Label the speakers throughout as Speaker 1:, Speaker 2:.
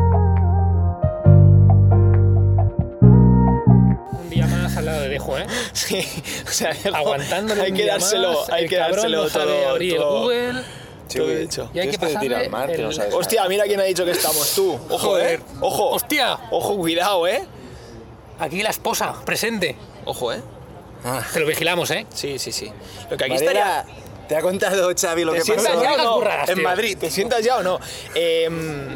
Speaker 1: ahí. O sea, algo-
Speaker 2: ¿eh? Aguantándole
Speaker 1: Hay
Speaker 2: un
Speaker 1: que
Speaker 2: día
Speaker 1: dárselo,
Speaker 2: más,
Speaker 1: hay
Speaker 2: el
Speaker 1: que
Speaker 2: cabrón
Speaker 1: dárselo
Speaker 2: no sabe
Speaker 1: todo.
Speaker 2: abrir el
Speaker 1: todo.
Speaker 2: Google. Pues,
Speaker 1: Todo hecho.
Speaker 2: Y hay que
Speaker 3: Tienes que
Speaker 2: pasarle
Speaker 3: tirar Marte,
Speaker 2: el-
Speaker 3: no sabes.
Speaker 1: Hostia, mira quién ha dicho que estamos, tú. Ojo,
Speaker 2: Joder.
Speaker 1: eh. Ojo.
Speaker 2: Hostia.
Speaker 1: Ojo, cuidado, eh.
Speaker 2: Aquí la esposa, presente.
Speaker 1: Ojo, eh.
Speaker 3: Ah.
Speaker 2: Te lo vigilamos, ¿eh?
Speaker 1: Sí, sí, sí. Lo que aquí
Speaker 3: Varela,
Speaker 1: estaría.
Speaker 3: te ha contado Xavi lo
Speaker 1: ¿Te
Speaker 3: que
Speaker 1: sientas
Speaker 3: pasó.
Speaker 1: ya o no?
Speaker 2: burradas,
Speaker 1: En
Speaker 2: tío.
Speaker 1: Madrid, ¿te sientas ya o no? Em,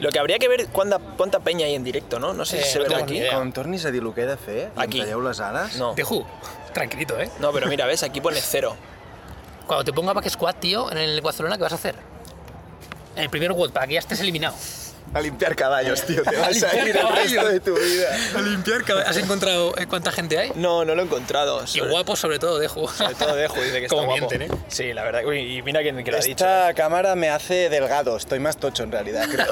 Speaker 1: lo que habría que ver cuánta, cuánta peña hay en directo, ¿no? No sé
Speaker 2: Eh,
Speaker 1: si se
Speaker 2: no
Speaker 1: verá
Speaker 2: tengo ni
Speaker 1: aquí.
Speaker 2: idea.
Speaker 3: Quan tornis a dir el que he de fer, i
Speaker 1: Aquí.
Speaker 3: em talleu les ales...
Speaker 1: No.
Speaker 2: Deju, tranquilito, ¿eh?
Speaker 1: No, pero mira, ves, aquí pone cero.
Speaker 2: Cuando te ponga back squat, tío, en el Barcelona, ¿qué vas a hacer? En el primer WOD, para que ya estés eliminado.
Speaker 3: A limpiar caballos, tío. Te vas a
Speaker 2: limpiar
Speaker 3: ir el resto
Speaker 2: caballos.
Speaker 3: de tu vida.
Speaker 2: A limpiar, ¿has encontrado eh, cuánta gente hay?
Speaker 1: No, no lo he encontrado.
Speaker 2: Y
Speaker 1: Sobre,
Speaker 2: guapo, sobre todo, Deju.
Speaker 1: sobre todo Dejo dice que está
Speaker 2: Como
Speaker 1: guapo.
Speaker 2: mienten, ¿eh?
Speaker 1: Sí, la verdad. Uy, y mira quién que lo ha dicho.
Speaker 3: Esta cámara me hace delgado. Estoy más tocho, en realidad, creo.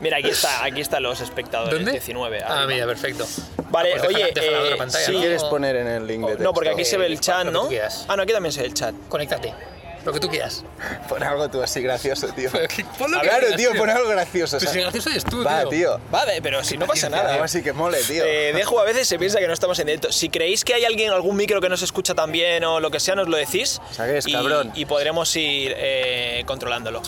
Speaker 1: Mira, aquí está, aquí están los espectadores.
Speaker 2: ¿Dónde?
Speaker 1: 19.
Speaker 2: Ah,
Speaker 1: arriba.
Speaker 2: mira, perfecto.
Speaker 1: Vale,
Speaker 2: Ah, pues déjala-
Speaker 1: oye,
Speaker 2: déjala ver
Speaker 1: eh,
Speaker 2: la pantalla,
Speaker 1: sí.
Speaker 2: ¿no?
Speaker 3: ¿Quieres poner en el link de texto?
Speaker 1: No, porque aquí se ve el
Speaker 2: Eh,
Speaker 1: chat,
Speaker 2: lo que
Speaker 1: ¿no?
Speaker 2: tú quieras.
Speaker 1: Ah, no, aquí también se ve el chat.
Speaker 2: Conéctate. Lo que tú quieras.
Speaker 3: Pon algo tú así gracioso, tío.
Speaker 2: Pon lo que
Speaker 3: Claro,
Speaker 2: quieras,
Speaker 3: tío, pon algo gracioso.
Speaker 2: Pues
Speaker 3: o sea.
Speaker 2: si gracioso eres tú,
Speaker 3: Va,
Speaker 2: tío.
Speaker 3: tío.
Speaker 1: Vale, pero si no pasa nada.
Speaker 3: Algo así que mole, tío.
Speaker 1: Eh, Dejo a veces se piensa que no estamos en directo. Si creéis que hay alguien, algún micro que nos escucha también o lo que sea, nos lo decís.
Speaker 3: Sagués,
Speaker 1: y,
Speaker 3: cabrón.
Speaker 1: Y podremos ir eh, controlándolo.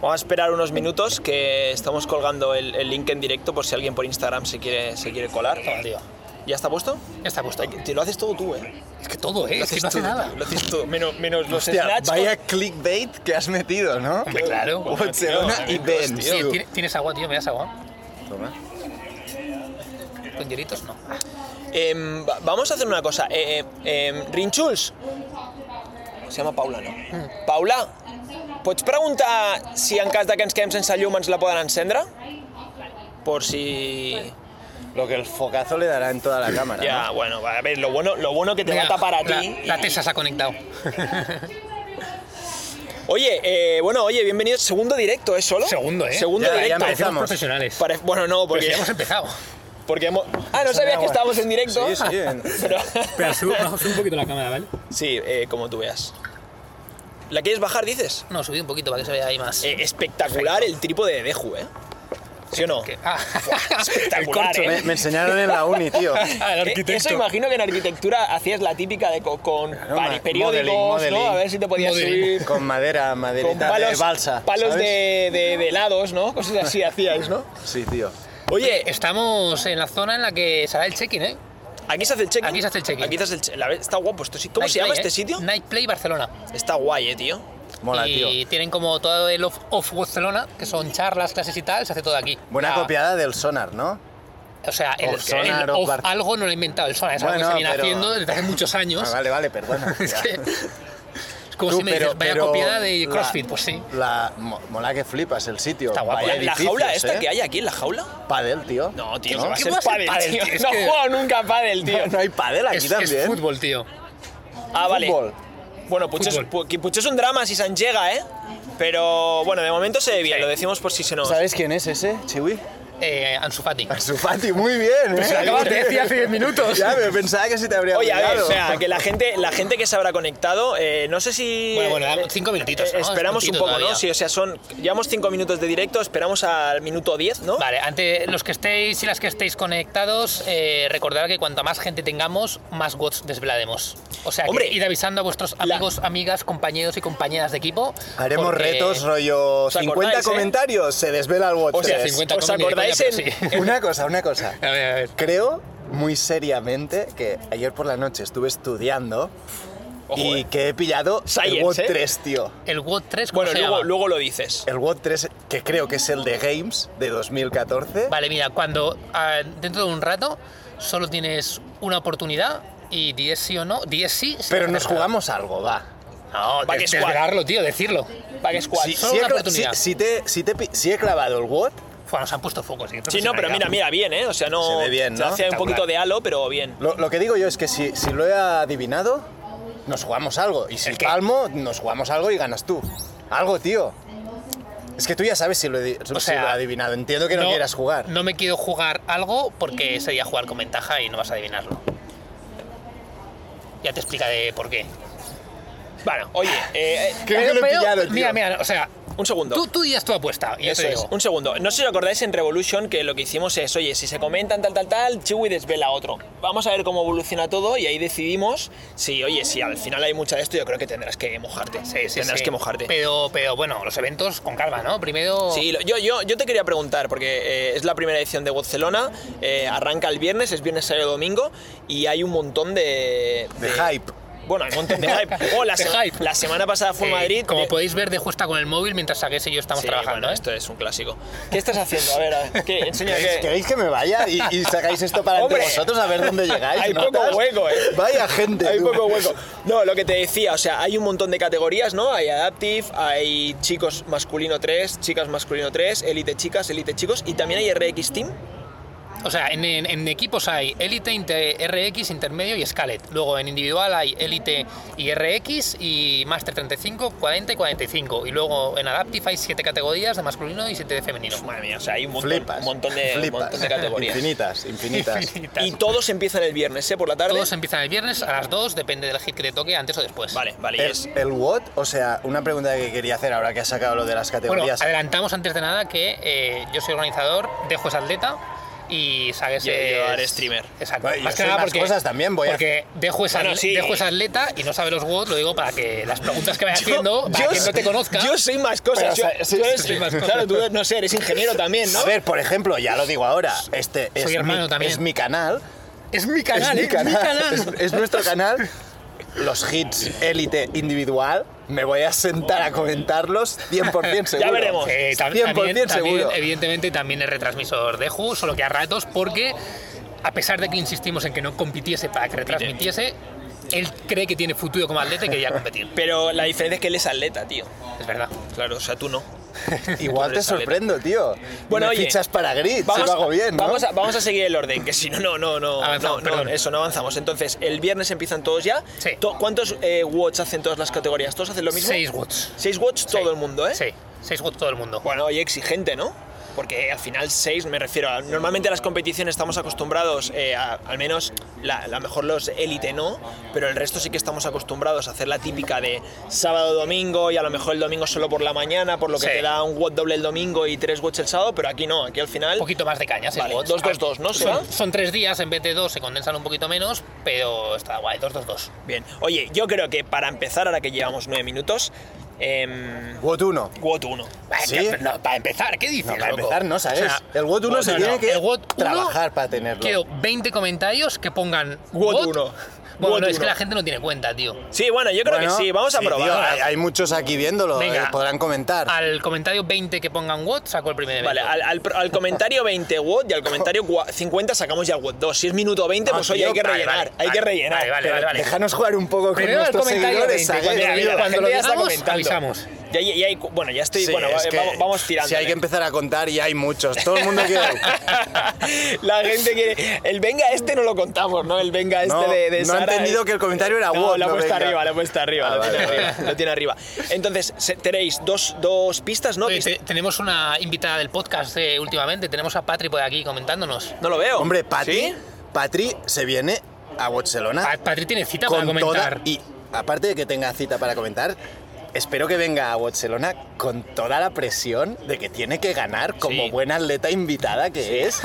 Speaker 1: Vamos a esperar unos minutos que estamos colgando el, el link en directo por si alguien por Instagram se quiere, se quiere colar.
Speaker 2: Toma, tío.
Speaker 1: ¿Ya está puesto?
Speaker 2: Ya está puesto.
Speaker 1: Te lo haces todo tú, eh.
Speaker 2: Es que todo, ¿eh? Es que
Speaker 1: haces
Speaker 2: no hace
Speaker 1: tú,
Speaker 2: nada.
Speaker 1: Lo haces tú. Menos, menos los
Speaker 3: Hostia,
Speaker 1: snatch.
Speaker 3: vaya clickbait que has metido, ¿no?
Speaker 2: Hombre, claro.
Speaker 1: Bueno,
Speaker 3: Barcelona
Speaker 1: tío,
Speaker 3: y Ben.
Speaker 1: hostia.
Speaker 2: Sí,
Speaker 3: tío.
Speaker 2: ¿tienes, tienes agua, tío? ¿Me das agua?
Speaker 3: Toma.
Speaker 2: ¿Con hielitos? No. pues.
Speaker 1: Em, va- vamos a hacer una cosa. Eh, eh, em, Rinchuls. Se llama Paula, no?
Speaker 2: Mm.
Speaker 1: Paula, pots preguntar si en cas de que ens quedem sense llum ens la poden encendre? Por si...
Speaker 3: Lo que el focazo le dará en toda la cámara.
Speaker 1: Ya, bueno, a ver, lo bueno, lo bueno que te
Speaker 2: Venga,
Speaker 1: va a tapar a
Speaker 2: la-
Speaker 1: ti.
Speaker 2: La,
Speaker 1: y-
Speaker 2: Tesa se ha conectado.
Speaker 1: Oye, eh, bueno, oye, bienvenido. Segundo directo, ¿es solo?
Speaker 2: Segundo, ¿eh?
Speaker 1: Segundo
Speaker 3: Ya, ya
Speaker 1: directo.
Speaker 3: empezamos.
Speaker 2: Somos profesionales.
Speaker 1: Pare- Bueno, no,
Speaker 2: Porque
Speaker 1: porque...
Speaker 2: ya hemos em- empezado.
Speaker 1: porque hemos... Ah, ¿no sabías que estábamos en directo?
Speaker 3: Sí, sí. en-
Speaker 1: Pero-
Speaker 2: Pero sube, un poquito la cámara, ¿vale?
Speaker 1: Sí, eh, como tú veas. ¿La quieres bajar, dices?
Speaker 2: No, subí un poquito para que se vea ahí más.
Speaker 1: Eh, espectacular el trípode de Deju, ¿eh? ¿Sí o no?
Speaker 2: Que- ah,
Speaker 1: espectacular,
Speaker 2: el corcho,
Speaker 1: ¿eh?
Speaker 3: Me, me enseñaron en la uni, tío.
Speaker 2: Ah, el
Speaker 1: Eh,
Speaker 2: arquitecto.
Speaker 1: Eso imagino que en arquitectura hacías la típica de co- con, pari-
Speaker 3: ma-
Speaker 1: periódicos,
Speaker 3: modeling,
Speaker 1: ¿no?
Speaker 3: modeling.
Speaker 1: A ver si te podías
Speaker 2: Modeling.
Speaker 1: subir
Speaker 3: Con madera,
Speaker 1: con
Speaker 3: maderita
Speaker 1: palos,
Speaker 3: de balsa.
Speaker 1: palos
Speaker 3: ¿sabes?
Speaker 1: de, de, de helados, ¿no? Cosas así hacíais, ¿no?
Speaker 3: Sí, tío.
Speaker 1: Oye,
Speaker 2: Estamos en la zona en la que será el check-in, ¿eh?
Speaker 1: aquí se hace el check-in.
Speaker 2: Aquí se hace el check-in.
Speaker 1: Aquí se hace el che- la ve- Está guapo esto. sí. ¿Cómo
Speaker 2: Night
Speaker 1: se llama
Speaker 2: Play,
Speaker 1: este
Speaker 2: ¿eh?
Speaker 1: sitio?
Speaker 2: Night Play Barcelona.
Speaker 1: Está guay, eh, tío.
Speaker 3: Mola,
Speaker 2: y
Speaker 3: tío.
Speaker 2: tienen como todo el off, off Barcelona, que son charlas, clases y tal, se hace todo aquí.
Speaker 3: Buena
Speaker 2: O sea,
Speaker 3: copiada del Sonar, ¿no?
Speaker 2: O sea, el,
Speaker 3: Off Sonar,
Speaker 2: el
Speaker 3: off
Speaker 2: off
Speaker 3: Bar-
Speaker 2: algo no lo he inventado, el sonar es algo que
Speaker 3: Bueno,
Speaker 2: se viene
Speaker 3: pero-
Speaker 2: haciendo desde hace muchos años.
Speaker 3: Ah, vale, vale, perdona.
Speaker 2: es que. Es como
Speaker 3: Tú,
Speaker 2: si me dices, vaya
Speaker 3: pero
Speaker 2: copiada de
Speaker 3: la-
Speaker 2: CrossFit, pues sí.
Speaker 3: La, mo- mola que flipas el sitio.
Speaker 2: Está guapo.
Speaker 3: Vaya
Speaker 1: La, la jaula
Speaker 3: edificios,
Speaker 1: esta
Speaker 3: ¿eh?
Speaker 1: que hay aquí, en la jaula.
Speaker 3: Padel, tío.
Speaker 1: No, tío,
Speaker 3: ¿No?
Speaker 1: que va a
Speaker 2: ¿Qué
Speaker 1: ser
Speaker 2: va a ser
Speaker 1: pádel,
Speaker 2: pádel,
Speaker 1: tío.
Speaker 2: tío? Es
Speaker 1: No he
Speaker 2: que-
Speaker 1: jugado nunca a pádel, tío.
Speaker 3: No hay padel aquí
Speaker 2: Es, es
Speaker 3: también.
Speaker 2: fútbol, tío.
Speaker 1: Ah, vale.
Speaker 3: Fútbol.
Speaker 1: Bueno, potser és,
Speaker 2: Fútbol.
Speaker 1: po- potser és un drama si se'n llega, ¿eh? Pero bueno, de momento se ve bien, lo decimos por si se nos...
Speaker 3: ¿Sabes quién es ese, Chiwi?
Speaker 2: Eh, Ansu Fati.
Speaker 3: Sufati, muy bien. ¿eh?
Speaker 2: Se lo acabas de decir hace 10 minutos.
Speaker 3: Ya, pero pensaba que se te habría
Speaker 1: Oye, a ver,
Speaker 3: olvidado.
Speaker 1: o sea, que la gente, la gente que se habrá conectado, eh, no sé si...
Speaker 2: Bueno, bueno, damos cinco minutitos, ¿no?
Speaker 1: eh, Esperamos
Speaker 2: Es
Speaker 1: un
Speaker 2: cortito
Speaker 1: poco, ¿no?
Speaker 2: todavía.
Speaker 1: Sí, o sea, son... Llevamos cinco minutos de directo, esperamos al minuto 10, ¿no?
Speaker 2: Vale, ante los que estéis y las que estéis conectados, eh, recordad que cuanta más gente tengamos, más WOTS desvelaremos. O sea,
Speaker 1: Hombre,
Speaker 2: que id avisando a vuestros
Speaker 1: la-
Speaker 2: amigos, amigas, compañeros y compañeras de equipo.
Speaker 3: Haremos
Speaker 2: porque-
Speaker 3: retos rollo
Speaker 1: ¿Os
Speaker 3: 50
Speaker 1: acordáis, eh?
Speaker 3: comentarios, se desvela el WhatsApp.
Speaker 1: O sea,
Speaker 2: 50
Speaker 1: ¿os
Speaker 2: comen y de
Speaker 1: acordáis
Speaker 2: coña, pero
Speaker 1: en-
Speaker 2: sí.
Speaker 3: Una cosa, una cosa.
Speaker 2: A ver, a ver.
Speaker 3: Creo muy seriamente que ayer por la noche estuve estudiando
Speaker 1: Ojo,
Speaker 3: y
Speaker 1: eh.
Speaker 3: que he pillado
Speaker 1: Science,
Speaker 3: el WOT
Speaker 1: ¿eh?
Speaker 3: 3, tío.
Speaker 2: El WOT 3, ¿cómo
Speaker 1: Bueno,
Speaker 2: se
Speaker 1: luego,
Speaker 2: llama?
Speaker 1: luego lo dices.
Speaker 3: El WOT 3, que creo que es el de Games de 2014.
Speaker 2: Vale, mira, cuando ah, dentro de un rato solo tienes una oportunidad y 10 sí o no, 10 sí. sí
Speaker 3: Pero
Speaker 2: que
Speaker 3: nos
Speaker 2: hacer nada.
Speaker 3: jugamos algo, va.
Speaker 2: No,
Speaker 1: Va
Speaker 2: de-
Speaker 1: que squad.
Speaker 2: desvelarlo, tío, decirlo.
Speaker 1: Pack Squad.
Speaker 3: Si,
Speaker 2: solo
Speaker 3: si he,
Speaker 2: una
Speaker 3: cla-
Speaker 2: oportunidad.
Speaker 3: si- si te, si, te pi- si he clavado el WOT,
Speaker 2: Fua, nos han puesto focos.
Speaker 1: Sí, no, pero mira, mira, bien, ¿eh? O sea, no...
Speaker 3: Se ve bien,
Speaker 1: se
Speaker 3: ¿no?
Speaker 1: hace un poquito de halo, pero bien.
Speaker 3: lo, lo que digo yo es que si, si lo he adivinado, nos jugamos algo. Y si
Speaker 2: ¿El qué?
Speaker 3: palmo, nos jugamos algo y ganas tú. Algo, tío. Es que tú ya sabes si lo he, di- si
Speaker 2: sea,
Speaker 3: lo he adivinado. Entiendo que no, quieras jugar.
Speaker 2: No me quiero jugar algo porque sería jugar con ventaja y no vas a adivinarlo. Ya te explicaré por qué.
Speaker 1: Bueno, oye, eh, eh,
Speaker 3: Creo que lo he pillado, tío.
Speaker 2: Mira, mira, o sea,
Speaker 1: un segundo.
Speaker 2: Tú, tú dirías tu apuesta. Y yo
Speaker 1: Eso
Speaker 2: te
Speaker 1: es.
Speaker 2: digo.
Speaker 1: Un segundo. No sé si os acordáis en Revolution que lo que hicimos es, oye, si se comentan tal, tal, tal, Chewie desvela otro. Vamos a ver cómo evoluciona todo y ahí decidimos si, oye, si al final hay mucha de esto, yo creo que tendrás que mojarte.
Speaker 2: Sí, sí,
Speaker 1: tendrás
Speaker 2: sí.
Speaker 1: que mojarte.
Speaker 2: Pero, pero bueno, los eventos con calma, ¿no? Primero.
Speaker 1: Sí, lo- yo, yo, yo te quería preguntar, porque eh, es la primera edición de Barcelona, eh, arranca el viernes, es viernes, sábado, domingo, y hay un montón de...
Speaker 3: De hype.
Speaker 1: Bueno, hay un montón de hype. Oh, la,
Speaker 2: De
Speaker 1: sema-
Speaker 2: hype.
Speaker 1: la semana pasada fue
Speaker 2: eh,
Speaker 1: Madrid.
Speaker 2: Como
Speaker 1: de-
Speaker 2: podéis ver, Dejo está con el móvil mientras Sagues y yo estamos
Speaker 1: Sí,
Speaker 2: trabajando,
Speaker 1: bueno,
Speaker 2: ¿eh?
Speaker 1: esto es un clásico. ¿Qué estás haciendo? A ver, a ver, ¿qué? enseña
Speaker 3: ¿Queréis,
Speaker 1: que...
Speaker 3: queréis que me vaya y, y sacáis esto para entre
Speaker 1: Hombre,
Speaker 3: vosotros a ver dónde llegáis?
Speaker 1: hay poco
Speaker 3: notas?
Speaker 1: hueco, eh.
Speaker 3: Vaya gente.
Speaker 1: Hay
Speaker 3: tú.
Speaker 1: poco hueco. No, lo que te decía, o sea, hay un montón de categorías, ¿no? Hay Adaptive, hay chicos masculino 3, chicas masculino 3, elite chicas, elite chicos, y también hay RX Team.
Speaker 2: O sea, en, en- en equipos hay Elite, Inter- RX, Intermedio y Scalet. Luego en individual hay Elite y RX y Master 35, 40 y 45. Y luego en Adaptive hay 7 categorías de masculino y 7 de femenino.
Speaker 1: Madre mía, o sea, hay un montón,
Speaker 3: Flipas.
Speaker 1: un montón de, un
Speaker 3: flipas.
Speaker 1: montón de categorías.
Speaker 3: Infinitas, infinitas.
Speaker 1: Y todos empiezan el viernes, ¿eh? Por la tarde.
Speaker 2: Todos em- empiezan el viernes a las 2, depende del hit que te toque, antes o después.
Speaker 1: Vale, vale. y
Speaker 3: El,
Speaker 1: es-
Speaker 3: el what, o sea, una pregunta que quería hacer ahora que has sacado lo de las
Speaker 2: Bueno,
Speaker 3: categorías.
Speaker 2: adelantamos antes de nada que eh, yo soy organizador, Dejo es atleta y Sagues
Speaker 1: Yo- yo
Speaker 2: es...
Speaker 1: haré streamer. Pues,
Speaker 2: Exacto.
Speaker 3: Bueno, yo soy más cosas también, voy a-
Speaker 2: porque Dejo es,
Speaker 1: Bueno,
Speaker 2: atle-
Speaker 1: sí.
Speaker 2: Dejo es atleta y no sabe los WOD, lo digo para que las preguntas que vaya haciendo, para que no te conozca...
Speaker 1: Yo soy más
Speaker 3: Pero,
Speaker 1: cosas.
Speaker 3: o
Speaker 1: Yo,
Speaker 3: sea, sí,
Speaker 1: tú eres-
Speaker 2: soy más cosas.
Speaker 1: claro, tú no sé, eres ingeniero también, ¿no?
Speaker 3: A ver, por ejemplo, ya lo digo ahora, este es,
Speaker 2: Soy hermano
Speaker 3: mi,
Speaker 2: también.
Speaker 3: es mi canal.
Speaker 2: Es mi canal,
Speaker 3: es
Speaker 2: ¿eh?
Speaker 3: mi canal. Es, es nuestro canal. Los hits élite individual, me voy a sentar a comentarlos 100% seguro.
Speaker 1: veremos.
Speaker 2: Eh, tam-
Speaker 3: 100%
Speaker 2: también, también,
Speaker 3: seguro.
Speaker 2: evidentemente también es retransmisor de Ju, solo que a ratos, porque a pesar de que insistimos en que no compitiese para que retransmitiese, él cree que tiene futuro como atleta y que quería competir.
Speaker 1: Pero la diferencia es que él es atleta, tío.
Speaker 2: Es verdad.
Speaker 1: Claro, o sea, tú no.
Speaker 3: Igual te
Speaker 1: Pobre
Speaker 3: sorprendo, tío.
Speaker 1: Bueno,
Speaker 3: me
Speaker 1: oye,
Speaker 3: fichas para grid, si lo hago bien, ¿no?
Speaker 1: Vamos, a, vamos a seguir el orden, que si no, no, no, no,
Speaker 2: Avanzamos,
Speaker 1: no,
Speaker 2: perdón.
Speaker 1: eso, no avanzamos. Entonces, el viernes empiezan todos ya.
Speaker 2: Sí.
Speaker 1: To- ¿Cuántos eh, watts hacen todas las categorías? ¿Todos hacen lo mismo?
Speaker 2: Seis watts.
Speaker 1: Seis watts todo
Speaker 2: Sí.
Speaker 1: el mundo, ¿eh?
Speaker 2: Sí, seis watts todo el mundo.
Speaker 1: Bueno, y exigente, ¿no? Porque al final seis, me refiero a... Normalmente las competiciones estamos acostumbrados, eh, a- al menos la, la mejor los élite no, pero el resto sí que estamos acostumbrados a hacer la típica de sábado, domingo y a lo mejor el domingo solo por la mañana, por lo que
Speaker 2: Sí.
Speaker 1: te da un watt doble el domingo y tres watts el sábado, pero aquí no, aquí al final...
Speaker 2: Un poquito más de caña, seis
Speaker 1: Vale,
Speaker 2: watts.
Speaker 1: dos, dos, dos, ¿no? ¿Será?
Speaker 2: Son, son tres días, en vez de dos se condensan un poquito menos, pero está guay, dos, dos, dos.
Speaker 1: Bien, oye, yo creo que para empezar, ahora que llevamos nueve minutos, eh,
Speaker 3: WOT 1.
Speaker 1: WOT 1.
Speaker 2: Vaya,
Speaker 3: ¿Sí?
Speaker 2: que- no, para empezar, ¿qué dices?
Speaker 3: No, para
Speaker 2: loco?
Speaker 3: empezar, no, ¿sabes?
Speaker 2: O sea,
Speaker 3: el WOT 1 se
Speaker 2: no,
Speaker 3: tiene
Speaker 2: no,
Speaker 3: que
Speaker 2: el WOT 1,
Speaker 3: trabajar para tenerlo.
Speaker 2: Quiero 20 comentarios que pongan
Speaker 1: WOT
Speaker 2: WOT.
Speaker 1: 1.
Speaker 2: Bueno,
Speaker 1: WOT
Speaker 2: no, es que
Speaker 1: 1.
Speaker 2: la gente no tiene cuenta, tío.
Speaker 1: Sí, bueno, yo creo
Speaker 3: Bueno,
Speaker 1: que sí, vamos a
Speaker 3: tío,
Speaker 1: probar.
Speaker 3: hay, hay muchos aquí viéndolo,
Speaker 2: Venga.
Speaker 3: eh, podrán comentar.
Speaker 2: Al comentario 20 que pongan WOT, saco el primer
Speaker 1: Vale,
Speaker 2: evento.
Speaker 1: al, al pro- al comentario 20 WOT y al comentario cua- 50 sacamos ya el WOT 2. Si es minuto 20,
Speaker 3: Ah,
Speaker 1: pues oye,
Speaker 3: tío,
Speaker 1: hay que
Speaker 2: vale,
Speaker 1: rellenar,
Speaker 2: vale,
Speaker 1: hay que
Speaker 2: vale,
Speaker 1: rellenar.
Speaker 2: vale, vale,
Speaker 1: Pero-
Speaker 2: vale, vale.
Speaker 3: Déjanos jugar un poco con
Speaker 2: Primero el
Speaker 3: nuestros
Speaker 2: comentario
Speaker 3: seguidores,
Speaker 2: 20,
Speaker 3: ¿sabes?
Speaker 1: Mira, mira,
Speaker 2: Cuando
Speaker 1: la gente
Speaker 2: lo
Speaker 1: ya está
Speaker 2: digamos,
Speaker 1: comentando.
Speaker 2: avisamos.
Speaker 1: Ya, hay- ya hay cu- bueno, ya estoy,
Speaker 3: Sí,
Speaker 1: bueno,
Speaker 3: es
Speaker 1: va-
Speaker 3: que
Speaker 1: vamos, vamos tirando.
Speaker 3: Si hay que
Speaker 1: ¿eh?
Speaker 3: empezar a contar y hay muchos, todo el mundo quiere...
Speaker 1: La gente quiere. El venga este no lo contamos, ¿no? El venga este
Speaker 3: No,
Speaker 1: de, de
Speaker 3: no he
Speaker 1: Sara
Speaker 3: entendido
Speaker 1: es-
Speaker 3: que el comentario era
Speaker 1: No,
Speaker 3: WOT,
Speaker 1: lo he
Speaker 3: no
Speaker 1: puesto
Speaker 3: venga.
Speaker 1: arriba, lo he puesto arriba,
Speaker 3: Ah,
Speaker 1: lo,
Speaker 3: vale,
Speaker 1: tiene
Speaker 3: vale.
Speaker 1: arriba lo tiene arriba. Entonces, se- tenéis dos, dos pistas, ¿no?
Speaker 2: Oye,
Speaker 1: Pist-
Speaker 2: te- tenemos una invitada del podcast eh, últimamente, tenemos a Patri por aquí comentándonos.
Speaker 1: No lo veo.
Speaker 3: Hombre, Patri,
Speaker 1: ¿Sí?
Speaker 3: Patri se viene a Barcelona
Speaker 2: Pa- Patri tiene cita para
Speaker 3: Ah. con
Speaker 2: comentar.
Speaker 3: toda... Y aparte de que tenga cita para comentar, espero que venga a Barcelona con toda la presión de que tiene que ganar como
Speaker 1: Sí.
Speaker 3: buena atleta invitada que es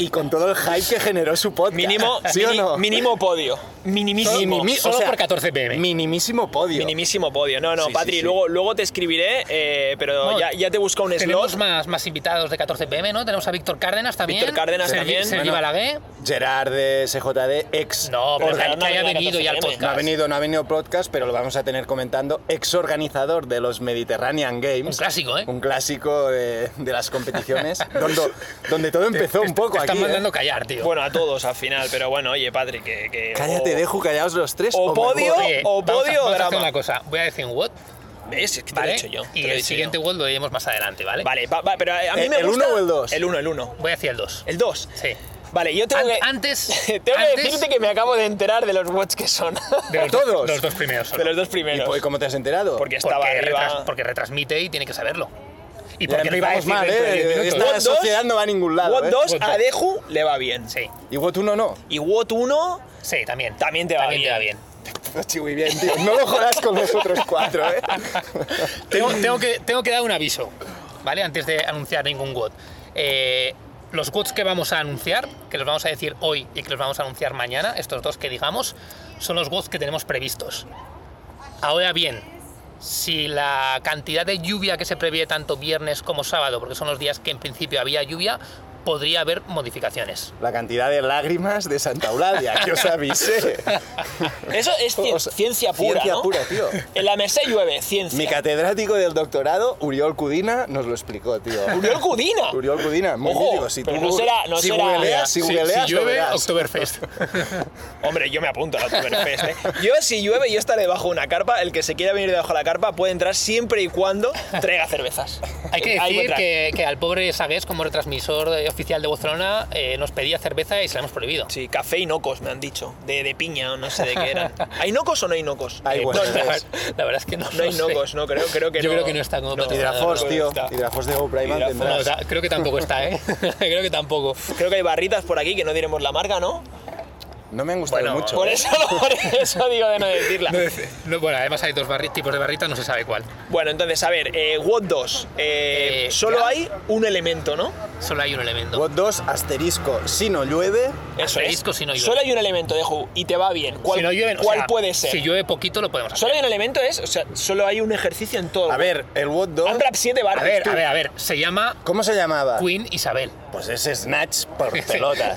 Speaker 3: y con todo el hype que generó su podcast.
Speaker 1: Mínimo,
Speaker 3: ¿sí o
Speaker 1: mini-
Speaker 3: no?
Speaker 1: mínimo podio. Minimísimo.
Speaker 3: Minimi-
Speaker 2: solo por 14 pm.
Speaker 3: Minimísimo podio.
Speaker 1: Minimísimo podio. No, no,
Speaker 3: Sí, sí,
Speaker 1: Patri,
Speaker 3: sí.
Speaker 1: Luego, luego te escribiré, eh, pero
Speaker 2: No,
Speaker 1: ya, ya te busco un
Speaker 2: Tenemos
Speaker 1: slot.
Speaker 2: más, más invitados de 14 pm, ¿no? Tenemos a Víctor Cárdenas también.
Speaker 1: Víctor Cárdenas
Speaker 2: Sergi-
Speaker 1: también.
Speaker 2: Sergi
Speaker 1: Bueno. Pues
Speaker 2: Balagué.
Speaker 3: Gerard de CJD, ex.
Speaker 2: No, pero
Speaker 1: Porque
Speaker 2: que,
Speaker 1: no
Speaker 2: que haya
Speaker 1: venía
Speaker 2: venido ya al
Speaker 1: 14
Speaker 2: podcast.
Speaker 1: pm.
Speaker 3: No ha venido, no ha venido podcast, pero lo vamos a tener comentando. Ex organizador de los Mediterranean Games.
Speaker 2: Un clásico, ¿eh?
Speaker 3: Un clásico de, de las competiciones, donde, donde todo empezó un poco
Speaker 2: Te están
Speaker 3: aquí. ¿eh?
Speaker 2: mandando callar, tío.
Speaker 1: Bueno, a todos al final, pero bueno, oye, Patri, que. que-
Speaker 3: Cállate,
Speaker 2: Oh.
Speaker 1: o-
Speaker 3: dejo callados los tres.
Speaker 1: o
Speaker 3: me
Speaker 1: podio.
Speaker 3: voy.
Speaker 2: Oye,
Speaker 1: o
Speaker 2: vamos a-
Speaker 1: podio o
Speaker 2: vamos a hacer
Speaker 1: drama.
Speaker 2: una cosa. Voy a decir un what,
Speaker 1: ¿Ves? Es que te lo
Speaker 2: ¿vale?
Speaker 1: he dicho yo. te
Speaker 2: y
Speaker 1: lo he
Speaker 2: el
Speaker 1: dicho
Speaker 2: siguiente
Speaker 1: yo.
Speaker 2: what lo diremos más adelante, ¿vale?
Speaker 1: Vale, va- va, pero a mí
Speaker 3: Eh,
Speaker 1: me
Speaker 3: ¿el
Speaker 1: gusta.
Speaker 3: uno o el dos?
Speaker 1: El 1, el 1.
Speaker 2: Voy hacia el 2.
Speaker 1: El 2.
Speaker 2: Sí.
Speaker 1: Vale, yo tengo
Speaker 2: An-
Speaker 1: que.
Speaker 2: antes-
Speaker 1: Tengo que
Speaker 2: antes-
Speaker 1: decirte que me acabo de enterar de los watts que son.
Speaker 2: De los
Speaker 3: ¿Todos?
Speaker 2: Dos, los dos primeros. solo.
Speaker 1: de los dos
Speaker 3: ¿Y
Speaker 1: primeros.
Speaker 3: po- y pues, cómo te has enterado?
Speaker 2: porque,
Speaker 1: Porque estaba arriba.
Speaker 2: retras- porque retransmite y tiene que saberlo. Y
Speaker 3: ya
Speaker 2: porque no iba a
Speaker 3: empezamos
Speaker 2: decir
Speaker 3: mal,
Speaker 2: dentro de diez
Speaker 3: ¿eh?
Speaker 2: minutos.
Speaker 3: Esta
Speaker 1: What dos?
Speaker 3: sociedad no va a ningún lado.
Speaker 1: Watt
Speaker 3: ¿eh?
Speaker 1: 2
Speaker 2: Watt
Speaker 1: a
Speaker 2: dos.
Speaker 1: Deju le va bien.
Speaker 2: Sí,
Speaker 3: Y Wot 1 no.
Speaker 1: Y Watt 1
Speaker 2: sí, también.
Speaker 1: También te va bien.
Speaker 2: Te va bien.
Speaker 3: lo chiwi bien, tío. No lo jodas con los otros cuatro, ¿eh?
Speaker 2: tengo, tengo que, tengo que dar un aviso, ¿vale? Antes de anunciar ningún WOD. Eh, los WODs que vamos a anunciar, que los vamos a decir hoy y que los vamos a anunciar mañana, estos dos que digamos, son los WODs que tenemos previstos. Ahora bien, si la cantidad de lluvia que se prevé tanto viernes como sábado, porque son los días que en principio había lluvia, podría haber modificaciones.
Speaker 3: La cantidad de lágrimas de Santa Eulalia, que os avisé.
Speaker 1: Eso es cien-
Speaker 3: O sea,
Speaker 1: ciencia pura,
Speaker 3: ciencia
Speaker 1: ¿no?
Speaker 3: pura, tío.
Speaker 1: En la mesa llueve, ciencia.
Speaker 3: Mi catedrático del doctorado, Uriol Cudina, nos lo explicó, tío.
Speaker 1: Uriol Cudina.
Speaker 3: Uriol Cudina, muy
Speaker 1: Ojo,
Speaker 3: mítico. Si tú
Speaker 1: pero no será- no
Speaker 3: si
Speaker 1: será-
Speaker 3: googleas, si
Speaker 2: Si- si
Speaker 3: googleas, lo
Speaker 2: llueve,
Speaker 3: verás.
Speaker 2: Oktoberfest.
Speaker 1: Hombre, yo me apunto a la Oktoberfest, ¿eh? Yo, si llueve, yo estaré bajo una carpa. El que se quiera venir debajo de la carpa puede entrar siempre y cuando traiga cervezas.
Speaker 2: Hay que decir
Speaker 1: Ahí puede entrar.
Speaker 2: que, que al pobre Sagués, como retransmisor eh, oficial de Barcelona, eh, nos pedía cerveza y se la hemos prohibido.
Speaker 1: Sí, café y nocos, me han dicho. De, de piña o no sé de qué eran. ¿Hay nocos o no hay nocos?
Speaker 3: Hay
Speaker 1: Eh,
Speaker 3: buenos.
Speaker 1: no,
Speaker 2: La,
Speaker 1: no,
Speaker 2: ver- la verdad es que no
Speaker 1: no
Speaker 2: lo
Speaker 1: hay
Speaker 2: sé.
Speaker 1: nocos, no creo, creo que
Speaker 2: Yo
Speaker 1: no.
Speaker 2: creo que no está como
Speaker 1: no.
Speaker 2: patrocinador.
Speaker 3: Hidrafos, tío.
Speaker 1: Está.
Speaker 3: Hidrafos de GoPriman
Speaker 1: Hidrafos.
Speaker 2: No,
Speaker 3: tendrás.
Speaker 2: ta- creo que tampoco está, ¿eh? creo que tampoco.
Speaker 1: Creo que hay barritas por aquí que no diremos la marca, ¿no?
Speaker 3: No me han gustado
Speaker 2: Bueno,
Speaker 3: mucho. eh.
Speaker 1: Por eso, por eso digo de no decirla.
Speaker 2: No, bueno, además hay dos barri- tipos de barritas, no se sabe cuál.
Speaker 1: Bueno, entonces, a ver, eh, WOT 2. eh,
Speaker 2: Eh,
Speaker 1: solo
Speaker 2: ya.
Speaker 1: hay un elemento, ¿no?
Speaker 2: Solo hay un elemento.
Speaker 3: Bot 2, asterisco. Si no llueve,
Speaker 1: Eso es.
Speaker 2: Asterisco si no llueve.
Speaker 1: Solo hay un elemento de juego y te va bien. ¿Cuál,
Speaker 2: Si no llueve, o
Speaker 1: cuál
Speaker 2: sea,
Speaker 1: puede ser?
Speaker 2: Si llueve poquito, lo podemos hacer.
Speaker 1: Solo hay un elemento, es. O sea, solo hay un ejercicio en todo.
Speaker 3: a ver, el Bot 2,
Speaker 1: Amrap 7
Speaker 2: A
Speaker 1: barras.
Speaker 2: ver, a ver, a ver. Se llama
Speaker 3: ¿cómo se llamaba?
Speaker 2: Queen Isabel.
Speaker 3: Pues es Snatch por
Speaker 1: Pues
Speaker 3: pelotas.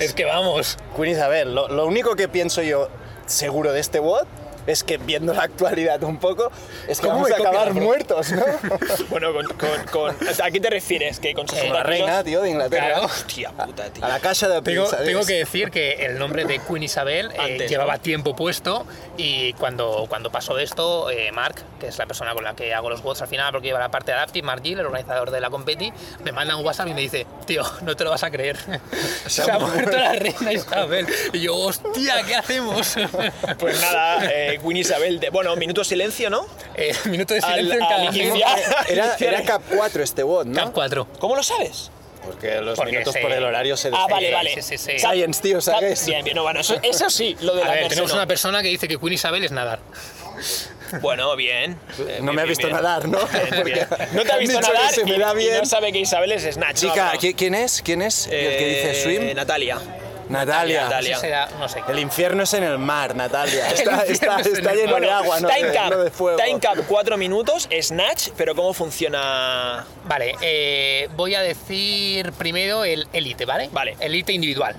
Speaker 2: es que vamos.
Speaker 3: Queen Isabel, lo, lo único que pienso yo seguro de este bot es que viendo la actualidad un poco, es que
Speaker 2: ¿Cómo
Speaker 3: vamos
Speaker 2: me
Speaker 3: a
Speaker 2: copia la
Speaker 3: acabar
Speaker 2: broma?
Speaker 3: muertos, ¿no?
Speaker 1: Bueno, con, con, con- ¿A qué te refieres? Que con 60
Speaker 3: Como la reina,
Speaker 1: kilos-
Speaker 3: tío, de Inglaterra.
Speaker 2: Claro.
Speaker 1: Hostia puta, tío.
Speaker 3: A la casa de
Speaker 2: Tengo,
Speaker 3: pizza,
Speaker 2: tengo
Speaker 3: ¿ves?
Speaker 2: que decir que el nombre de Queen Isabel eh,
Speaker 1: Antes, ¿no?
Speaker 2: llevaba tiempo puesto y cuando, cuando pasó esto, eh, Mark, que es la persona con la que hago los bots al final porque lleva la parte de Adaptive, Mark Gill, el organizador de la competi, me manda un WhatsApp y me dice, tío, no te lo vas a creer. Se, ha muerto la reina Isabel. Y yo, hostia, ¿qué hacemos?
Speaker 1: Pues nada, eh, Queen Isabel. de- bueno, minuto silencio, ¿no?
Speaker 2: Eh, minuto de
Speaker 1: Al-
Speaker 2: silencio en
Speaker 1: al
Speaker 2: cada
Speaker 1: iniciar.
Speaker 3: Eh, Era, era Cap 4 este bot, ¿no?
Speaker 2: Cap 4.
Speaker 1: ¿Cómo lo sabes?
Speaker 3: Porque los
Speaker 2: Porque
Speaker 3: minutos
Speaker 2: se-
Speaker 3: por el horario se
Speaker 1: Ah, vale,
Speaker 3: definen.
Speaker 1: vale.
Speaker 2: sí, sí, sí.
Speaker 1: Sa-
Speaker 3: Science, tío,
Speaker 1: sa-
Speaker 3: ¿sabes?
Speaker 1: Bien, bien, no, bueno, eso, eso sí, lo de
Speaker 2: A
Speaker 1: la
Speaker 2: ver,
Speaker 1: merced
Speaker 2: tenemos
Speaker 1: no.
Speaker 2: una persona que dice que Queen Isabel es nadar.
Speaker 1: Bueno, bien. Eh,
Speaker 3: No
Speaker 1: bien,
Speaker 3: me ha
Speaker 1: bien,
Speaker 3: visto
Speaker 1: bien.
Speaker 3: nadar, ¿no?
Speaker 1: Bien,
Speaker 3: Porque
Speaker 1: bien. No te ha
Speaker 3: han
Speaker 1: visto
Speaker 3: dicho que
Speaker 1: nadar
Speaker 3: se me da
Speaker 1: y, y
Speaker 3: bien.
Speaker 1: no sabe que Isabel es Snatch.
Speaker 3: Chica,
Speaker 1: No, no.
Speaker 3: ¿qui- ¿quién es? ¿Quién es? el que dice
Speaker 1: Eh,
Speaker 3: swim.
Speaker 1: Natalia.
Speaker 3: Natalia.
Speaker 1: Natalia.
Speaker 2: Ese será- no sé.
Speaker 3: El infierno es en el mar, Natalia. Está, está,
Speaker 2: infierno es en
Speaker 3: está
Speaker 2: el
Speaker 3: lleno
Speaker 2: mar.
Speaker 3: de agua, no,
Speaker 1: time
Speaker 3: de,
Speaker 1: cap,
Speaker 3: no de fuego.
Speaker 1: time cap 4 minutos, snatch, pero ¿cómo funciona?
Speaker 2: Vale, eh, voy a decir primero el élite, ¿vale?
Speaker 1: Vale.
Speaker 2: Élite individual.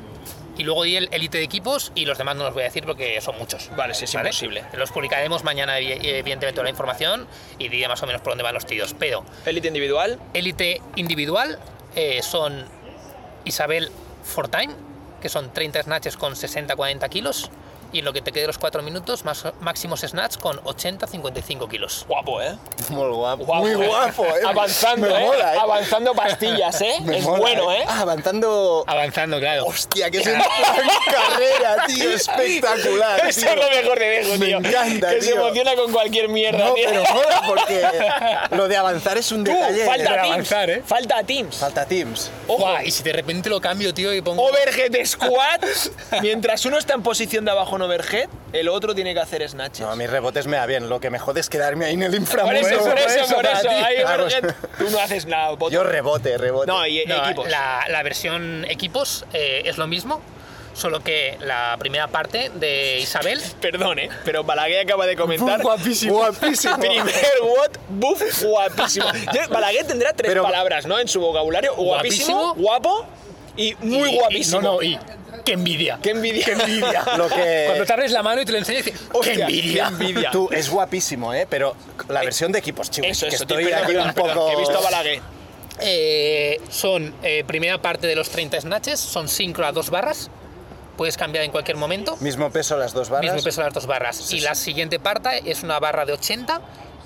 Speaker 2: Y luego di el élite de equipos y los demás no los voy a decir porque son muchos.
Speaker 1: Vale, sí, es imposible.
Speaker 2: Los publicaremos mañana, evi- evidentemente, toda la información y diré más o menos por dónde van los tiros. Pero
Speaker 1: Elite individual,
Speaker 2: élite individual eh, son Isabel Fortime, que son 30 snatches con 60-40 kilos. Y en lo que te quede los 4 minutos, más, máximos snatch con 80-55 kilos.
Speaker 1: guapo, ¿eh?
Speaker 3: Muy guapo.
Speaker 1: Guapo,
Speaker 3: Muy
Speaker 1: ¿eh?
Speaker 3: guapo, ¿eh?
Speaker 1: Avanzando,
Speaker 3: Me
Speaker 1: ¿eh?
Speaker 3: mola, ¿eh?
Speaker 1: Avanzando pastillas, ¿eh?
Speaker 3: Me
Speaker 1: es
Speaker 3: mola,
Speaker 1: bueno, ¿eh?
Speaker 3: Ah, avanzando.
Speaker 2: Avanzando, claro.
Speaker 3: Hostia, que es una gran carrera, tío. Espectacular.
Speaker 1: Eso
Speaker 3: Ah, tío.
Speaker 1: es lo mejor de Dejo,
Speaker 3: Me
Speaker 1: tío.
Speaker 3: encanta,
Speaker 1: que se
Speaker 3: tío.
Speaker 1: emociona con cualquier mierda,
Speaker 3: No,
Speaker 1: tío.
Speaker 3: pero mola porque lo de avanzar es un
Speaker 1: Tú,
Speaker 3: detalle.
Speaker 1: falta
Speaker 2: para
Speaker 1: Teams.
Speaker 2: avanzar, ¿eh?
Speaker 1: Falta Teams.
Speaker 3: Falta Teams.
Speaker 1: Ojo.
Speaker 2: Buah, y si de repente lo cambio, tío, y pongo.
Speaker 1: Overhead squat. Mientras uno está en posición de abajo en overhead, el otro tiene que hacer snatches.
Speaker 3: No, a mis rebotes me da bien. Lo que me jode es quedarme ahí en el
Speaker 1: por
Speaker 3: inframundo.
Speaker 1: eso, por eso, por
Speaker 3: para
Speaker 1: eso.
Speaker 3: ti.
Speaker 1: Ahí
Speaker 3: Claro,
Speaker 1: overhead. Tú no haces nada. bot-
Speaker 3: Yo rebote, rebote.
Speaker 1: No, y, y
Speaker 2: No,
Speaker 1: eh, equipos.
Speaker 2: La, la versión equipos eh, es lo mismo, solo que la primera parte de Isabel.
Speaker 1: Perdón, ¿eh? Pero Balaguer acaba de comentar.
Speaker 3: guapísimo. Guapísimo.
Speaker 1: Primer what, buff, guapísimo. Yo- Balaguer tendrá tres
Speaker 3: Pero-
Speaker 1: palabras, ¿no? En su vocabulario. Guapísimo,
Speaker 2: Guapísimo.
Speaker 1: guapo y muy
Speaker 2: y- y-
Speaker 1: guapísimo.
Speaker 2: no, no, y. ¡Qué envidia!
Speaker 1: Qué envidia. Qué envidia.
Speaker 3: Lo
Speaker 2: Cuando
Speaker 3: que.
Speaker 2: te abres la mano y te lo enseñas, dices, ¡qué
Speaker 1: Eh, Hostia,
Speaker 2: envidia!
Speaker 1: qué envidia.
Speaker 3: Tú, es guapísimo, ¿eh? Pero la versión de equipos, chicos.
Speaker 1: Eso,
Speaker 3: que
Speaker 1: eso.
Speaker 3: estoy
Speaker 1: tío, perdón,
Speaker 3: aquí
Speaker 1: perdón,
Speaker 3: un
Speaker 1: perdón,
Speaker 3: poco.
Speaker 1: que He visto a Balaguer.
Speaker 2: Eh, son eh, primera parte de los 30 snatches, son 5 a 2 barras, puedes cambiar en cualquier momento,
Speaker 3: Mismo peso las dos barras.
Speaker 2: mismo peso las dos barras. y la siguiente parte es una barra de 80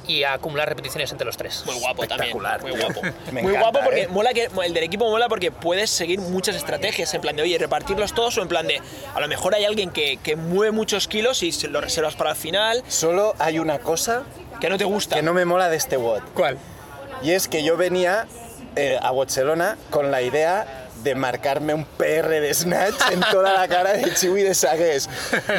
Speaker 2: y acumular repeticiones entre los tres.
Speaker 1: Muy guapo también.
Speaker 3: Espectacular,
Speaker 1: Muy
Speaker 3: tío.
Speaker 1: guapo.
Speaker 3: Me
Speaker 1: muy
Speaker 3: encanta,
Speaker 1: guapo porque
Speaker 3: ¿eh?
Speaker 1: mola que el del equipo mola porque puedes seguir muchas estrategias. En plan de, oye, repartirlos todos o en plan de, a lo mejor hay alguien que, que mueve muchos kilos y se lo reservas para el final,
Speaker 3: Solo hay una cosa
Speaker 1: que no te gusta.
Speaker 3: que no me mola de este bot.
Speaker 2: ¿Cuál?
Speaker 3: Y es que yo venía eh, a Barcelona con la idea de marcarme un PR de Snatch en toda la cara de Chiwi de Sagues.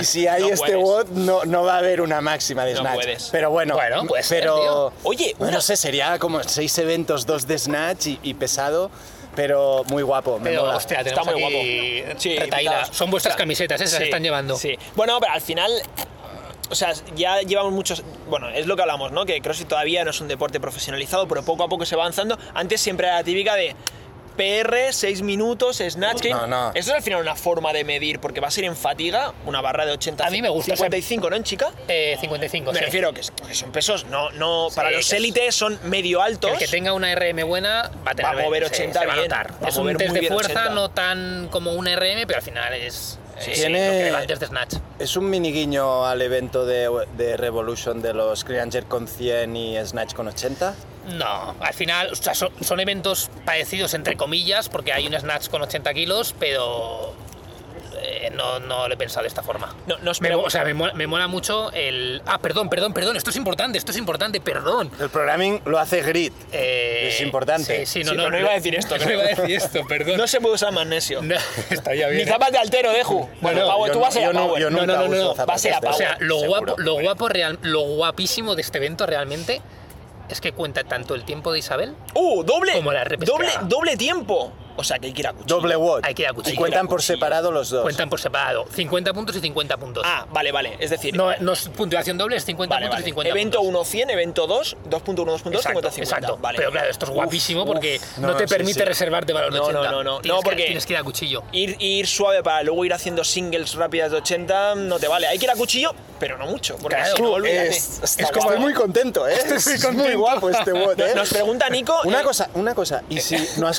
Speaker 3: Y si hay
Speaker 1: No
Speaker 3: este
Speaker 1: puedes.
Speaker 3: bot, no, no va a haber una máxima de
Speaker 1: No
Speaker 3: Snatch.
Speaker 1: puedes.
Speaker 3: Pero bueno,
Speaker 2: Bueno, puede ser,
Speaker 3: pero.
Speaker 2: tío.
Speaker 1: Oye,
Speaker 3: no
Speaker 1: una-
Speaker 3: sé, sería como seis eventos, dos de Snatch y, y pesado, pero muy guapo. Me
Speaker 2: Pero,
Speaker 3: mola.
Speaker 2: hostia,
Speaker 1: Está
Speaker 2: tenemos
Speaker 1: muy
Speaker 2: aquí
Speaker 1: guapo. Ah, Sí,
Speaker 2: retaíla.
Speaker 1: petaos.
Speaker 2: Son vuestras
Speaker 1: O sea,
Speaker 2: camisetas, esas
Speaker 1: sí,
Speaker 2: que están llevando.
Speaker 1: Sí. Bueno, pero al final. O sea, ya llevamos muchos. Bueno, es lo que hablamos, ¿no? Que CrossFit todavía no es un deporte profesionalizado, pero poco a poco se va avanzando. Antes siempre era la típica de PR, 6 minutos, snatch. clean.
Speaker 3: No, no.
Speaker 1: Eso es al final una forma de medir, porque va a ser en fatiga una barra de 80.
Speaker 2: A mí me gusta, o sea,
Speaker 1: 55, ¿no, en chica?
Speaker 2: Eh, 55.
Speaker 1: Me
Speaker 2: sí.
Speaker 1: refiero que, es- que son pesos, no, no.
Speaker 2: Sí,
Speaker 1: para
Speaker 2: que
Speaker 1: los
Speaker 2: es-
Speaker 1: élites son medio altos.
Speaker 2: El que tenga una RM buena va a tener
Speaker 1: Va a mover
Speaker 2: se-
Speaker 1: 80
Speaker 2: se va a
Speaker 1: bien,
Speaker 2: notar.
Speaker 1: va a
Speaker 2: es un
Speaker 1: mover
Speaker 2: test
Speaker 1: muy
Speaker 2: de
Speaker 1: bien
Speaker 2: fuerza
Speaker 1: 80.
Speaker 2: no tan como un RM, pero al final es eh,
Speaker 3: Tiene-
Speaker 2: lo que era antes de Snatch.
Speaker 3: Es un mini guiño al evento de, de Revolution de los Crianger con 100 y Snatch con 80.
Speaker 2: No, al final o sea, son, son eventos parecidos entre comillas porque hay un Snatch con 80 kilos, pero eh, no, no lo he pensado de esta forma.
Speaker 1: No, no os
Speaker 2: Me mo-
Speaker 1: preocup-
Speaker 2: o sea, me mola, me mola mucho el... Ah, perdón, perdón, perdón, esto es importante, esto es importante, perdón.
Speaker 3: El programming lo hace Grid.
Speaker 2: Eh,
Speaker 3: Es importante.
Speaker 2: Sí, sí, no,
Speaker 1: Sí,
Speaker 2: no,
Speaker 1: pero no iba a decir esto,
Speaker 2: No
Speaker 1: creo.
Speaker 2: iba a decir esto, perdón.
Speaker 1: No se puede usar magnesio.
Speaker 2: No, estaría bien.
Speaker 1: Ni
Speaker 2: ¿eh?
Speaker 1: zapas de altero, Deju. Bueno,
Speaker 3: no,
Speaker 1: Power,
Speaker 3: yo
Speaker 1: tú
Speaker 3: no-
Speaker 1: vas a ir a
Speaker 3: yo no-
Speaker 1: Power.
Speaker 3: yo
Speaker 1: no,
Speaker 3: nunca
Speaker 1: no, no,
Speaker 3: uso
Speaker 1: no,
Speaker 3: zapas
Speaker 1: Vas a ir
Speaker 3: de
Speaker 1: a
Speaker 3: altero.
Speaker 1: Power.
Speaker 2: O sea, lo
Speaker 3: Seguro,
Speaker 2: guapo, lo
Speaker 3: hombre.
Speaker 2: guapo real, lo guapísimo de este evento realmente es que cuenta tanto el tiempo de Isabel.
Speaker 1: ¡Uh! ¡Doble!
Speaker 2: Como la repesca.
Speaker 1: doble, doble tiempo. O sea, que hay que ir a cuchillo.
Speaker 3: Doble watt.
Speaker 2: Hay que ir a cuchillo.
Speaker 3: Y cuentan por separado los dos.
Speaker 2: Cuentan por separado. 50 puntos y 50 puntos.
Speaker 1: Ah, vale, vale. Es decir,
Speaker 2: No, no es puntuación doble, es 50
Speaker 1: vale,
Speaker 2: puntos y
Speaker 1: vale.
Speaker 2: 50
Speaker 1: evento
Speaker 2: puntos.
Speaker 1: 1, 100, evento 2, 2.1, 2.2, 50, 50.
Speaker 2: exacto.
Speaker 1: Vale.
Speaker 2: Pero claro, esto es
Speaker 1: Uf,
Speaker 2: guapísimo
Speaker 1: uf.
Speaker 2: porque no,
Speaker 3: No,
Speaker 2: te
Speaker 3: sí,
Speaker 2: permite
Speaker 3: sí.
Speaker 2: reservarte valor de
Speaker 1: No, no,
Speaker 2: 80.
Speaker 1: no, no.
Speaker 2: Tienes
Speaker 1: No,
Speaker 2: que-
Speaker 1: porque-
Speaker 2: Tienes que ir a cuchillo.
Speaker 1: Ir, ir suave para luego ir haciendo singles rápidas de 80 no te vale. Hay que ir a cuchillo, pero no mucho. Porque
Speaker 2: Claro.
Speaker 1: si no,
Speaker 2: Tú,
Speaker 1: olvídate.
Speaker 3: Es,
Speaker 1: Está
Speaker 3: es como
Speaker 1: guapo.
Speaker 3: estoy muy contento, ¿eh? Es muy guapo este bot, ¿eh?
Speaker 1: Nos pregunta Nico.
Speaker 3: Una
Speaker 1: eh,
Speaker 3: cosa, una cosa, y si no has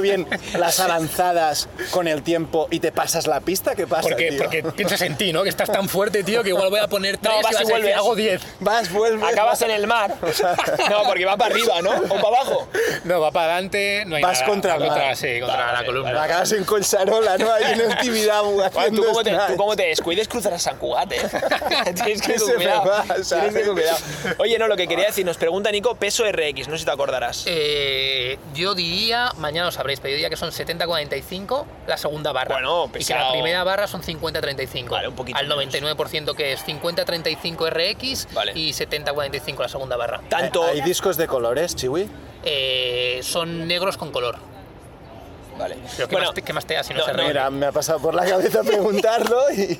Speaker 3: bien las avanzadas con el tiempo y te pasas la pista, ¿qué pasa,
Speaker 2: Porque,
Speaker 3: tío?
Speaker 2: porque piensas en ti, ¿no? Que estás tan fuerte, tío, que igual voy a poner 3
Speaker 1: vas y
Speaker 2: a decir,
Speaker 1: vuelves.
Speaker 2: hago 10.
Speaker 3: Vas, vuelves,
Speaker 1: Acabas
Speaker 3: vas,
Speaker 1: en el mar. No, porque va para arriba, ¿no? O para abajo.
Speaker 2: No, va para adelante, no hay
Speaker 3: Vas
Speaker 2: nada.
Speaker 3: contra el
Speaker 2: Va
Speaker 3: mar.
Speaker 2: sí, contra
Speaker 1: Vale,
Speaker 2: la
Speaker 1: vale,
Speaker 2: columna.
Speaker 3: acabas en Colcharola, ¿no? Hay una actividad
Speaker 1: Guau,
Speaker 3: haciendo
Speaker 1: tú, como te,
Speaker 3: snatch.
Speaker 1: tú como te descuides cruzarás San Cugat, ¿eh? Tienes que ir con
Speaker 3: Se me
Speaker 1: cuidado,
Speaker 3: va,
Speaker 1: tienes
Speaker 3: ¿sabes?
Speaker 1: que ir con cuidado. Oye, no, lo que quería decir, nos pregunta Nico, peso RX, no sé si te acordarás.
Speaker 2: Eh, yo diría, mañana lo sabréis, pero yo diría que son 70-45 la segunda barra.
Speaker 1: Bueno,
Speaker 2: y que la
Speaker 1: pesado.
Speaker 2: primera barra son 50-35.
Speaker 1: Vale, un poquito
Speaker 2: Al 99% que es 50-35 RX
Speaker 1: Vale.
Speaker 2: y 70-45 la segunda barra.
Speaker 1: Tanto.
Speaker 3: ¿Hay discos de colores, Chiwi?
Speaker 2: Eh, son negros con color.
Speaker 1: Vale.
Speaker 2: Pero ¿qué,
Speaker 1: Bueno,
Speaker 2: más te, qué más te da si no,
Speaker 1: no,
Speaker 2: se
Speaker 1: no,
Speaker 2: ríe?
Speaker 3: Mira, me ha pasado por la cabeza preguntarlo y...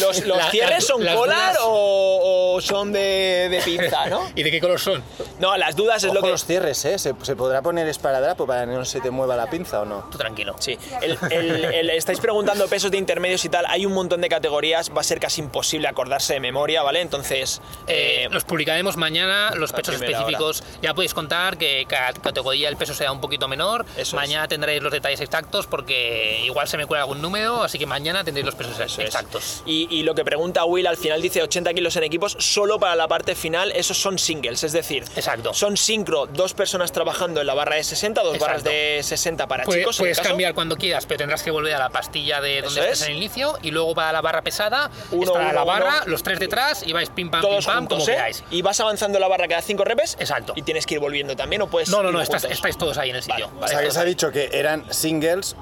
Speaker 1: los, los
Speaker 2: la-
Speaker 1: cierres
Speaker 2: las-
Speaker 1: son
Speaker 2: las
Speaker 1: colar
Speaker 2: dudas-
Speaker 1: o, o son de, de pinza, ¿no?
Speaker 2: ¿Y de qué color son?
Speaker 1: No, las dudas es
Speaker 3: Ojo
Speaker 1: lo que.
Speaker 3: los cierres, ¿eh? ¿Se, se podrá poner esparadrapo para que no se te mueva la pinza o no?
Speaker 2: Tú tranquilo.
Speaker 1: Sí, el- el- el- estáis preguntando pesos de intermedios y tal. Hay un montón de categorías, va a ser casi imposible acordarse de memoria, ¿vale? Entonces.
Speaker 2: Eh,
Speaker 1: eh,
Speaker 2: los publicaremos mañana, los pesos
Speaker 1: primera
Speaker 2: específicos. Ya podéis contar que cada categoría el peso sea un poquito menor.
Speaker 1: Eso
Speaker 2: mañana tendréis los detalles exactos porque igual se me cuela algún número, así que mañana tendréis los pesos
Speaker 1: Eso es.
Speaker 2: exactos.
Speaker 1: Y, y lo que pregunta Will al final dice 80 kilos en equipos solo para la parte final, esos son singles, es decir,
Speaker 2: Exacto.
Speaker 1: son sincro, dos personas trabajando en la barra de 60, dos
Speaker 2: Exacto.
Speaker 1: barras de 60 para
Speaker 2: Puede-
Speaker 1: Ah, chicos. en
Speaker 2: puedes
Speaker 1: el caso.
Speaker 2: cambiar cuando quieras, pero tendrás que volver a la pastilla de donde
Speaker 1: Eso
Speaker 2: estés
Speaker 1: es.
Speaker 2: en el inicio y luego para la barra pesada,
Speaker 1: Uno,
Speaker 2: estará
Speaker 1: uno,
Speaker 2: la barra,
Speaker 1: uno.
Speaker 2: los tres detrás y vais pim pam,
Speaker 1: Todos
Speaker 2: pim pam,
Speaker 1: juntos,
Speaker 2: como
Speaker 1: ¿eh?
Speaker 2: queráis.
Speaker 1: Y vas avanzando la barra cada 5 reps.
Speaker 2: Exacto.
Speaker 1: Y tienes que ir volviendo también, o puedes.
Speaker 2: No, no,
Speaker 1: ir
Speaker 2: no, estás-
Speaker 1: juntos.
Speaker 2: estáis todos ahí en el sitio.
Speaker 1: Vale.
Speaker 3: O
Speaker 2: ¿vale?
Speaker 3: sea, que
Speaker 2: Todos
Speaker 3: se ha
Speaker 2: ahí.
Speaker 3: dicho que eran singles,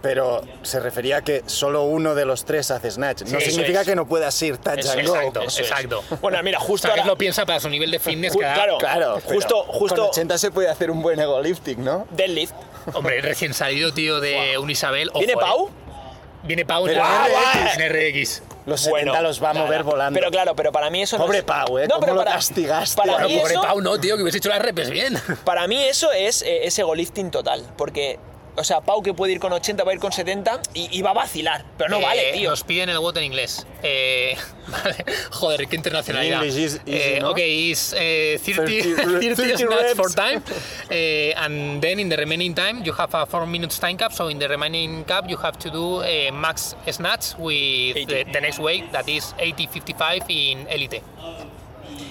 Speaker 3: pero se refería a que solo uno de los tres hace snatch. No
Speaker 1: eso
Speaker 3: significa
Speaker 1: es.
Speaker 3: que no puedas ir touch
Speaker 1: Eso
Speaker 3: and
Speaker 1: es,
Speaker 3: go.
Speaker 2: exacto,
Speaker 1: Eso es.
Speaker 2: exacto.
Speaker 1: Bueno, mira,
Speaker 2: O
Speaker 1: justo
Speaker 2: sea, que
Speaker 1: ahora-
Speaker 2: él lo piensa para su nivel de fitness
Speaker 1: Ju-
Speaker 2: cada-
Speaker 1: claro.
Speaker 3: Claro, pero
Speaker 1: Justo- justo-
Speaker 3: Con 80 se puede hacer un buen egolifting, ¿no?
Speaker 1: Deadlift.
Speaker 2: Hombre, recién salido, tío, de un Isabel. ojo,
Speaker 1: ¿Viene
Speaker 2: eh.
Speaker 1: Pau?
Speaker 2: Viene Pau Ah, en
Speaker 3: Pero
Speaker 2: RX.
Speaker 1: en
Speaker 3: Los
Speaker 1: Bueno,
Speaker 3: 70 los va a
Speaker 1: claro.
Speaker 3: mover volando.
Speaker 1: Pero claro, pero para mí eso no
Speaker 3: Pobre
Speaker 1: es-
Speaker 3: Pau, ¿eh?
Speaker 1: No,
Speaker 3: ¿Cómo
Speaker 1: pero
Speaker 3: lo
Speaker 1: para-
Speaker 3: castigaste?
Speaker 1: para
Speaker 3: Bueno,
Speaker 1: mí
Speaker 2: pobre
Speaker 1: eso-
Speaker 2: Pau, no, tío, que hubiese hecho las repes bien.
Speaker 1: Para mí eso es eh, ese golifting total, porque, o sea, Pau que puede ir con 80, va a ir con 70 y, y va a vacilar, pero no
Speaker 2: Eh,
Speaker 1: vale, tío.
Speaker 2: Nos piden el voto en inglés. Eh, vale. Joder, qué internacionalidad.
Speaker 3: English is easy,
Speaker 2: Eh,
Speaker 3: ¿no?
Speaker 2: Ok, is eh, 30,
Speaker 3: 30
Speaker 2: 30
Speaker 3: reps.
Speaker 2: snaps for time. Eh, and then in the remaining time, you have a 4 minutes time cap. So in the remaining cap, you have to do eh, max snatch with eh,
Speaker 1: 80.
Speaker 2: the, the next weight, that is 80-55 in Elite.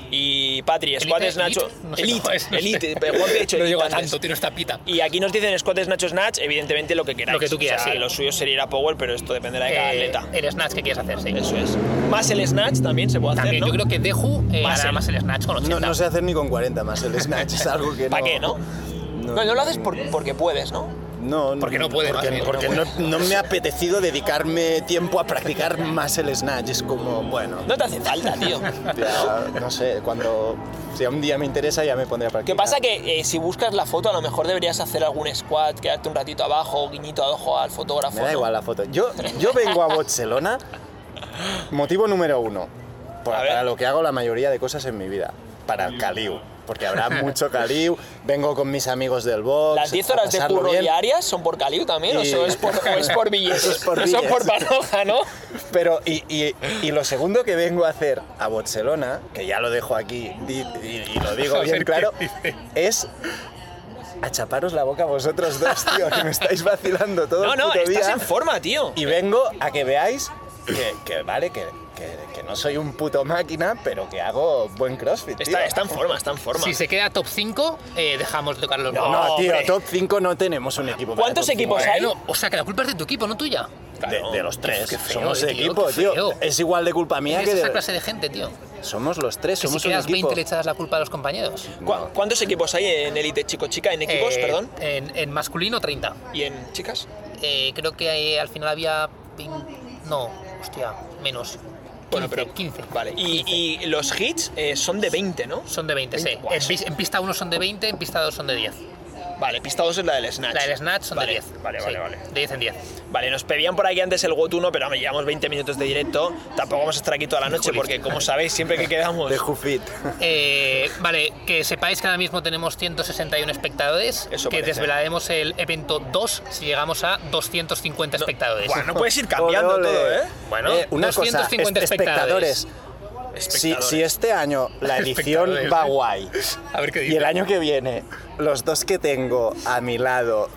Speaker 1: Y Patri, squat
Speaker 2: Elite,
Speaker 1: snatch,
Speaker 2: elite, no sé cómo
Speaker 1: elite,
Speaker 2: es, no sé.
Speaker 1: elite, pero Juanpi ha dicho
Speaker 2: No
Speaker 1: elite
Speaker 2: llego a
Speaker 1: antes.
Speaker 2: tanto, tiene esta pita.
Speaker 1: Y aquí nos dicen squat snatch o snatch, evidentemente lo que queráis.
Speaker 2: Lo que tú quieras,
Speaker 1: O sea,
Speaker 2: sí.
Speaker 1: lo suyo sería ir a power, pero esto dependerá de cada
Speaker 2: Eh,
Speaker 1: atleta.
Speaker 2: El snatch que quieras hacer, sí.
Speaker 1: Eso es. Más el snatch también se puede hacer,
Speaker 2: También,
Speaker 1: ¿no?
Speaker 2: yo creo que Deju eh,
Speaker 1: Más
Speaker 2: hará
Speaker 1: el-
Speaker 2: más el snatch con 80.
Speaker 3: No, no sé hacer ni con 40 más el snatch, es algo que no...
Speaker 1: ¿Para qué, no? No, no lo haces por- porque puedes, ¿no?
Speaker 3: No,
Speaker 2: Porque no puede
Speaker 3: porque,
Speaker 2: más bien,
Speaker 3: porque
Speaker 2: no
Speaker 3: no, no me ha apetecido dedicarme tiempo a practicar más el snatch. Es como, bueno,
Speaker 1: No te hace falta, tío.
Speaker 3: ya, no sé, cuando si un día me interesa ya me pondré a practicar.
Speaker 1: ¿Qué pasa? Que eh, si buscas la foto, a lo mejor deberías hacer algún squat, quedarte un ratito abajo, guiñito de ojo al fotógrafo.
Speaker 3: Me da
Speaker 1: ¿no?
Speaker 3: igual la foto. Yo, yo vengo a Barcelona, motivo número uno, por-
Speaker 1: A ver.
Speaker 3: para lo que hago la mayoría de cosas en mi vida, para el caliu. Porque habrá mucho caliu, vengo con mis amigos del box.
Speaker 1: Las 10
Speaker 3: a
Speaker 1: horas de
Speaker 3: pasarlo
Speaker 1: curro
Speaker 3: bien,
Speaker 1: diarias son por caliu también, o,
Speaker 3: Y-
Speaker 1: eso es por, o es por billetes.
Speaker 3: Eso es por
Speaker 1: No son
Speaker 3: billetes.
Speaker 1: por panoja, ¿no?
Speaker 3: Pero, y, y- y lo segundo que vengo a hacer a Barcelona, que ya lo dejo aquí di- y, y lo digo
Speaker 2: A
Speaker 3: bien
Speaker 2: ver qué
Speaker 3: claro,
Speaker 2: dice.
Speaker 3: es a chaparos la boca vosotros dos, tío, que me estáis vacilando todo
Speaker 1: No,
Speaker 3: el
Speaker 1: no,
Speaker 3: puto
Speaker 1: estás
Speaker 3: día.
Speaker 1: en forma, tío.
Speaker 3: Y vengo a que veáis que, que vale, que, que- que no soy un puto máquina, pero que hago buen crossfit. tío.
Speaker 1: Está, está en forma, está en forma.
Speaker 2: Si se queda top 5, dejamos de tocar los
Speaker 3: No,
Speaker 1: No,
Speaker 3: tío,
Speaker 1: hombre.
Speaker 3: top 5 no tenemos un equipo. para
Speaker 1: ¿Cuántos
Speaker 3: top cinco,
Speaker 1: equipos
Speaker 3: eh?
Speaker 1: hay?
Speaker 2: Bueno, o sea, que la culpa es de tu equipo, no tuya.
Speaker 1: Claro.
Speaker 3: De, de los tres.
Speaker 2: Qué feo,
Speaker 3: somos
Speaker 2: tío,
Speaker 3: equipo,
Speaker 2: qué
Speaker 3: tío.
Speaker 2: feo.
Speaker 3: Es igual de culpa mía
Speaker 2: Eres
Speaker 3: que
Speaker 2: esa
Speaker 3: de-
Speaker 2: clase de gente, tío.
Speaker 3: Somos los tres,
Speaker 2: Que si
Speaker 3: somos un
Speaker 2: quedas
Speaker 3: equipo.
Speaker 2: 20 le echas la culpa a los compañeros.
Speaker 1: ¿Cu- ¿Cuántos equipos hay en élite chico-chica? En equipos,
Speaker 2: Eh,
Speaker 1: perdón.
Speaker 2: En, en masculino 30.
Speaker 1: ¿Y en chicas?
Speaker 2: Eh, creo que eh, al final había... vein- No, hostia, menos. 15, 15.
Speaker 1: Vale. Y, y los hits eh, son de 20, ¿no?
Speaker 2: Son de 20, sí.
Speaker 1: Guau,
Speaker 2: En,
Speaker 1: sí.
Speaker 2: pis- en pista 1 son de 20, en pista 2 son de 10.
Speaker 1: Vale, pista 2 es la del Snatch.
Speaker 2: La del Snatch son
Speaker 1: Vale,
Speaker 2: de 10.
Speaker 1: Vale,
Speaker 2: Sí,
Speaker 1: vale, vale.
Speaker 2: De 10 en 10.
Speaker 1: Vale, nos pedían por aquí antes el GOT 1, pero hombre, llevamos 20 minutos de directo. Tampoco vamos a estar aquí toda la noche, porque como sabéis, siempre que quedamos.
Speaker 3: De Jufit.
Speaker 2: Eh, vale, que sepáis que ahora mismo tenemos 161 espectadores.
Speaker 1: Eso
Speaker 2: que
Speaker 1: parece.
Speaker 2: desvelaremos el evento 2 si llegamos a 250 espectadores.
Speaker 1: Buah, no puedes ir cambiando
Speaker 3: Ole, ole.
Speaker 1: todo, ¿eh?
Speaker 2: Bueno,
Speaker 3: Eh, una cosa,
Speaker 2: 250
Speaker 3: es- espectadores.
Speaker 2: espectadores.
Speaker 3: Si,
Speaker 1: Espectadores.
Speaker 3: si este año la edición
Speaker 2: Espectadores.
Speaker 3: va guay
Speaker 2: A ver qué
Speaker 3: y
Speaker 2: dice.
Speaker 3: el año que viene los dos que tengo a mi lado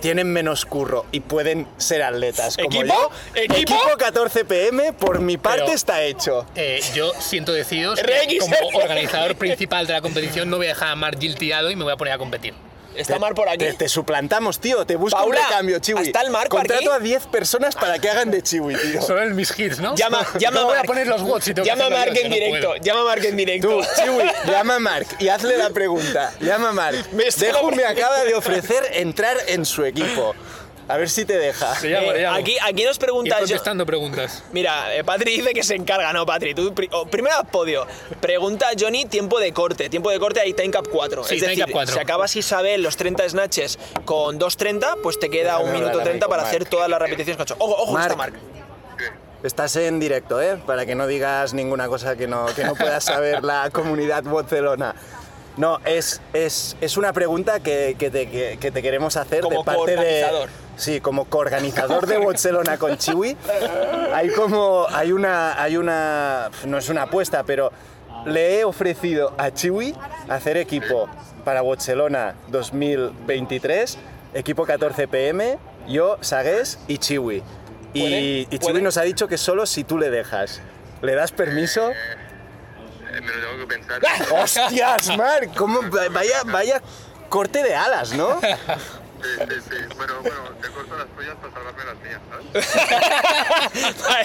Speaker 3: tienen menos curro y pueden ser atletas como
Speaker 1: ¿Equipo?
Speaker 3: yo,
Speaker 1: ¿Equipo?
Speaker 3: 14 pm por mi parte
Speaker 2: Pero-
Speaker 3: está hecho.
Speaker 2: Eh, yo siento deciros que
Speaker 1: RX.
Speaker 2: como organizador principal de la competición no voy a dejar a Mark Giltiado y me voy a poner a competir.
Speaker 1: Está Mar por aquí.
Speaker 3: Te, te suplantamos, tío. Te busco
Speaker 1: Paula,
Speaker 3: un recambio, Chiwi.
Speaker 1: ¿hasta el Marc
Speaker 3: Contrato
Speaker 1: aquí?
Speaker 3: a 10 personas para que hagan de Chiwi, tío.
Speaker 2: Solo en mis hits, ¿no?
Speaker 1: Llama, llama
Speaker 2: no voy a
Speaker 1: Marc.
Speaker 2: poner los watts y tengo que
Speaker 1: Llama a
Speaker 2: hacerlo yo,
Speaker 1: Marc
Speaker 2: yo
Speaker 1: en
Speaker 2: no
Speaker 1: directo.
Speaker 2: puedo.
Speaker 1: Llama a Marc en directo.
Speaker 3: Tú, Chiwi, llama a Marc y hazle la pregunta. Llama a Marc.
Speaker 1: Me está
Speaker 3: Deju me
Speaker 1: ofreciendo-
Speaker 3: acaba de ofrecer entrar en su equipo. A ver si te deja.
Speaker 2: Te llamo, te
Speaker 1: Eh,
Speaker 2: llamo.
Speaker 1: aquí, aquí nos
Speaker 2: Ir
Speaker 1: preguntas. yo-
Speaker 2: contestando preguntas.
Speaker 1: Mira, eh, Patri dice que se encarga, no, Patri. Tú pri- oh, primero haz podio. Pregunta a Johnny tiempo de corte. Tiempo de corte hay Time Cap 4.
Speaker 2: Sí,
Speaker 1: es
Speaker 2: Time
Speaker 1: decir,
Speaker 2: Cap 4.
Speaker 1: si acabas Isabel los 30 snatches con 2.30, pues te queda
Speaker 3: Déjame
Speaker 1: un minuto
Speaker 3: hablar a mí
Speaker 1: 30
Speaker 3: con
Speaker 1: para hacer
Speaker 3: Marc.
Speaker 1: todas las repeticiones que ha hecho. Ojo, ojo, que está
Speaker 3: Marc.
Speaker 1: Marc.
Speaker 3: Estás en directo, ¿eh? Para que no digas ninguna cosa que no, que no pueda saber la comunidad Barcelona. No, es, es, es una pregunta que, que te, que- que te queremos hacer
Speaker 1: Como
Speaker 3: de parte de...
Speaker 1: coorganizador.
Speaker 3: Sí, como coorganizador de Barcelona con Chiwi. Hay como... Hay una, hay una... No es una apuesta, pero le he ofrecido a Chiwi hacer equipo para Barcelona 2023, equipo 14 pm, yo, Sagués y Chiwi.
Speaker 1: ¿Puede?
Speaker 3: Y, y Chiwi
Speaker 1: ¿Puede?
Speaker 3: nos ha dicho que solo si tú le dejas. ¿Le das permiso?
Speaker 4: Eh, me lo tengo que pensar.
Speaker 3: ¡Hostias, Marc! ¿Cómo? Va- Vaya, vaya corte de alas, ¿no?
Speaker 4: Sí, sí, sí. Pero bueno, te corto las tuyas para salvarme las mías, ¿sabes?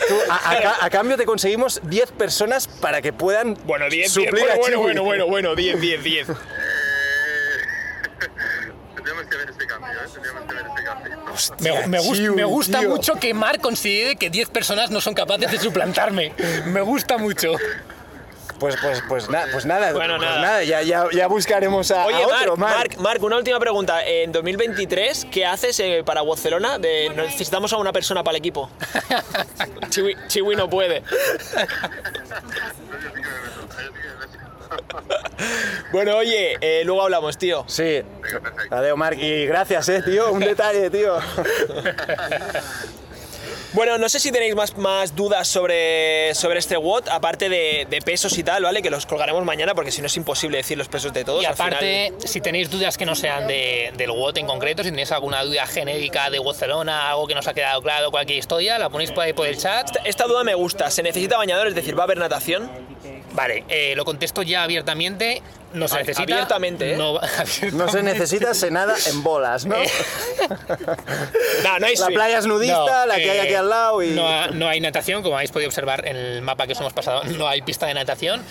Speaker 3: Tú, a, a ca- a cambio te conseguimos 10 personas para que puedan
Speaker 1: Bueno, 10, 10.
Speaker 3: suplir
Speaker 1: Bueno,
Speaker 3: a
Speaker 1: bueno,
Speaker 3: Chiwi.
Speaker 1: bueno, bueno, bueno, 10, 10, 10.
Speaker 4: Eh... Tendríamos que ver este cambio, ¿eh? Tendríamos que ver este cambio.
Speaker 2: Me, me gus-
Speaker 3: Chiu,
Speaker 2: me gusta
Speaker 3: tío.
Speaker 2: mucho que Mark considere que 10 personas no son capaces de suplantarme. Me gusta mucho.
Speaker 3: Pues, pues, pues, na- pues nada,
Speaker 1: Bueno,
Speaker 3: pues
Speaker 1: nada.
Speaker 3: nada, ya, ya, ya buscaremos a, a
Speaker 1: Oye,
Speaker 3: otro,
Speaker 1: Marc,
Speaker 3: Marc.
Speaker 1: Marc, Marc, una última pregunta. En 2023, ¿qué haces eh, para Barcelona? De-
Speaker 2: eh.
Speaker 1: necesitamos a una persona para el equipo. Chiwi, Chiwi no puede.
Speaker 4: Entonces yo sí que me meto. Yo sí que me meto.
Speaker 1: Bueno, oye, eh, luego hablamos, tío.
Speaker 3: Sí.
Speaker 4: Venga, perfecto.
Speaker 3: Adeo, Marc. Y gracias, eh, tío. Un detalle, tío.
Speaker 1: Bueno, no sé si tenéis más, más dudas sobre, sobre este WOT, aparte de, de pesos y tal, ¿vale? Que los colgaremos mañana porque si no es imposible decir los pesos de todos.
Speaker 2: Y
Speaker 1: al
Speaker 2: aparte,
Speaker 1: final.
Speaker 2: si tenéis dudas que no sean de, del WOT en concreto, si tenéis alguna duda genérica de Barcelona, algo que no os ha quedado claro, cualquier historia, la ponéis por ahí por el chat.
Speaker 1: Esta duda me gusta. ¿Se necesita bañador? Es decir, ¿va a haber natación?
Speaker 2: Vale, eh, lo contesto ya abiertamente. No se
Speaker 1: A-
Speaker 2: necesita.
Speaker 1: abiertamente, ¿eh?
Speaker 2: No, abiertamente.
Speaker 3: No se necesita senada en bolas, ¿no?
Speaker 1: No, no hay
Speaker 3: La
Speaker 1: swim.
Speaker 3: playa es nudista,
Speaker 2: No,
Speaker 3: la que hay
Speaker 2: eh,
Speaker 3: aquí al lado y...
Speaker 2: No, ha- no hay natación, como habéis podido observar en el mapa que os hemos pasado, no hay pista de natación.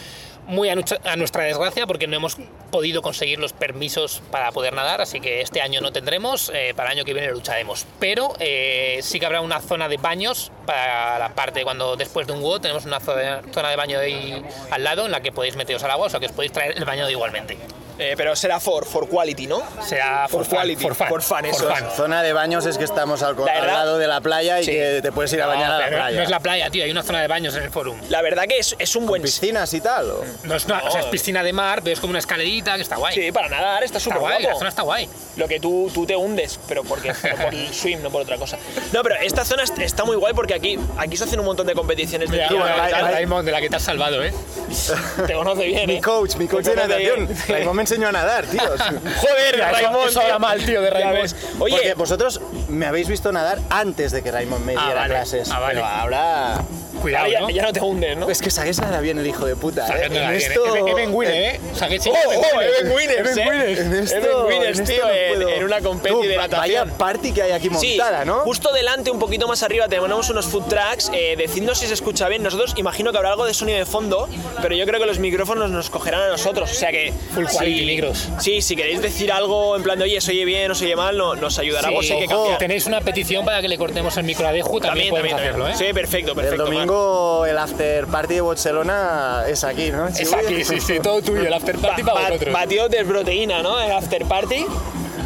Speaker 2: muy a, nuestra- a nuestra desgracia porque no hemos podido conseguir los permisos para poder nadar, así que este año no tendremos, eh, para el año que viene lucharemos. Pero eh, sí que habrá una zona de baños para la parte cuando después de un WOD tenemos una zona, zona de baño ahí al lado en la que podéis meteros al agua, o sea que os podéis traer el baño igualmente.
Speaker 1: Eh, pero será for, for quality, ¿no?
Speaker 2: Será
Speaker 1: For quality,
Speaker 2: for fun,
Speaker 1: for fun, eso es.
Speaker 3: Pues Zona de baños es que estamos al, co-
Speaker 1: La
Speaker 3: al
Speaker 1: verdad-
Speaker 3: lado de la playa y
Speaker 1: Sí.
Speaker 3: que te puedes ir a
Speaker 2: No,
Speaker 3: bañar a la
Speaker 2: pero
Speaker 3: playa.
Speaker 2: no es la playa, tío, hay una zona de baños en el forum.
Speaker 1: La verdad que es, es un buen sitio.
Speaker 3: Piscinas y tal. ¿o?
Speaker 1: Eh,
Speaker 2: No es, una- o sea, es piscina de mar, pero es como una escalerita que está guay.
Speaker 1: Sí, para nadar está
Speaker 2: está
Speaker 1: súper
Speaker 2: guay, la
Speaker 1: guapo.
Speaker 2: zona está guay.
Speaker 1: Lo que tú, tú te hundes, pero porque pero por el swim, no por otra cosa. No, pero esta zona est- está muy guay porque aquí, aquí se hacen un montón de competiciones de
Speaker 2: Mira,
Speaker 1: tiro,
Speaker 2: mira,
Speaker 1: ¿no?
Speaker 3: Ra-
Speaker 2: Ra-
Speaker 3: Ra-
Speaker 2: Raimond, de la que te has salvado, ¿eh?
Speaker 1: Te conoce bien,
Speaker 3: Mi
Speaker 1: ¿eh?
Speaker 3: coach, mi coach de
Speaker 1: Te conoce
Speaker 3: natación.
Speaker 1: bien.
Speaker 3: Raimon me enseñó a nadar, tío.
Speaker 1: Joder,
Speaker 2: Mira, eso-
Speaker 1: Raimond.
Speaker 2: eso habla mal, tío, de
Speaker 1: Ya
Speaker 2: Raimond.
Speaker 1: ves. Oye,
Speaker 3: Porque vosotros me habéis visto nadar antes de que Raimon me
Speaker 2: Ah,
Speaker 3: diera
Speaker 2: vale.
Speaker 3: clases.
Speaker 2: Ah, vale.
Speaker 3: Pero ahora.
Speaker 2: Cuidado,
Speaker 1: ahora ya,
Speaker 2: pues, ¿no?
Speaker 1: ya no te hundes, ¿no?
Speaker 3: Es que sabéis nada bien el hijo de puta.
Speaker 2: Saguet
Speaker 3: ¿eh?
Speaker 2: no la
Speaker 3: En
Speaker 2: tiene.
Speaker 3: esto-
Speaker 2: Even- Even Winner, ¿eh? Saguet sí
Speaker 1: ¡Oh,
Speaker 2: que Even
Speaker 1: oh!
Speaker 2: Winner.
Speaker 1: Even Winners,
Speaker 3: Even
Speaker 1: eh.
Speaker 3: Winners. En esto-
Speaker 1: Even Winners,
Speaker 3: en
Speaker 1: tío,
Speaker 3: esto no
Speaker 1: en,
Speaker 3: puedo.
Speaker 1: en una competi
Speaker 3: Tú,
Speaker 1: de
Speaker 3: va-
Speaker 1: natación.
Speaker 3: Vaya party que hay aquí montada,
Speaker 1: sí,
Speaker 3: ¿no?
Speaker 1: justo delante, un poquito más arriba, tenemos unos food trucks. Eh, decidnos si se escucha bien. Nosotros imagino que habrá algo de sonido de fondo, pero yo creo que los micrófonos nos cogerán a nosotros. O sea que.
Speaker 2: Full
Speaker 1: si-
Speaker 2: quality micros.
Speaker 1: eh. Sí, si queréis decir algo en plan de oye, se oye bien, no se oye mal, no- nos ayudará.
Speaker 2: Sí,
Speaker 1: Vos hay que
Speaker 2: ojo,
Speaker 1: cambiar.
Speaker 2: tenéis una petición para que le cortemos el micro a Deju, también, podemos hacerlo, ¿eh?
Speaker 1: Sí, perfecto,
Speaker 3: El
Speaker 1: perfecto. Marc.
Speaker 3: domingo el after party de Barcelona es aquí, ¿no?
Speaker 2: Es aquí, sí, sí, todo tuyo, el after party
Speaker 1: Ba-
Speaker 2: para
Speaker 1: ba-
Speaker 2: vosotros.
Speaker 1: batidos de proteína, ¿no? El after party.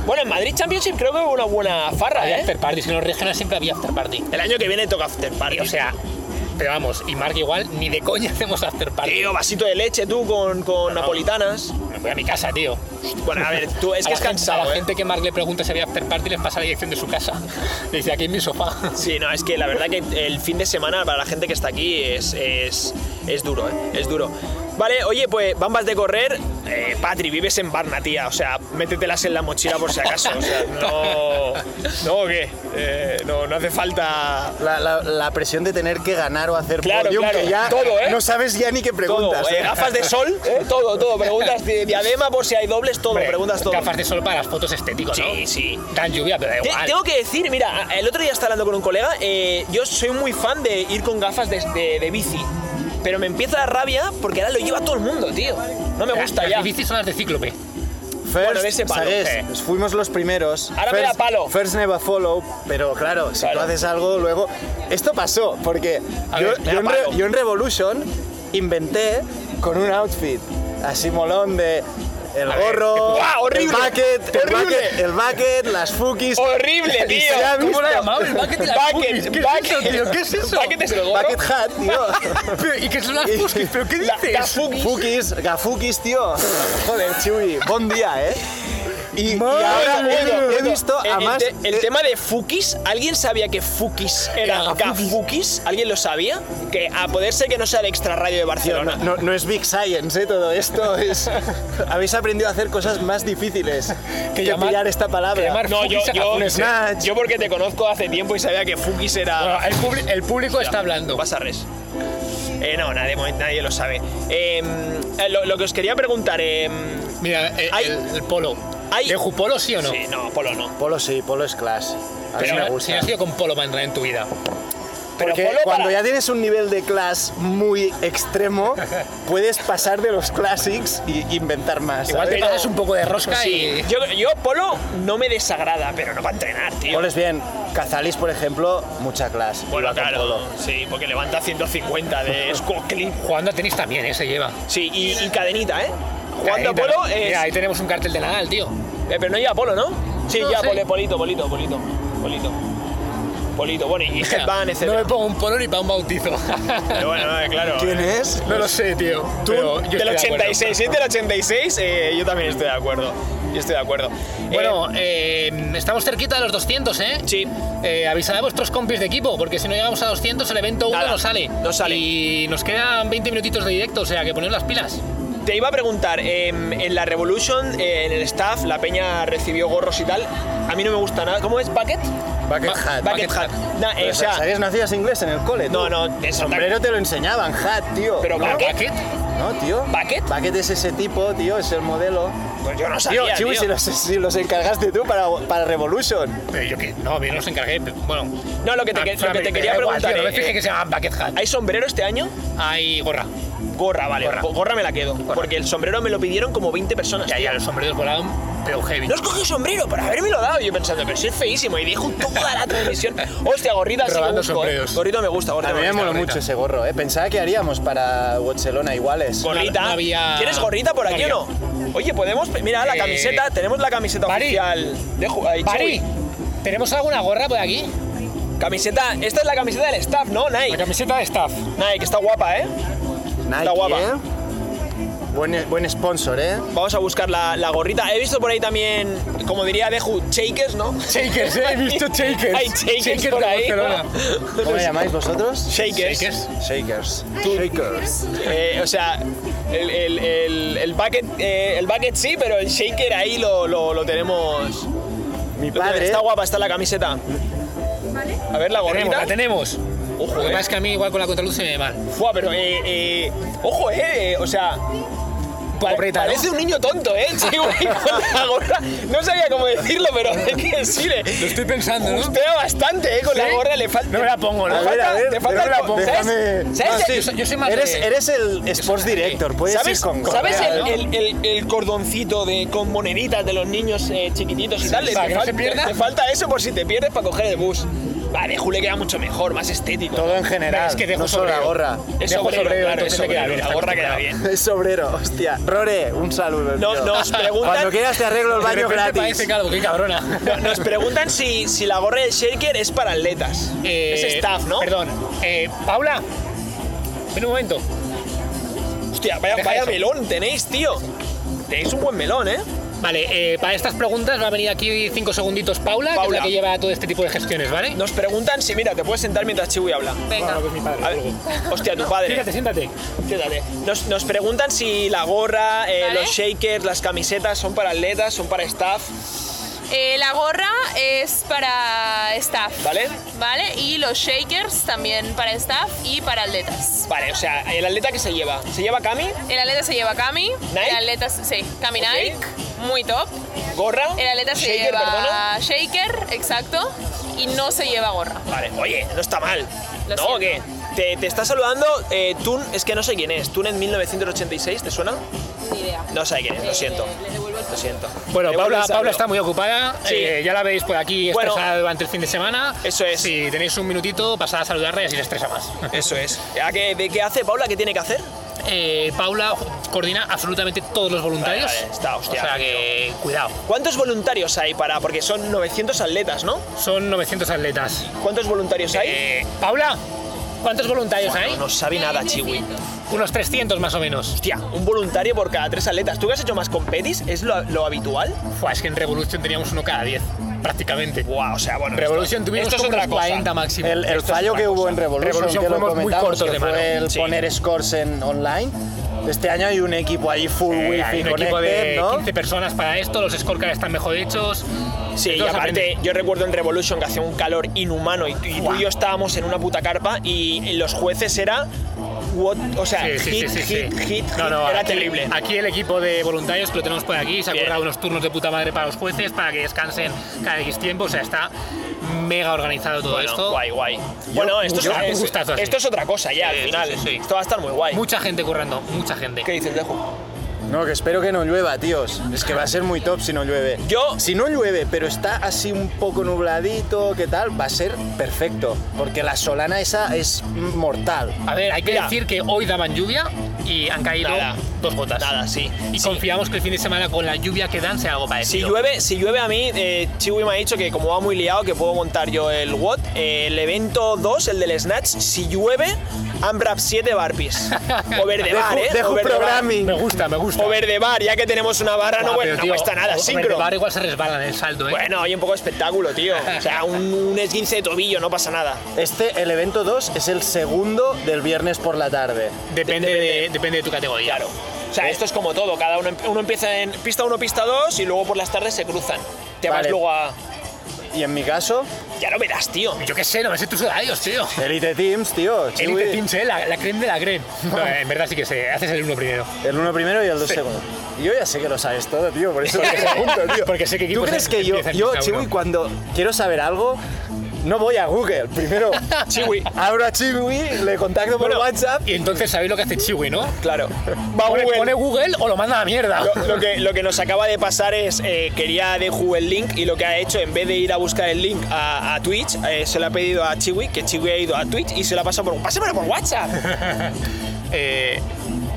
Speaker 1: Bueno, en Madrid Championship creo que hubo una buena farra,
Speaker 2: Había
Speaker 1: ¿eh?
Speaker 2: after party, si no regional siempre había after party.
Speaker 1: El año que viene toca after party.
Speaker 2: O sea, pero vamos, y Mark igual, ni de coña hacemos after party.
Speaker 1: Tío, vasito de leche tú con, con napolitanas.
Speaker 2: Me voy a mi casa, tío.
Speaker 1: Bueno, a ver, tú es
Speaker 2: A
Speaker 1: que
Speaker 2: la
Speaker 1: es
Speaker 2: gente- A
Speaker 1: cansado,
Speaker 2: la
Speaker 1: ¿eh?
Speaker 2: gente que Mark le pregunta si había after party les pasa la dirección de su casa. Le dice, aquí en mi sofá.
Speaker 1: Sí, no, es que la verdad que el fin de semana para la gente que está aquí es, es, es duro, ¿eh? Es duro. Vale, oye, pues bambas de correr. Eh, Patri, vives en Barna, tía. O sea, métetelas en la mochila por si acaso. O sea, no. ¿No ¿o qué? Eh, no, no hace falta.
Speaker 3: La, la- la presión de tener que ganar o hacer
Speaker 1: Claro,
Speaker 3: podium,
Speaker 1: claro,
Speaker 3: que ya
Speaker 1: todo, ¿eh?
Speaker 3: no sabes ya ni qué preguntas.
Speaker 1: todo, eh,
Speaker 3: ¿eh?
Speaker 1: gafas de sol, eh, todo, todo. Preguntas de diadema por si hay dobles, todo.
Speaker 2: Hombre,
Speaker 1: preguntas todo.
Speaker 2: Gafas de sol para las fotos estéticas, ¿no?
Speaker 1: Sí, sí.
Speaker 2: Tan lluvia, pero da
Speaker 1: Te-
Speaker 2: igual.
Speaker 1: tengo que decir, mira, el otro día estaba hablando con un colega, eh, yo soy muy fan de ir con gafas de, de- de bici, pero me empieza la rabia porque ahora lo lleva todo el mundo, tío. No me gusta
Speaker 2: Las-
Speaker 1: ya.
Speaker 2: Las bicis son las de cíclope.
Speaker 3: First,
Speaker 1: Bueno, de ese palo,
Speaker 3: ¿sabes?
Speaker 1: eh.
Speaker 3: Fuimos los primeros.
Speaker 1: Ahora me
Speaker 3: first,
Speaker 1: da palo.
Speaker 3: First never follow, pero claro, si
Speaker 1: Claro.
Speaker 3: tú haces algo, luego... Esto pasó, porque
Speaker 1: A
Speaker 3: yo,
Speaker 1: ver, me da
Speaker 3: yo en Re-
Speaker 1: palo.
Speaker 3: yo en Revolution inventé con un outfit así molón de... El
Speaker 2: ver,
Speaker 3: gorro,
Speaker 1: ¡guau,
Speaker 3: el
Speaker 1: horrible!
Speaker 3: bucket, el
Speaker 1: ¡Horrible!
Speaker 3: bucket, el bucket, las fukis.
Speaker 1: Horrible,
Speaker 3: Y
Speaker 1: tío.
Speaker 3: se ha
Speaker 1: ¿Cómo la
Speaker 3: visto.
Speaker 1: llamaba? El bucket y las fukis. ¿Qué es eso, tío? ¿Qué es eso? Bucket es el gorro.
Speaker 3: Bucket hat, tío.
Speaker 2: ¿Y qué son las
Speaker 3: fukis?
Speaker 2: Pues ¿Pero qué
Speaker 1: La- la Fuki.
Speaker 3: Fukis, gafukis, tío. Joder, Chuy, buen día, ¿eh? Y, y
Speaker 1: Y
Speaker 3: ahora
Speaker 1: ahora,
Speaker 3: oye,
Speaker 1: oye,
Speaker 3: he visto
Speaker 1: el-
Speaker 3: a más...
Speaker 1: El, te- el
Speaker 3: eh,
Speaker 1: tema de Fukis, ¿alguien sabía que Fukis era
Speaker 3: Era gafukis.
Speaker 1: Gafukis? ¿Alguien lo sabía? Que a poder ser que no sea el extra radio de
Speaker 3: tío,
Speaker 1: Barcelona.
Speaker 3: no, no- no es big science, ¿eh? Todo esto es... Habéis aprendido a hacer cosas más difíciles que,
Speaker 2: llamar-
Speaker 3: pillar esta palabra.
Speaker 2: que llamar-
Speaker 1: No, yo,
Speaker 2: Fukis a
Speaker 1: yo,
Speaker 2: Gafukis,
Speaker 3: eh.
Speaker 1: yo porque te conozco hace tiempo y sabía que Fukis era...
Speaker 2: el, publi- el público está hablando.
Speaker 1: Vas a res. Eh, no, nadie, nadie lo sabe. Eh, eh, lo, lo que os quería preguntar, eh,
Speaker 2: Mira, el,
Speaker 1: Hay-
Speaker 2: el- el polo.
Speaker 1: hay-
Speaker 2: ¿De Jupolo sí o no?
Speaker 1: Sí, no, Polo no.
Speaker 3: Polo sí, Polo es class. A mí
Speaker 2: Pero
Speaker 3: me
Speaker 2: si
Speaker 3: gusta.
Speaker 2: no has ido con polo para entrar en tu vida.
Speaker 1: Pero
Speaker 3: Porque
Speaker 1: Polo
Speaker 3: cuando
Speaker 1: para-
Speaker 3: ya tienes un nivel de class muy extremo, puedes pasar de los classics y inventar más.
Speaker 2: Igual te
Speaker 3: ¿sabes?
Speaker 2: pasas un poco de rosca
Speaker 1: Sí,
Speaker 2: y...
Speaker 1: yo, yo Polo no me desagrada, pero no para entrenar, tío.
Speaker 3: Poles bien. Cazalis, por ejemplo, mucha clase.
Speaker 1: Bueno,
Speaker 3: Iba con
Speaker 1: claro,
Speaker 3: polo.
Speaker 1: sí, porque levanta 150 de squat clean.
Speaker 2: Jugando a tenis también, ¿eh? Se lleva.
Speaker 1: Sí, y, y cadenita, ¿eh? Jugando
Speaker 2: Ahí
Speaker 1: a
Speaker 2: te-
Speaker 1: Polo es...
Speaker 2: Mira, ahí tenemos un cartel de Nadal, tío.
Speaker 1: Eh, pero no lleva Polo, ¿no? Sí,
Speaker 2: No
Speaker 1: lleva
Speaker 2: sé.
Speaker 1: pole- Polito, Polito, Polito, Polito. Polito, bueno, y headband, etc.
Speaker 2: no me pongo un polo ni para un bautizo.
Speaker 1: Pero bueno, eh, claro.
Speaker 3: ¿Quién es?
Speaker 2: no lo sé, tío.
Speaker 1: Tú,
Speaker 2: pero yo
Speaker 1: del
Speaker 2: estoy de acuerdo.
Speaker 1: 86, ¿eh? del 86, eh, yo también estoy de acuerdo. Yo estoy de acuerdo.
Speaker 2: Bueno,
Speaker 1: Eh,
Speaker 2: eh, estamos cerquita de los 200, ¿eh?
Speaker 1: sí.
Speaker 2: Eh, avisad a vuestros compis de equipo, porque si no llegamos a 200, el evento 1
Speaker 1: Nada,
Speaker 2: no sale.
Speaker 1: no sale.
Speaker 2: Y nos quedan 20 minutitos de directo, o sea que poner las pilas.
Speaker 1: Te iba a preguntar, em, en la Revolution, eh, en el staff, la peña recibió gorros y tal. A mí no me gusta nada. ¿Cómo es? ¿Bucket?
Speaker 3: Bucket
Speaker 2: Ba-
Speaker 3: hat.
Speaker 1: Bucket
Speaker 2: Bucket
Speaker 1: hat.
Speaker 2: hat.
Speaker 1: Nah, eh,
Speaker 3: Pero,
Speaker 1: o sea,
Speaker 3: ¿Sabías? No hacías inglés en el cole.
Speaker 1: no,
Speaker 3: tú.
Speaker 1: no, eso
Speaker 3: Sombrero te lo enseñaban, hat, tío.
Speaker 1: Pero
Speaker 3: ¿No?
Speaker 1: bucket.
Speaker 2: Bucket.
Speaker 3: No, tío.
Speaker 1: ¿Bucket?
Speaker 3: Bucket es ese tipo, tío, es el modelo.
Speaker 1: Pues yo no sabía,
Speaker 3: Tío, Chiwi,
Speaker 1: tío.
Speaker 3: si los, si los encargaste tú para, para Revolution.
Speaker 2: Pero Eh, yo que. No, yo no los encargué. pero bueno.
Speaker 1: No, lo que te,
Speaker 2: Ah,
Speaker 1: que- lo
Speaker 2: Fran,
Speaker 1: que te
Speaker 2: me-
Speaker 1: quería
Speaker 2: da igual,
Speaker 1: preguntar...
Speaker 2: tío, no
Speaker 1: eh,
Speaker 2: me fijé que se llama Bucket Hat.
Speaker 1: ¿Hay sombrero este año?
Speaker 2: Hay gorra.
Speaker 1: Gorra, vale.
Speaker 2: Gorra.
Speaker 1: Gorra, me la quedo. Porque el sombrero me lo pidieron como 20 personas.
Speaker 2: Ya,
Speaker 1: tío.
Speaker 2: ya, los sombreros volaron, pero heavy.
Speaker 1: No has cogido sombrero para habérmelo dado. Yo pensando, pero si es feísimo. Y dijo toda la transmisión. Hostia, gorrita sí me
Speaker 2: Robando
Speaker 1: busco, eh.
Speaker 2: sombreros.
Speaker 1: Gorrita me gusta, gorrita
Speaker 3: A mí me
Speaker 1: gusta.
Speaker 3: moló mucho ese gorro, ¿eh? Pensaba que haríamos para Barcelona iguales.
Speaker 1: Gorrita.
Speaker 2: No había-
Speaker 1: ¿Quieres gorrita por
Speaker 2: no
Speaker 1: aquí o no? Oye, podemos. Mira, la
Speaker 2: Eh,
Speaker 1: camiseta. Tenemos la camiseta
Speaker 2: Bari.
Speaker 1: oficial de Ju- ay,
Speaker 2: Pari,
Speaker 1: Chewy.
Speaker 2: ¿tenemos alguna gorra por aquí?
Speaker 1: Camiseta. Esta es la camiseta del staff, ¿no?
Speaker 2: La
Speaker 1: Nike.
Speaker 2: camiseta de staff.
Speaker 1: Nike, está guapa, ¿eh?
Speaker 3: Nike,
Speaker 1: Está guapa.
Speaker 3: ¿eh? Buen, buen sponsor, ¿eh?
Speaker 1: Vamos a buscar la, la gorrita. He visto por ahí también, como diría Deju, shakers, ¿no?
Speaker 2: Shakers, eh, he visto shakers.
Speaker 1: Hay shakers,
Speaker 2: Shakers
Speaker 1: por
Speaker 2: de
Speaker 1: ahí.
Speaker 2: Barcelona.
Speaker 3: ¿Cómo le llamáis vosotros?
Speaker 1: Shakers.
Speaker 2: Shakers.
Speaker 3: Shakers. Shakers.
Speaker 1: Eh, o sea, el, el- el- el bucket, eh, el bucket sí, pero el shaker ahí lo, lo- lo tenemos.
Speaker 3: Mi
Speaker 1: Lo tenemos.
Speaker 3: padre.
Speaker 1: Está guapa, está la camiseta. A ver, la
Speaker 2: Tenemos,
Speaker 1: gorrita.
Speaker 2: eh. la tenemos.
Speaker 1: Ojo,
Speaker 2: Lo que
Speaker 1: eh.
Speaker 2: pasa es que a mí igual con la contraluz se me ve mal.
Speaker 1: Fua, pero eh, eh, ojo, eh, eh, o sea. pa-
Speaker 2: aprieta, ¿no?
Speaker 1: parece un niño tonto, ¿eh? Sí, güey, con la gorra. No sabía cómo decirlo, pero es que sí, le
Speaker 2: Lo estoy pensando, ¿no?
Speaker 1: justea bastante, ¿eh? Con la
Speaker 2: ¿Sí?
Speaker 1: gorra le falta.
Speaker 2: No me la pongo,
Speaker 1: le
Speaker 2: ¿no?
Speaker 3: A ver,
Speaker 1: falta-
Speaker 3: a ver,
Speaker 1: le falta
Speaker 3: no me la
Speaker 1: el-
Speaker 3: pongo.
Speaker 1: ¿sabes?
Speaker 3: Déjame-
Speaker 1: ¿Sabes?
Speaker 2: Ah, sí. Yo- yo soy más
Speaker 3: eres,
Speaker 2: de-
Speaker 3: eres el sports director, puedes
Speaker 1: ¿Sabes,
Speaker 3: ir con gorra.
Speaker 1: ¿sabes el,
Speaker 2: ¿no?
Speaker 1: el- el- el cordoncito de, con moneditas de los niños eh, chiquititos y tal?
Speaker 2: para que no
Speaker 1: fal-
Speaker 2: se pierda.
Speaker 1: te falta eso por si te pierdes para coger el bus. Vale, Jule queda mucho mejor, más estético.
Speaker 3: Todo en general,
Speaker 2: Es que dejo
Speaker 3: no solo la
Speaker 2: sobrero.
Speaker 3: gorra.
Speaker 1: es
Speaker 2: dejo
Speaker 1: sobrero,
Speaker 2: sobrero,
Speaker 1: claro,
Speaker 2: entonces
Speaker 1: eso
Speaker 2: me queda
Speaker 1: queda bien,
Speaker 2: bien,
Speaker 1: la
Speaker 2: está
Speaker 1: gorra queda
Speaker 2: acostumbrado.
Speaker 1: bien.
Speaker 3: Es obrero, hostia. Rore, un saludo.
Speaker 1: No-
Speaker 3: tío.
Speaker 1: nos preguntan-
Speaker 3: Cuando quieras te arreglo el
Speaker 2: De
Speaker 3: baño
Speaker 2: repente
Speaker 3: gratis.
Speaker 2: parece calvo, qué cabrona.
Speaker 1: No- Nos preguntan si, si la gorra de Shaker es para atletas.
Speaker 2: Eh,
Speaker 1: es staff, ¿no?
Speaker 2: Perdón. Eh, Paula, ven un momento.
Speaker 1: Hostia, vaya,
Speaker 2: Deja
Speaker 1: vaya
Speaker 2: eso.
Speaker 1: melón tenéis, tío. Tenéis un buen melón, ¿eh?
Speaker 2: Vale, eh, para estas preguntas va a venir aquí cinco segunditos Paula, que es
Speaker 1: Paula.
Speaker 2: la que lleva todo este tipo de gestiones, ¿vale?
Speaker 1: Nos preguntan si, mira, te puedes sentar mientras Chiwi habla.
Speaker 2: Bueno, pues mi padre.
Speaker 1: A ver, hostia, tu padre.
Speaker 2: Fíjate, siéntate.
Speaker 1: Quédate. Nos, nos preguntan si la gorra, eh,
Speaker 5: Vale.
Speaker 1: los shakers, las camisetas son para atletas, son para staff,
Speaker 5: Eh, la gorra es para staff.
Speaker 1: ¿vale?
Speaker 5: ¿Vale? Y los shakers también para staff y para atletas.
Speaker 1: Vale, o sea, el atleta que se lleva. ¿Se lleva Cami?
Speaker 5: El atleta se lleva Cami.
Speaker 1: ¿Nike?
Speaker 5: El atleta, sí, Cami
Speaker 1: Ok.
Speaker 5: Nike, muy top.
Speaker 1: ¿Gorra?
Speaker 5: El atleta se
Speaker 1: shaker,
Speaker 5: lleva
Speaker 1: perdona.
Speaker 5: shaker, exacto. Y no se lleva gorra.
Speaker 1: Vale, oye, no está mal.
Speaker 5: Lo
Speaker 1: ¿No?
Speaker 5: siento.
Speaker 1: ¿o ¿Qué? Te, te está saludando eh, Tun, es que no sé quién es. Tun en 1986, ¿te suena?
Speaker 5: Ni idea.
Speaker 1: No sé quién es, lo
Speaker 5: Eh,
Speaker 1: siento.
Speaker 5: le devuelvo el
Speaker 1: Lo siento.
Speaker 2: Bueno,
Speaker 1: Le vuelvo
Speaker 2: Paula,
Speaker 1: el saludo.
Speaker 2: Paula está muy ocupada.
Speaker 1: Eh, Sí.
Speaker 2: eh, ya la veis por aquí
Speaker 1: Bueno.
Speaker 2: estresada durante el fin de semana.
Speaker 1: Eso es.
Speaker 2: Si tenéis un minutito, pasad a saludarla y así la estresa más.
Speaker 1: Eso es. ¿A qué, ¿De qué hace Paula? ¿Qué tiene que hacer?
Speaker 2: Eh, Paula coordina absolutamente todos los voluntarios.
Speaker 1: Vale, vale, está, hostia,
Speaker 2: o sea que, cuidado.
Speaker 1: ¿Cuántos voluntarios hay para.? Porque son 900 atletas, ¿no?
Speaker 2: Son 900 atletas.
Speaker 1: ¿Cuántos voluntarios hay?
Speaker 2: Eh, Paula, ¿cuántos voluntarios hay?
Speaker 1: No, no sabe nada, Chiwi.
Speaker 2: Unos 300 más o menos.
Speaker 1: Hostia, un voluntario por cada tres atletas. ¿Tú que has hecho más competis? ¿Es lo, lo habitual?
Speaker 2: Fua, es que en Revolution teníamos uno cada 10, prácticamente.
Speaker 1: Wow, o sea, bueno.
Speaker 2: Revolution
Speaker 1: esto-
Speaker 2: tuvimos
Speaker 1: esto es
Speaker 2: como
Speaker 1: otra
Speaker 2: unos 40
Speaker 1: cosa.
Speaker 2: máximo.
Speaker 3: El, el
Speaker 2: Esto es
Speaker 3: fallo
Speaker 2: otra
Speaker 3: que hubo
Speaker 2: cosa.
Speaker 3: en Revolution,
Speaker 2: Revolution
Speaker 3: que lo
Speaker 2: fuimos muy
Speaker 3: comentamos,
Speaker 2: cortos
Speaker 3: que
Speaker 2: de mano.
Speaker 3: fue el
Speaker 1: Sí.
Speaker 3: poner scores en online. Este año hay un equipo ahí full
Speaker 2: Eh, hay un
Speaker 3: wifi
Speaker 2: equipo
Speaker 1: este,
Speaker 2: de
Speaker 3: connected, ¿no?
Speaker 2: 15 personas para esto, los scorecards están mejor hechos.
Speaker 1: Sí, y
Speaker 2: Entonces,
Speaker 1: aparte,
Speaker 2: aprende.
Speaker 1: yo recuerdo en Revolution que hacía un calor inhumano y, tú- y tú
Speaker 2: Buah.
Speaker 1: y yo estábamos en una puta carpa y los jueces era. what- o sea,
Speaker 2: Sí, sí,
Speaker 1: hit,
Speaker 2: sí, sí,
Speaker 1: hit,
Speaker 2: sí.
Speaker 1: hit, hit,
Speaker 2: No, no,
Speaker 1: era
Speaker 2: aquí-
Speaker 1: terrible.
Speaker 2: Aquí el equipo de voluntarios que lo tenemos por aquí se ha
Speaker 1: Bien.
Speaker 2: currado unos turnos de puta madre para los jueces, para que descansen cada X tiempo. O sea, está mega organizado todo
Speaker 1: Bueno,
Speaker 2: esto.
Speaker 1: guay, guay. bueno, esto,
Speaker 2: yo-
Speaker 1: es,
Speaker 2: un gustazo así.
Speaker 1: esto es otra cosa ya,
Speaker 2: Sí,
Speaker 1: al
Speaker 2: sí,
Speaker 1: final.
Speaker 2: sí, sí.
Speaker 1: Esto va a estar muy guay.
Speaker 2: Mucha gente currando, mucha gente.
Speaker 1: ¿Qué dices, Dejo?
Speaker 3: No, que espero que no llueva, tíos. Es que va a ser muy top si no llueve.
Speaker 1: Yo-
Speaker 3: Si no llueve, pero está así un poco nubladito, ¿qué tal? Va a ser perfecto. Porque la solana esa es mortal.
Speaker 2: A ver, hay que
Speaker 1: Mira.
Speaker 2: decir que hoy daban lluvia y han caído
Speaker 1: Nada.
Speaker 2: dos gotas.
Speaker 1: Nada, sí.
Speaker 2: Y
Speaker 1: Sí.
Speaker 2: confiamos que el fin de semana con la lluvia que dan sea algo
Speaker 1: Si
Speaker 2: parecido.
Speaker 1: llueve, si llueve a mí, eh, Chiwi me ha dicho que como va muy liado, que puedo montar yo el WOT. Eh, el evento 2, el del Snatch, si llueve, AMRAP 7 Barpis. O verde bar, ¿eh?
Speaker 3: Dejo
Speaker 1: o
Speaker 3: un
Speaker 1: verde bar.
Speaker 3: programming.
Speaker 2: Me gusta, me gusta.
Speaker 1: O verde bar, ya que tenemos una barra, Ah, no,
Speaker 2: Buah,
Speaker 1: bueno,
Speaker 2: Ah, pero,
Speaker 1: no
Speaker 2: tío,
Speaker 1: cuesta nada,
Speaker 2: o- o
Speaker 1: sincro.
Speaker 2: Verdebar igual se resbala en el salto, ¿eh?
Speaker 1: Bueno, hay un poco de espectáculo, tío. O sea, un, un esguince de tobillo, no pasa nada.
Speaker 3: Este, el evento 2, es el segundo del viernes por la tarde.
Speaker 2: depende,
Speaker 1: depende.
Speaker 2: De, depende de tu categoría.
Speaker 1: Claro. O sea, esto es como todo, cada uno, uno empieza en pista 1, pista 2 y luego por las tardes se cruzan. Te vas
Speaker 3: Vale.
Speaker 1: luego a...
Speaker 3: Y en mi caso,
Speaker 1: Ya lo verás, tío.
Speaker 2: Yo qué sé, no me sé tus horarios, tío.
Speaker 3: Elite Teams, tío. Chiwi,
Speaker 2: Elite Teams, ¿eh? La, la creme de la creme. No, en verdad sí que sé. Haces el uno primero.
Speaker 3: El uno primero y el dos
Speaker 2: Sí.
Speaker 3: segundo. Yo ya sé que lo sabes todo, tío, por eso te pregunto, tío.
Speaker 2: Porque sé que
Speaker 3: ¿Tú
Speaker 2: equipos
Speaker 3: crees que yo,
Speaker 2: empiezan
Speaker 3: yo
Speaker 2: cada uno.
Speaker 3: Chiwi, cuando quiero saber algo, no voy a Google? Primero,
Speaker 1: Chiwi.
Speaker 3: abro a Chiwi, le contacto por
Speaker 1: Bueno,
Speaker 3: WhatsApp
Speaker 2: Y entonces sabéis lo que hace Chiwi, ¿no?
Speaker 1: Claro. Va
Speaker 2: Pone,
Speaker 1: Google.
Speaker 2: pone Google o lo manda a la mierda.
Speaker 1: Ah, Lo, lo que, lo que nos acaba de pasar es eh, quería de Google el link y lo que ha hecho, en vez de ir a buscar el link a, a Twitch, eh, se lo ha pedido a Chiwi, que Chiwi ha ido a Twitch y se lo ha pasado por. ¡Pásamelo por WhatsApp!
Speaker 2: Eh,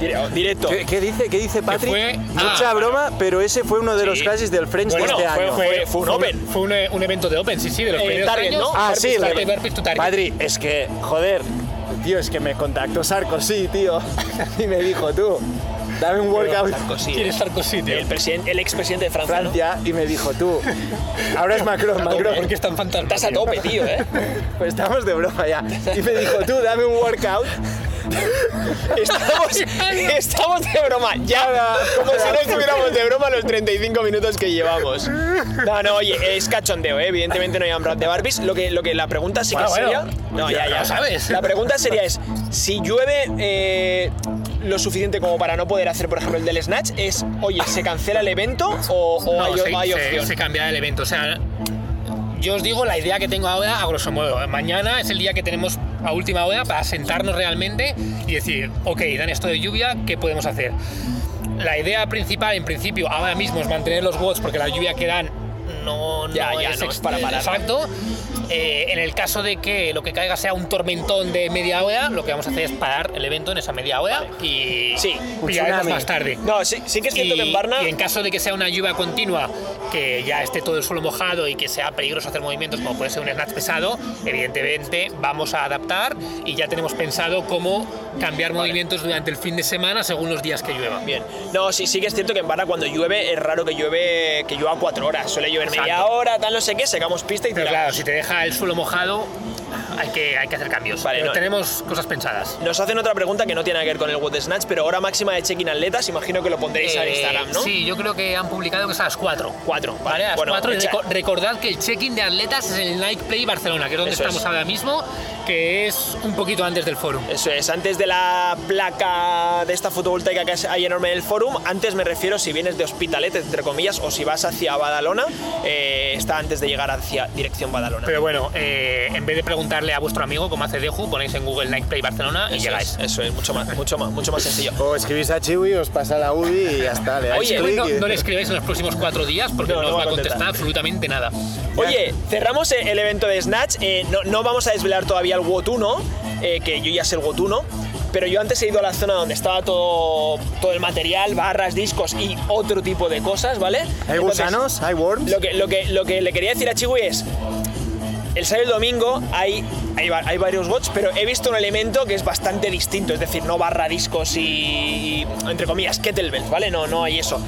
Speaker 1: Dire- Directo.
Speaker 3: ¿Qué, qué dice, ¿Qué dice Patrick?
Speaker 2: fue-
Speaker 3: Mucha
Speaker 2: ah,
Speaker 3: broma, pero ese fue uno de los
Speaker 2: Sí.
Speaker 3: clashes del French
Speaker 1: Bueno,
Speaker 3: de este
Speaker 1: fue-
Speaker 3: año.
Speaker 1: fue- un Open.
Speaker 2: Fue un, un evento de Open, sí, sí, de los
Speaker 1: Eh,
Speaker 2: primeros
Speaker 1: Target,
Speaker 2: años.
Speaker 1: ¿no?
Speaker 3: Ah, sí,
Speaker 2: Burpees
Speaker 3: el
Speaker 2: to target, burpees to target.
Speaker 3: Padre, es que, joder, tío, es que me contactó Sarkozy, tío, y me dijo, tú, dame un workout
Speaker 1: Sarkozy.
Speaker 2: ¿Quién es Sarkozy, tío?
Speaker 1: El, presidente, el expresidente de Francia. ¿no?
Speaker 3: Francia, y me dijo, tú, ahora es Macron, Macron.
Speaker 2: ¿Por qué es tan fantasma?
Speaker 1: Estás a
Speaker 2: tío?
Speaker 1: tope, tío, ¿eh?
Speaker 3: Pues estamos de broma ya. Y me dijo, tú, dame un workout.
Speaker 1: Estamos, estamos de broma. Ya, como si no estuviéramos de broma los 35 minutos que llevamos. No, no, oye, es cachondeo, ¿eh? evidentemente no hay rap de Barbies. Lo que, lo que la pregunta sí que
Speaker 2: Bueno,
Speaker 1: sería.
Speaker 2: bueno. pues
Speaker 1: No, ya,
Speaker 2: Ya
Speaker 1: ya.
Speaker 2: lo sabes.
Speaker 1: La pregunta sería es: si llueve eh, lo suficiente como para no poder hacer, por ejemplo, el del Snatch, es, oye, ¿se cancela el evento o, o
Speaker 2: No,
Speaker 1: hay,
Speaker 2: se,
Speaker 1: hay
Speaker 2: se-
Speaker 1: opción?
Speaker 2: se cambia el evento. O sea, yo os digo la idea que tengo ahora a grosso modo. Mañana es el día que tenemos a última hora para sentarnos realmente y decir, ok, dan esto de lluvia, ¿qué podemos hacer? La idea principal, en principio, ahora mismo es mantener los watts porque la lluvia que dan no, no
Speaker 1: Ya, ya,
Speaker 2: es
Speaker 1: Oh, no es para parar.
Speaker 2: Exacto. Eh, en el caso de que lo que caiga sea un tormentón de media hora, lo que vamos a hacer es parar el evento en esa media hora y
Speaker 1: Sí,
Speaker 3: un
Speaker 2: pillaremos
Speaker 3: tsunami.
Speaker 2: más tarde.
Speaker 1: No, sí, sí que es cierto que en Barna.
Speaker 2: Y en caso de que sea una lluvia continua, que ya esté todo el suelo mojado y que sea peligroso hacer movimientos como puede ser un snatch pesado, evidentemente vamos a adaptar y ya tenemos pensado cómo cambiar movimientos durante el fin de semana según los días que llueva.
Speaker 1: Bien. No, sí, sí que es cierto que en Barra cuando llueve es raro que llueve que llueva cuatro horas. Suele llover
Speaker 2: Exacto.
Speaker 1: media hora, tal, no sé qué, secamos pista y
Speaker 2: Pero
Speaker 1: tiramos.
Speaker 2: claro, si te deja el suelo mojado, hay que, hay que hacer cambios.
Speaker 1: Vale,
Speaker 2: Pero
Speaker 1: no-
Speaker 2: tenemos cosas pensadas.
Speaker 1: Nos hacen otra pregunta que no tiene que ver con el What Snatch, pero hora máxima de check-in atletas, imagino que lo pondréis en
Speaker 2: Eh,
Speaker 1: Instagram, ¿no?
Speaker 2: Sí, yo creo que han publicado que es a las 4.
Speaker 1: 4.
Speaker 2: Vale, a las
Speaker 1: bueno,
Speaker 2: cuatro. Y
Speaker 1: echa-
Speaker 2: reco- recordad que el check-in de atletas es en el Nike Play Barcelona, que es donde
Speaker 1: Eso
Speaker 2: estamos
Speaker 1: es.
Speaker 2: ahora mismo, que es un poquito antes del forum.
Speaker 1: Eso es, antes de la placa de esta fotovoltaica que hay enorme en el forum, antes me refiero si vienes de Hospitalet, entre comillas, o si vas hacia Badalona, eh, está antes de llegar hacia dirección Badalona.
Speaker 2: Pero bueno, eh, en vez de preguntarle a vuestro amigo cómo hace Deju, ponéis en Google Nike Play Barcelona y
Speaker 1: eso,
Speaker 2: llegáis.
Speaker 1: es, eso es, mucho más, mucho más, mucho más sencillo.
Speaker 3: O escribís a Chiwi, os pasa la UDI y ya está, le dais
Speaker 1: Oye,
Speaker 3: clic
Speaker 2: No,
Speaker 3: y-
Speaker 2: no le escribáis en los próximos cuatro días porque
Speaker 1: No,
Speaker 2: no,
Speaker 1: no
Speaker 2: os
Speaker 1: va
Speaker 2: va
Speaker 1: a
Speaker 2: a
Speaker 1: contestar.
Speaker 2: contestar absolutamente nada.
Speaker 1: Oye, cerramos el evento de Snatch. Eh, no, no vamos a desvelar todavía el WOT 1, eh, que yo ya sé el WOT 1, pero yo antes he ido a la zona donde estaba todo, todo el material, barras, discos y otro tipo de cosas, ¿vale?
Speaker 3: ¿Hay
Speaker 1: Entonces,
Speaker 3: gusanos? ¿Hay worms?
Speaker 1: Lo que, lo, que, lo que le quería decir a Chiwi es, el sábado y el domingo hay, hay, va- hay varios bots, pero he visto un elemento que es bastante distinto, es decir, no barra discos y, y, entre comillas, kettlebells, ¿vale? No, no hay eso.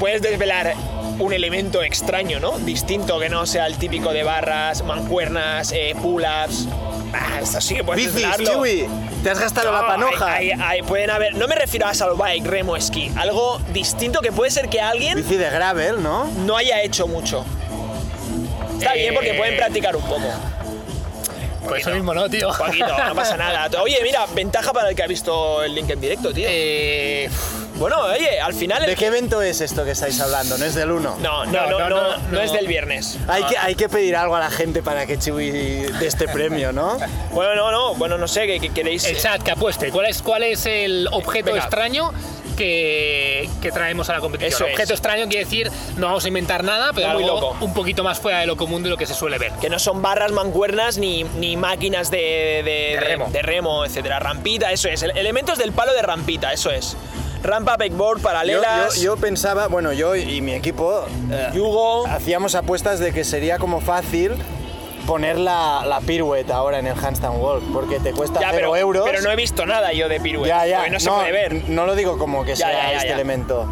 Speaker 1: Puedes desvelar un elemento extraño, ¿no? Distinto que no sea el típico de barras, mancuernas, eh, pull-ups. Ah, eso sí que puedes
Speaker 3: Bicis,
Speaker 1: desvelarlo.
Speaker 3: Chiwi, te has gastado la
Speaker 1: No,
Speaker 3: panoja.
Speaker 1: hay- hay- hay- pueden haber, no me refiero a salobike, remo, esquí, algo distinto que puede ser que alguien
Speaker 3: Bici de gravel, ¿no?
Speaker 1: no haya hecho mucho. Está bien porque pueden
Speaker 2: Eh.
Speaker 1: practicar un poco.
Speaker 2: Por Pues eso mismo no, tío.
Speaker 1: Poquito, no pasa nada. Oye, mira, ventaja para el que ha visto el link en directo, tío.
Speaker 2: Eh,
Speaker 1: Bueno, oye, al final. el-
Speaker 3: ¿De qué evento es esto que estáis hablando? No es del 1.
Speaker 1: No, no, no, no, no, es del viernes.
Speaker 3: Hay que, hay que pedir algo a la gente para que Chiwi de este premio, ¿no?
Speaker 1: Bueno, no, no, bueno, no sé, ¿qué, qué queréis?
Speaker 2: el chat que apueste. ¿Cuál es, cuál es el objeto
Speaker 1: Venga.
Speaker 2: extraño que, que traemos a la competición?
Speaker 1: Eso
Speaker 2: objeto
Speaker 1: es.
Speaker 2: extraño quiere decir no vamos a inventar nada, pero
Speaker 1: No muy
Speaker 2: algo
Speaker 1: loco.
Speaker 2: un poquito más fuera de lo común de lo que se suele ver.
Speaker 1: Que no son barras, mancuernas, ni, ni máquinas de, de, de-
Speaker 2: remo.
Speaker 1: de remo, etcétera. Rampita, eso es. el- Elementos del palo de rampita, eso es. Rampa, backboard,
Speaker 3: Yo,
Speaker 1: paralelas,
Speaker 3: yo- yo pensaba, bueno, yo y mi equipo eh,
Speaker 1: yugo.
Speaker 3: hacíamos apuestas de que sería como fácil poner la, la pirueta ahora en el handstand walk, porque te cuesta
Speaker 1: Ya,
Speaker 3: cero
Speaker 1: pero,
Speaker 3: euros.
Speaker 1: pero no he visto nada yo de pirueta.
Speaker 3: ya, ya,
Speaker 1: porque no se puede ver.
Speaker 3: no lo digo como que
Speaker 1: Ya,
Speaker 3: sea
Speaker 1: ya, ya,
Speaker 3: este
Speaker 1: ya.
Speaker 3: elemento.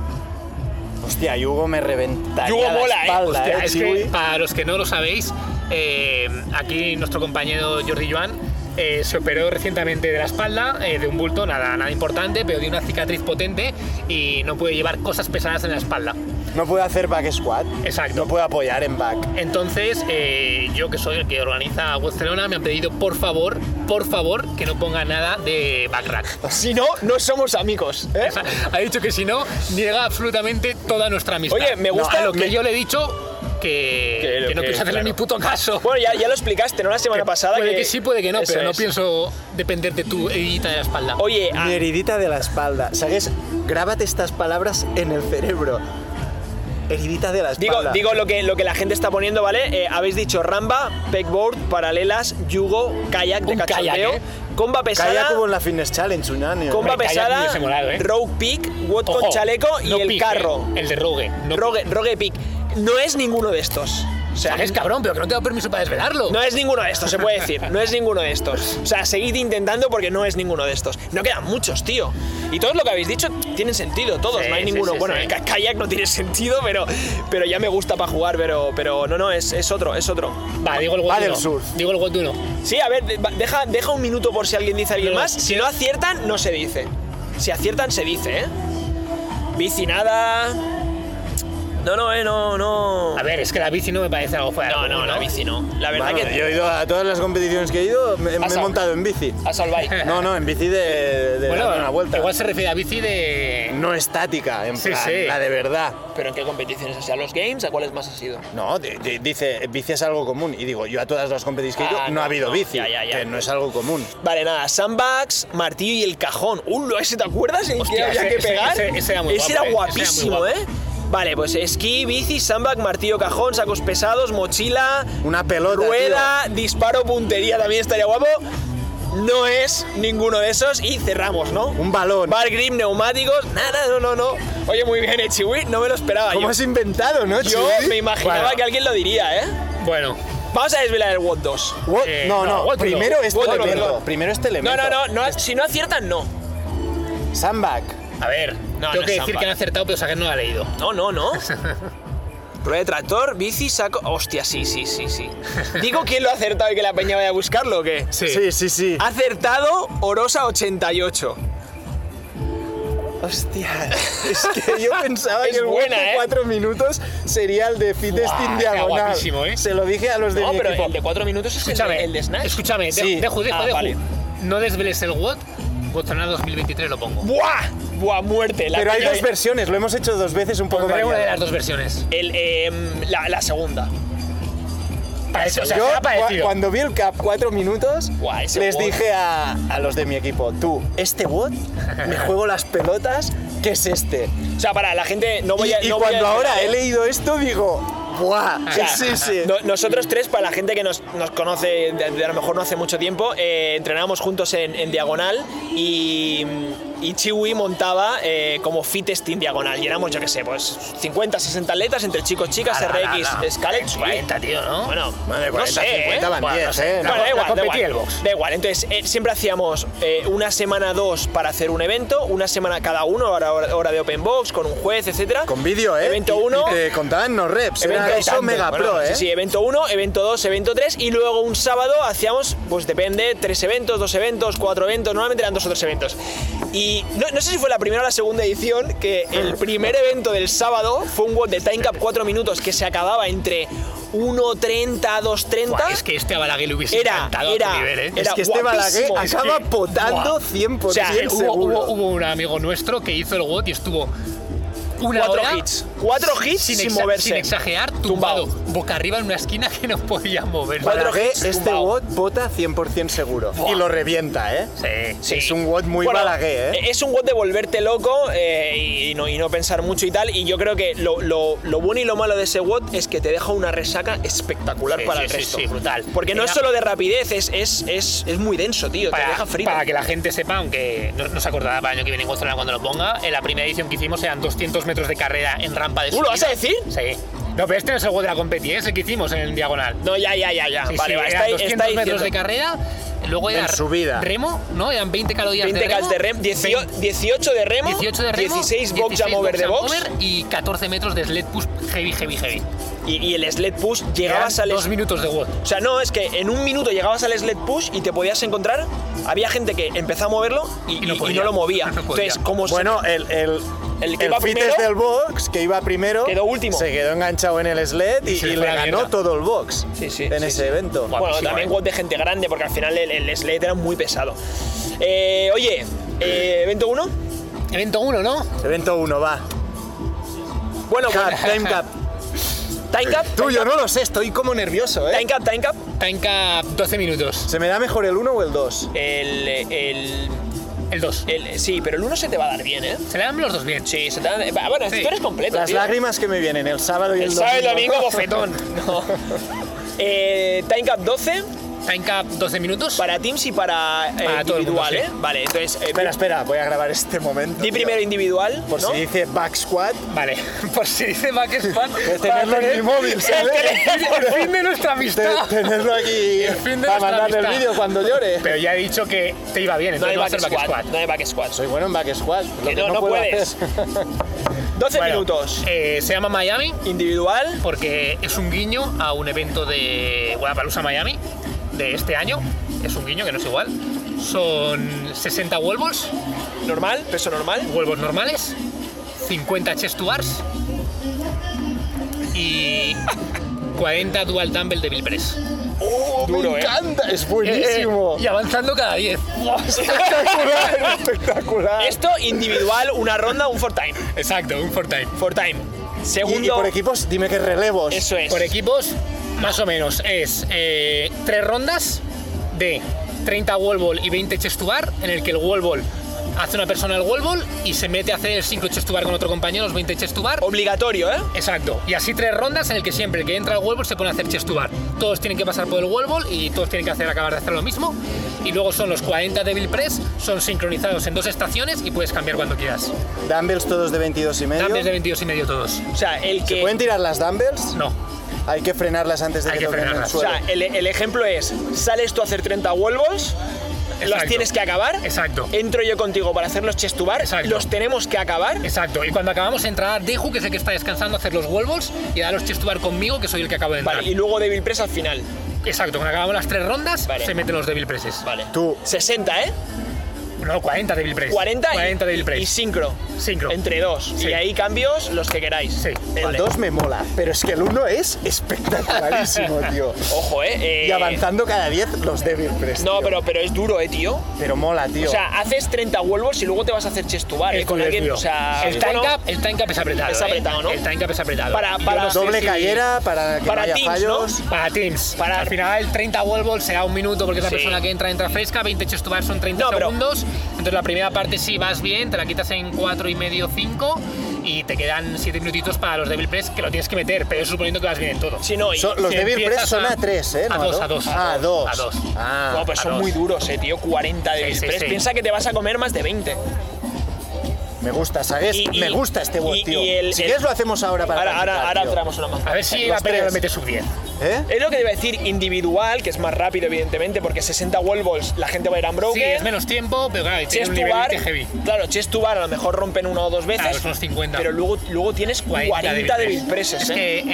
Speaker 3: Hostia, Yugo me reventaría
Speaker 1: Yugo
Speaker 3: la
Speaker 1: mola, ¿eh?
Speaker 3: espalda,
Speaker 1: Hostia,
Speaker 3: ¿eh,
Speaker 2: Es que,
Speaker 3: Chiwi?
Speaker 2: para los que no lo sabéis, eh, aquí nuestro compañero Jordi Joan eh, se operó recientemente de la espalda, eh, de un bulto, nada, nada importante, pero de una cicatriz potente y no puede llevar cosas pesadas en la espalda.
Speaker 3: No puedo hacer back squat.
Speaker 2: Exacto.
Speaker 3: No puedo apoyar en back.
Speaker 2: Entonces, eh, yo que soy el que organiza Barcelona, me han pedido por favor, por favor, que no ponga nada de backrack.
Speaker 1: Si no, no somos amigos. ¿eh?
Speaker 2: O sea, ha dicho que si no, niega absolutamente toda nuestra amistad.
Speaker 1: Oye, me
Speaker 2: No,
Speaker 1: gusta-
Speaker 2: a lo que
Speaker 1: me-
Speaker 2: yo le he dicho que,
Speaker 1: Que lo
Speaker 2: que no
Speaker 1: que-
Speaker 2: pienso hacerle
Speaker 1: claro.
Speaker 2: ni puto caso.
Speaker 1: Bueno, ya, ya lo explicaste, ¿no? La semana pasada.
Speaker 2: puede que, sí, puede que no,
Speaker 1: Eso
Speaker 2: pero no
Speaker 1: es.
Speaker 2: pienso depender de tu herida de la espalda.
Speaker 1: Oye, ah,
Speaker 3: Mi heridita de la espalda. ¿Sabes? Grábate estas palabras en el cerebro. Heridita de la
Speaker 1: digo,
Speaker 3: espalda.
Speaker 1: digo lo, que, lo que la gente está poniendo, ¿vale? Eh, habéis dicho ramba, pegboard, paralelas, yugo, kayak de
Speaker 2: Un kayak,
Speaker 1: cachondeo,
Speaker 2: ¿eh?
Speaker 1: comba pesada.
Speaker 3: Calla como en la Fitness Challenge, un año.
Speaker 1: Comba
Speaker 2: Hombre, kayak
Speaker 1: pesada,
Speaker 2: hubiese molado, ¿eh?
Speaker 1: rogue pick, WOD
Speaker 2: Ojo,
Speaker 1: con chaleco y
Speaker 2: no
Speaker 1: el
Speaker 2: pique,
Speaker 1: carro.
Speaker 2: El de Rogue. No
Speaker 1: Rogue, rogue pick. No es ninguno de estos. O sea,
Speaker 2: Es cabrón, pero que no tengo permiso para desvelarlo.
Speaker 1: no es ninguno de estos, se puede decir. No es ninguno de estos. O sea, seguid intentando porque no es ninguno de estos. No quedan muchos, tío. Y todo lo que habéis dicho tienen sentido, todos.
Speaker 2: Sí,
Speaker 1: no hay
Speaker 2: sí,
Speaker 1: ninguno.
Speaker 2: sí,
Speaker 1: bueno,
Speaker 2: sí.
Speaker 1: el ca- kayak no tiene sentido, pero, pero ya me gusta para jugar, pero, pero no, no, es, es otro, es otro.
Speaker 2: Va, digo el World
Speaker 3: Va del
Speaker 2: Uno.
Speaker 3: surf.
Speaker 2: Digo el World Uno.
Speaker 1: Sí, a ver, de- va- deja, deja un minuto por si alguien dice alguien
Speaker 2: No,
Speaker 1: más. Si no aciertan, no se dice. Si aciertan, se dice, ¿eh? Bici nada. No, no, eh, no, no.
Speaker 2: A ver, es que la bici no me parece algo fuera. de
Speaker 1: no,
Speaker 2: lo
Speaker 1: no,
Speaker 2: común,
Speaker 1: la bici no. La verdad
Speaker 3: Bueno,
Speaker 1: que.
Speaker 3: yo he ido a todas las competiciones que he ido, me, me he
Speaker 1: Pasa.
Speaker 3: montado en bici.
Speaker 1: A Solvay.
Speaker 3: No, no, en bici de, de
Speaker 2: Bueno,
Speaker 3: darme una vuelta.
Speaker 2: igual se refiere a bici de.
Speaker 3: No estática, en
Speaker 2: Sí,
Speaker 3: plan,
Speaker 2: sí.
Speaker 3: la de verdad.
Speaker 1: ¿Pero en qué competiciones? ¿Hacia los games? ¿A cuáles más has sido?
Speaker 3: No, de- de- dice, bici es algo común. Y digo, yo a todas las competiciones que he ido
Speaker 1: Ah,
Speaker 3: no,
Speaker 1: no,
Speaker 3: ha habido
Speaker 1: no,
Speaker 3: bici,
Speaker 1: ya, ya, ya.
Speaker 3: que no es algo común.
Speaker 1: Vale, nada, sandbags, martillo y el cajón. ¡Uh, ese te acuerdas! El que
Speaker 2: Hostia,
Speaker 1: había
Speaker 2: ese-
Speaker 1: que
Speaker 2: ese-
Speaker 1: pegar.
Speaker 2: ese- ese era muy guapo, eh,
Speaker 1: era
Speaker 2: ese era muy
Speaker 1: guapísimo,
Speaker 2: guapo.
Speaker 1: ¿eh? Vale, pues esquí, bici, sandbag, martillo, cajón, sacos pesados, mochila,
Speaker 3: Una pelota,
Speaker 1: rueda, disparo, puntería también estaría guapo. No es ninguno de esos y cerramos, ¿no?
Speaker 3: Un balón.
Speaker 1: Bar grip, neumáticos, nada, no, no, no. Oye, muy bien, eh, Chiwi, no me lo esperaba.
Speaker 3: ¿Cómo
Speaker 1: Yo,
Speaker 3: has inventado, no,
Speaker 1: yo
Speaker 3: Chiwi?
Speaker 1: me imaginaba
Speaker 2: Bueno.
Speaker 1: que alguien lo diría, ¿eh?
Speaker 2: Bueno,
Speaker 1: Vamos a desvelar el WOT 2.
Speaker 3: What?
Speaker 2: Eh,
Speaker 3: no,
Speaker 2: no,
Speaker 3: no,
Speaker 2: what
Speaker 3: primero
Speaker 2: no.
Speaker 3: este
Speaker 1: What no,
Speaker 3: elemento.
Speaker 1: perdón.
Speaker 3: Primero este
Speaker 1: No,
Speaker 3: elemento.
Speaker 1: no, no, no, si no aciertan, no.
Speaker 3: Sandbag.
Speaker 2: a ver,
Speaker 1: No, no
Speaker 2: tengo
Speaker 1: es
Speaker 2: que decir
Speaker 1: samba.
Speaker 2: que han acertado, pero Sagan no la ha leído.
Speaker 1: No, no, no. Rueda de tractor, bici, saco. Hostia, sí, sí, sí, sí. Digo quién lo ha acertado y que la peña vaya a buscarlo o qué.
Speaker 2: Sí.
Speaker 3: sí, sí. sí.
Speaker 1: Ha acertado Orosa88.
Speaker 3: Hostia, es que yo pensaba
Speaker 1: Es
Speaker 3: que el buena,
Speaker 1: buena, ¿eh?
Speaker 3: de 4 minutos sería el de
Speaker 2: Buah,
Speaker 3: Fitesting
Speaker 2: era
Speaker 3: diagonal.
Speaker 2: guapísimo, ¿eh?
Speaker 3: Se lo dije a los de mi equipo.
Speaker 1: de 4 minutos es
Speaker 2: Escúchame,
Speaker 1: Snatch.
Speaker 2: escúchame, de-
Speaker 3: Sí.
Speaker 2: dejo, dejo,
Speaker 1: Ah,
Speaker 2: dejo.
Speaker 1: vale.
Speaker 2: No desveles el WOT, Botswana 2023 lo pongo.
Speaker 1: ¡Buah! ¡Buah, muerte! La
Speaker 3: Pero hay
Speaker 1: peña-
Speaker 3: dos versiones, lo hemos hecho dos veces un poco
Speaker 2: Pondré una de las
Speaker 3: variado.
Speaker 2: dos versiones.
Speaker 1: El, em, la, la segunda.
Speaker 2: Para eso, o sea,
Speaker 3: Yo
Speaker 2: será
Speaker 3: cua-
Speaker 2: parecido.
Speaker 3: cuando vi el cap 4 minutos,
Speaker 1: Buah, ese
Speaker 3: les
Speaker 1: bot.
Speaker 3: dije a, a los de mi equipo, tú, este bot, me juego las pelotas, ¿qué es este?
Speaker 1: O sea, para la gente, no voy
Speaker 3: Y,
Speaker 1: a.
Speaker 3: y
Speaker 1: no voy a
Speaker 3: cuando ahora
Speaker 1: desvelar,
Speaker 3: he
Speaker 1: ¿eh?
Speaker 3: leído esto, digo, ¡buah!
Speaker 1: O sea,
Speaker 3: Sí, sí.
Speaker 1: no- nosotros tres, para la gente que nos, nos conoce de, de a lo mejor no hace mucho tiempo, eh, entrenábamos juntos en, en diagonal y, y Chiwi montaba eh, como fitesting diagonal. Y éramos, yo qué sé, pues 50, 60 letras entre chicos, chicas,
Speaker 2: Ala, ala,
Speaker 1: RX,
Speaker 2: ala.
Speaker 1: Scarlett. sí.
Speaker 2: 40, tío, ¿no?
Speaker 1: Bueno,
Speaker 3: Bueno, de
Speaker 1: no
Speaker 3: 40,
Speaker 1: sé, ¿eh?
Speaker 3: 50 van
Speaker 2: Bueno,
Speaker 3: 10,
Speaker 2: no sé,
Speaker 3: ¿eh?
Speaker 2: la-
Speaker 1: Bueno, da igual, da
Speaker 2: competí
Speaker 1: igual.
Speaker 2: el box.
Speaker 1: Da igual. Entonces, eh, siempre hacíamos eh, una semana, dos para hacer un evento, una semana cada uno, hora, hora- hora de open box, con un juez, etcétera.
Speaker 3: Con vídeo, ¿eh?
Speaker 1: Evento
Speaker 3: Y- y
Speaker 1: 1.
Speaker 3: Te contaban no reps, era eso
Speaker 1: tanto.
Speaker 3: mega
Speaker 1: Bueno,
Speaker 3: pro, ¿eh?
Speaker 1: Sí, sí, evento 1, evento 2, evento 3 y luego un sábado hacíamos, pues depende, tres eventos, dos eventos, cuatro eventos, normalmente eran dos o tres eventos. Y no, no sé si fue la primera o la segunda edición que el primer evento del sábado fue un WOT de Time Cap 4 minutos que se acababa entre 1.30, 2.30.
Speaker 2: Buah, es que este a Balaguer le hubiese
Speaker 1: Era-
Speaker 2: encantado a tu
Speaker 1: era-
Speaker 2: nivel, ¿eh?
Speaker 1: era-
Speaker 3: es que este Balaguer
Speaker 1: guapísimo, es
Speaker 3: acaba
Speaker 2: que-
Speaker 3: potando
Speaker 2: Buah.
Speaker 3: 100%
Speaker 1: O sea,
Speaker 2: Eh, hubo,
Speaker 3: seguro.
Speaker 2: hubo- hubo un amigo nuestro que hizo el WOT y estuvo una
Speaker 1: Cuatro
Speaker 2: hora
Speaker 1: hits. Cuatro hits sin
Speaker 2: exa-
Speaker 1: moverse.
Speaker 2: Sin exagerar,
Speaker 1: Tumbado.
Speaker 2: tumbado, boca arriba en una esquina que no podía mover.
Speaker 1: Cuatro
Speaker 3: Balaguer,
Speaker 1: hits
Speaker 3: este
Speaker 1: tumbao.
Speaker 3: bot vota 100% seguro. Y lo revienta, ¿eh?
Speaker 2: Sí,
Speaker 1: Sí.
Speaker 3: Es un WOT muy
Speaker 1: Bueno,
Speaker 3: Balaguer, ¿eh?
Speaker 1: Es un WOT de volverte loco eh, y, y no, y no pensar mucho y tal. Y yo creo que lo, lo- lo bueno y lo malo de ese WOT es que te deja una resaca espectacular
Speaker 2: Sí,
Speaker 1: para
Speaker 2: sí,
Speaker 1: el
Speaker 2: sí,
Speaker 1: resto.
Speaker 2: sí, brutal.
Speaker 1: Porque no
Speaker 2: Era-
Speaker 1: es solo de rapidez, es, es, es, es muy denso, tío. te
Speaker 2: Para,
Speaker 1: deja frito.
Speaker 2: para que la gente sepa, aunque no, no se acordará para el año que viene en Barcelona cuando lo ponga, en la primera edición que hicimos eran 200 metros de carrera en rampa de
Speaker 1: ¿Tú ¡Uh, lo vas a
Speaker 2: subida.
Speaker 1: decir?
Speaker 2: Sí. No, pero este no es el WOT de la competi, ¿eh? es el que hicimos en el diagonal.
Speaker 1: No, ya, ya, ya, ya.
Speaker 2: Sí, sí,
Speaker 1: Ah, vale, va,
Speaker 2: eran
Speaker 1: está,
Speaker 2: 200
Speaker 1: está
Speaker 2: metros de
Speaker 1: diciendo.
Speaker 2: carrera, luego era
Speaker 3: En subida.
Speaker 2: remo, ¿no? Eran 20 calorías
Speaker 1: 20
Speaker 2: de
Speaker 1: cal
Speaker 2: remo.
Speaker 1: de rem, 18, 18 de remo,
Speaker 2: 18 de remo,
Speaker 1: 16 box jam
Speaker 2: 16
Speaker 1: over de
Speaker 2: jam
Speaker 1: box.
Speaker 2: over y 14 metros de sled push heavy, heavy, heavy.
Speaker 1: Y, y el sled push llegabas
Speaker 2: Eran
Speaker 1: al
Speaker 2: dos minutos de WOD.
Speaker 1: o sea, no, es que en un minuto llegabas al sled push y te podías encontrar. Había gente que empezó a moverlo y,
Speaker 2: Y no
Speaker 1: y- y
Speaker 2: podía.
Speaker 1: no lo movía.
Speaker 2: No podía.
Speaker 1: Entonces, como se-
Speaker 3: Bueno, el, el,
Speaker 1: El que
Speaker 3: el
Speaker 1: iba
Speaker 3: Fites
Speaker 1: primero-
Speaker 3: del box, que iba primero,
Speaker 1: Quedó último.
Speaker 3: se quedó enganchado en el sled y,
Speaker 2: se le
Speaker 3: y
Speaker 2: fue
Speaker 3: le
Speaker 2: la
Speaker 3: ganó
Speaker 2: mierda.
Speaker 3: todo el box
Speaker 1: Sí, sí,
Speaker 3: en
Speaker 1: sí,
Speaker 3: ese
Speaker 1: sí.
Speaker 3: evento.
Speaker 2: Guau.
Speaker 1: Bueno,
Speaker 2: Guapísimo,
Speaker 1: también
Speaker 2: eh.
Speaker 1: WOD de gente grande, porque al final el, el sled era muy pesado. Eh, oye, eh, evento 1.
Speaker 2: Evento 1, ¿no?
Speaker 3: Evento 1, va.
Speaker 1: Bueno,
Speaker 3: Cap, time cap.
Speaker 1: Time Cap.
Speaker 3: Eh, Tuyo, no lo sé, estoy como nervioso,
Speaker 1: Time
Speaker 3: ¿eh?
Speaker 1: Cap, Time Cap.
Speaker 2: Time Cap 12 minutos.
Speaker 3: ¿Se me da mejor el 1 o el 2?
Speaker 1: El, el,
Speaker 2: El 2.
Speaker 1: el- Sí, pero el 1 se te va a dar bien, ¿eh?
Speaker 2: Se le dan los dos bien.
Speaker 1: Sí, se te va a dar. va, Bueno,
Speaker 2: Sí.
Speaker 1: tú eres completo.
Speaker 3: Las
Speaker 1: tío.
Speaker 3: lágrimas que me vienen el sábado y el,
Speaker 1: El sábado y el
Speaker 3: domingo.
Speaker 1: domingo, bofetón. No. Eh, time Cap 12
Speaker 2: Time Cap 12 minutos.
Speaker 1: para teams y para, eh,
Speaker 2: Para todo el mundo,
Speaker 1: individual,
Speaker 2: sí.
Speaker 1: ¿eh? Vale, entonces. eh,
Speaker 3: Espera, espera, voy a grabar este momento.
Speaker 1: Di
Speaker 3: tío.
Speaker 1: primero individual,
Speaker 3: Por
Speaker 1: ¿no?
Speaker 3: si dice back squat,
Speaker 2: Vale, por si dice Back Span.
Speaker 3: de tenerlo en mi móvil, ¿sabes?
Speaker 2: El fin de nuestra
Speaker 3: Te-
Speaker 2: amistad.
Speaker 3: tenerlo aquí
Speaker 2: El fin de
Speaker 3: para
Speaker 2: nuestra
Speaker 3: mandarle el
Speaker 2: amistad.
Speaker 3: vídeo cuando llore.
Speaker 2: Pero ya he dicho que te iba bien,
Speaker 1: No
Speaker 2: entonces
Speaker 1: hay
Speaker 2: no va a
Speaker 1: back
Speaker 2: ser Back
Speaker 1: squat,
Speaker 2: Squat.
Speaker 1: No hay back squat.
Speaker 3: Soy bueno en back squat, lo que
Speaker 1: no,
Speaker 3: no,
Speaker 1: no
Speaker 3: puedo
Speaker 1: puedes.
Speaker 3: hacer.
Speaker 1: 12
Speaker 2: Bueno,
Speaker 1: minutos.
Speaker 2: eh, se llama Miami
Speaker 1: Individual.
Speaker 2: porque es un guiño a un evento de Guadalajara Miami de este año. Es un guiño que no es igual. Son 60 wall balls,
Speaker 1: Normal, peso normal.
Speaker 2: huevos normales, 50 chest to bars y 40 dual dumbbell de Bill press.
Speaker 1: Oh, Duro, ¿eh?
Speaker 3: encanta, es
Speaker 2: Eh, eh, y avanzando cada 10.
Speaker 3: espectacular, ¿eh? espectacular.
Speaker 1: Esto individual, una ronda, un for time.
Speaker 2: Exacto, un four time.
Speaker 1: For time.
Speaker 3: Y-
Speaker 1: Segundo.
Speaker 3: y, por equipos, dime que relevos.
Speaker 1: Eso es.
Speaker 2: Por equipos, más o menos, es eh, tres rondas de 30 wall ball y 20 chest to bar, en el que el wall ball hace una persona el wall ball y se mete a hacer 5 chest to bar con otro compañero, los 20 chest to bar.
Speaker 1: Obligatorio, ¿eh?
Speaker 2: Exacto. Y así tres rondas en el que siempre el que entra al wall ball se pone a hacer chest to bar. Todos tienen que pasar por el wall ball y todos tienen que hacer acabar de hacer lo mismo. Y luego son los 40 Devil Press, son sincronizados en dos estaciones y puedes cambiar cuando quieras.
Speaker 3: Dumbbells todos de 22 y medio.
Speaker 2: Dumbbells de 22 y medio todos.
Speaker 1: O sea, el que.
Speaker 3: ¿Pueden tirar las dumbbells?
Speaker 2: No.
Speaker 3: Hay que frenarlas antes de
Speaker 2: Hay que
Speaker 3: que, toquen el
Speaker 2: frenarlas.
Speaker 1: o
Speaker 3: suelo.
Speaker 1: sea, el, el ejemplo es: sales tú a hacer 30 huevos, los
Speaker 2: Exacto.
Speaker 1: tienes que acabar.
Speaker 2: Exacto.
Speaker 1: Entro yo contigo para hacer los chest to bar,
Speaker 2: Exacto.
Speaker 1: los tenemos que acabar.
Speaker 2: Exacto, y cuando acabamos entrará Deju, que es el que está descansando, a hacer los huevos y a dar los chestubar conmigo, que soy el que acabo de entrar.
Speaker 1: Vale, y luego Devil Press al final.
Speaker 2: Exacto, cuando acabamos las tres rondas,
Speaker 1: Vale.
Speaker 2: se meten los Devil Presses.
Speaker 1: Vale.
Speaker 3: Tú.
Speaker 1: 60, ¿eh?
Speaker 2: No, 40 Devil Press.
Speaker 1: 40, y-
Speaker 2: 40 Devil
Speaker 1: y
Speaker 2: Press.
Speaker 1: sincro.
Speaker 2: Sincro.
Speaker 1: Entre dos.
Speaker 2: Sí.
Speaker 1: Y ahí cambios los que queráis.
Speaker 2: Sí.
Speaker 1: Eh,
Speaker 3: El
Speaker 1: vale.
Speaker 3: 2 me mola, pero es que el 1 es espectacularísimo, tío.
Speaker 1: Ojo, eh. eh,
Speaker 3: Y avanzando cada 10 los Devil Press.
Speaker 1: No,
Speaker 3: tío.
Speaker 1: pero, pero es duro, eh, tío.
Speaker 3: Pero mola, tío.
Speaker 1: O sea, haces 30 huevos y luego te vas a hacer chestubar, eh,
Speaker 2: Es
Speaker 1: con alguien.
Speaker 2: divertido.
Speaker 1: O sea,
Speaker 2: el, time
Speaker 1: bueno,
Speaker 2: cap, el time cap es apretado.
Speaker 1: Es
Speaker 2: ¿eh?
Speaker 1: apretado, ¿no?
Speaker 2: El time cap es apretado.
Speaker 1: Para-
Speaker 2: Yo
Speaker 1: para-
Speaker 2: no sé
Speaker 3: Doble
Speaker 2: si-
Speaker 3: cayera para que
Speaker 1: para
Speaker 3: no haya
Speaker 1: teams,
Speaker 3: fallos.
Speaker 2: Para teams.
Speaker 1: Para-
Speaker 2: Al final, 30 wall balls será un minuto porque es la
Speaker 1: Sí.
Speaker 2: persona que entra entra fresca, 20 chest to bar son 30
Speaker 1: No, pero-
Speaker 2: segundos. Entonces, la primera parte sí vas bien, te la quitas en 4 y medio, 5 y te quedan 7 minutitos para los Devil Press que lo tienes que meter, pero eso suponiendo que vas bien en todo.
Speaker 1: Si no, y-
Speaker 3: So- los
Speaker 2: si
Speaker 3: Devil
Speaker 2: empiezas
Speaker 3: Press son
Speaker 2: a-
Speaker 3: a 3, ¿eh?
Speaker 2: a
Speaker 3: No
Speaker 2: dos, a dos,
Speaker 3: Ah,
Speaker 2: a
Speaker 3: a
Speaker 2: dos,
Speaker 3: 2.
Speaker 2: a dos.
Speaker 3: Ah.
Speaker 1: No, pues
Speaker 2: a
Speaker 1: son
Speaker 2: dos.
Speaker 1: muy duros, eh, tío. 40 de
Speaker 2: Sí, sí,
Speaker 1: Press.
Speaker 2: sí.
Speaker 1: Piensa que te vas a comer más de 20.
Speaker 3: Me gusta, ¿sabes?
Speaker 1: Y- y-
Speaker 3: me gusta este bot,
Speaker 1: y-
Speaker 3: tío.
Speaker 1: y el-
Speaker 3: si
Speaker 1: el-
Speaker 3: quieres lo hacemos ahora para
Speaker 1: Ahora,
Speaker 3: practicar,
Speaker 1: ahora, ahora
Speaker 3: tío.
Speaker 1: entramos una más.
Speaker 2: A ver si
Speaker 3: Los
Speaker 2: la pelea lo
Speaker 3: tres.
Speaker 2: mete sub 10.
Speaker 3: ¿Eh?
Speaker 1: Es lo que te iba a decir, individual, que es más rápido, evidentemente, porque 60 wall balls la gente va a ir
Speaker 2: Sí,
Speaker 1: unbroken.
Speaker 2: es menos tiempo, pero claro, tiene
Speaker 1: Chest
Speaker 2: un
Speaker 1: to
Speaker 2: nivel
Speaker 1: bar,
Speaker 2: de heavy.
Speaker 1: claro, chest to bar a lo mejor rompen una o dos veces,
Speaker 2: Claro, son los 50.
Speaker 1: pero luego, luego tienes 40, de
Speaker 2: Devil
Speaker 1: bill presses,
Speaker 2: Es
Speaker 1: ¿eh?
Speaker 2: que en.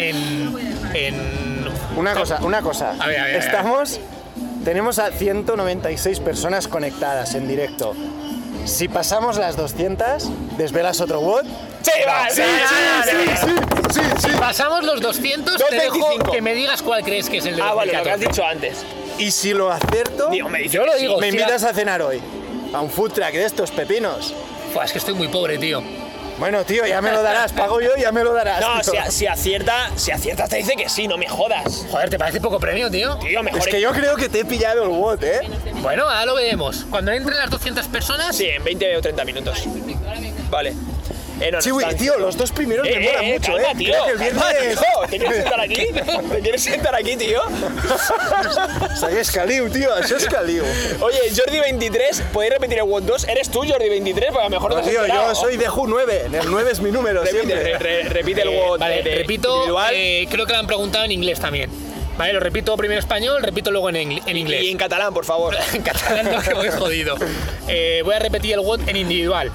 Speaker 2: en-
Speaker 3: Una cosa, una cosa.
Speaker 2: A ver, a ver, a ver.
Speaker 3: Estamos. Tenemos a 196 personas conectadas en directo. Si pasamos las 200, desvelas otro bot.
Speaker 1: ¡Sí, va!
Speaker 2: Sí,
Speaker 1: va, va, va, va.
Speaker 3: sí, sí,
Speaker 2: Pasamos los 200, te dejo
Speaker 1: 225.
Speaker 2: que me digas cuál crees que es el de
Speaker 1: Ah, vale, lo que has
Speaker 2: 2014.
Speaker 1: dicho antes.
Speaker 3: Y si lo acierto,
Speaker 1: Digo, me dice
Speaker 2: Yo lo
Speaker 1: que sí.
Speaker 2: digo,
Speaker 3: me
Speaker 2: hostia.
Speaker 3: invitas a cenar hoy. A un food track de estos pepinos.
Speaker 2: Fua, es que estoy muy pobre, tío.
Speaker 3: Bueno, tío, ya me lo darás. Pago yo, ya me lo darás.
Speaker 1: No,
Speaker 3: tío.
Speaker 1: si, a- si acierta, si aciertas te dice que sí, no me jodas.
Speaker 2: Joder, ¿te parece poco premio, tío?
Speaker 1: Tío, mejor
Speaker 3: Es que yo creo que te he pillado el bot, ¿eh?
Speaker 2: Bueno, ahora lo veremos. Cuando entren las 200 personas,
Speaker 1: Sí, en 20 o 30 minutos. Vale. Eh, no, no,
Speaker 3: Sí, güey,
Speaker 1: está-
Speaker 3: tío, los dos primeros
Speaker 1: Eh,
Speaker 3: me molan
Speaker 1: eh,
Speaker 3: mucho,
Speaker 1: calma,
Speaker 3: ¿eh?
Speaker 1: tío,
Speaker 3: Creo que el
Speaker 1: calma,
Speaker 3: viernes...
Speaker 1: tío, ¿Te quieres sentar aquí? ¿Te quieres sentar aquí, tío?
Speaker 3: Això és caliu, tio, això és caliu.
Speaker 1: Oye, Jordi23, ¿podéis repetir el WOT 2? ¿Eres tú, Jordi23? Porque a lo mejor no te
Speaker 3: No,
Speaker 1: has
Speaker 3: Pues, tío,
Speaker 1: enterado.
Speaker 3: yo soy de Ju9, el 9 es mi número
Speaker 1: Repite, re-
Speaker 3: siempre.
Speaker 1: re- repite el
Speaker 2: Eh,
Speaker 1: WOT.
Speaker 2: vale,
Speaker 1: de- de
Speaker 2: repito,
Speaker 1: individual
Speaker 2: eh, creo que lo han preguntado en inglés también. Vale, lo repito primero en español, repito luego en, engl- en inglés.
Speaker 1: y en catalán, por favor.
Speaker 2: en catalán no, que voy jodido. Eh, voy a repetir el WOD en individual.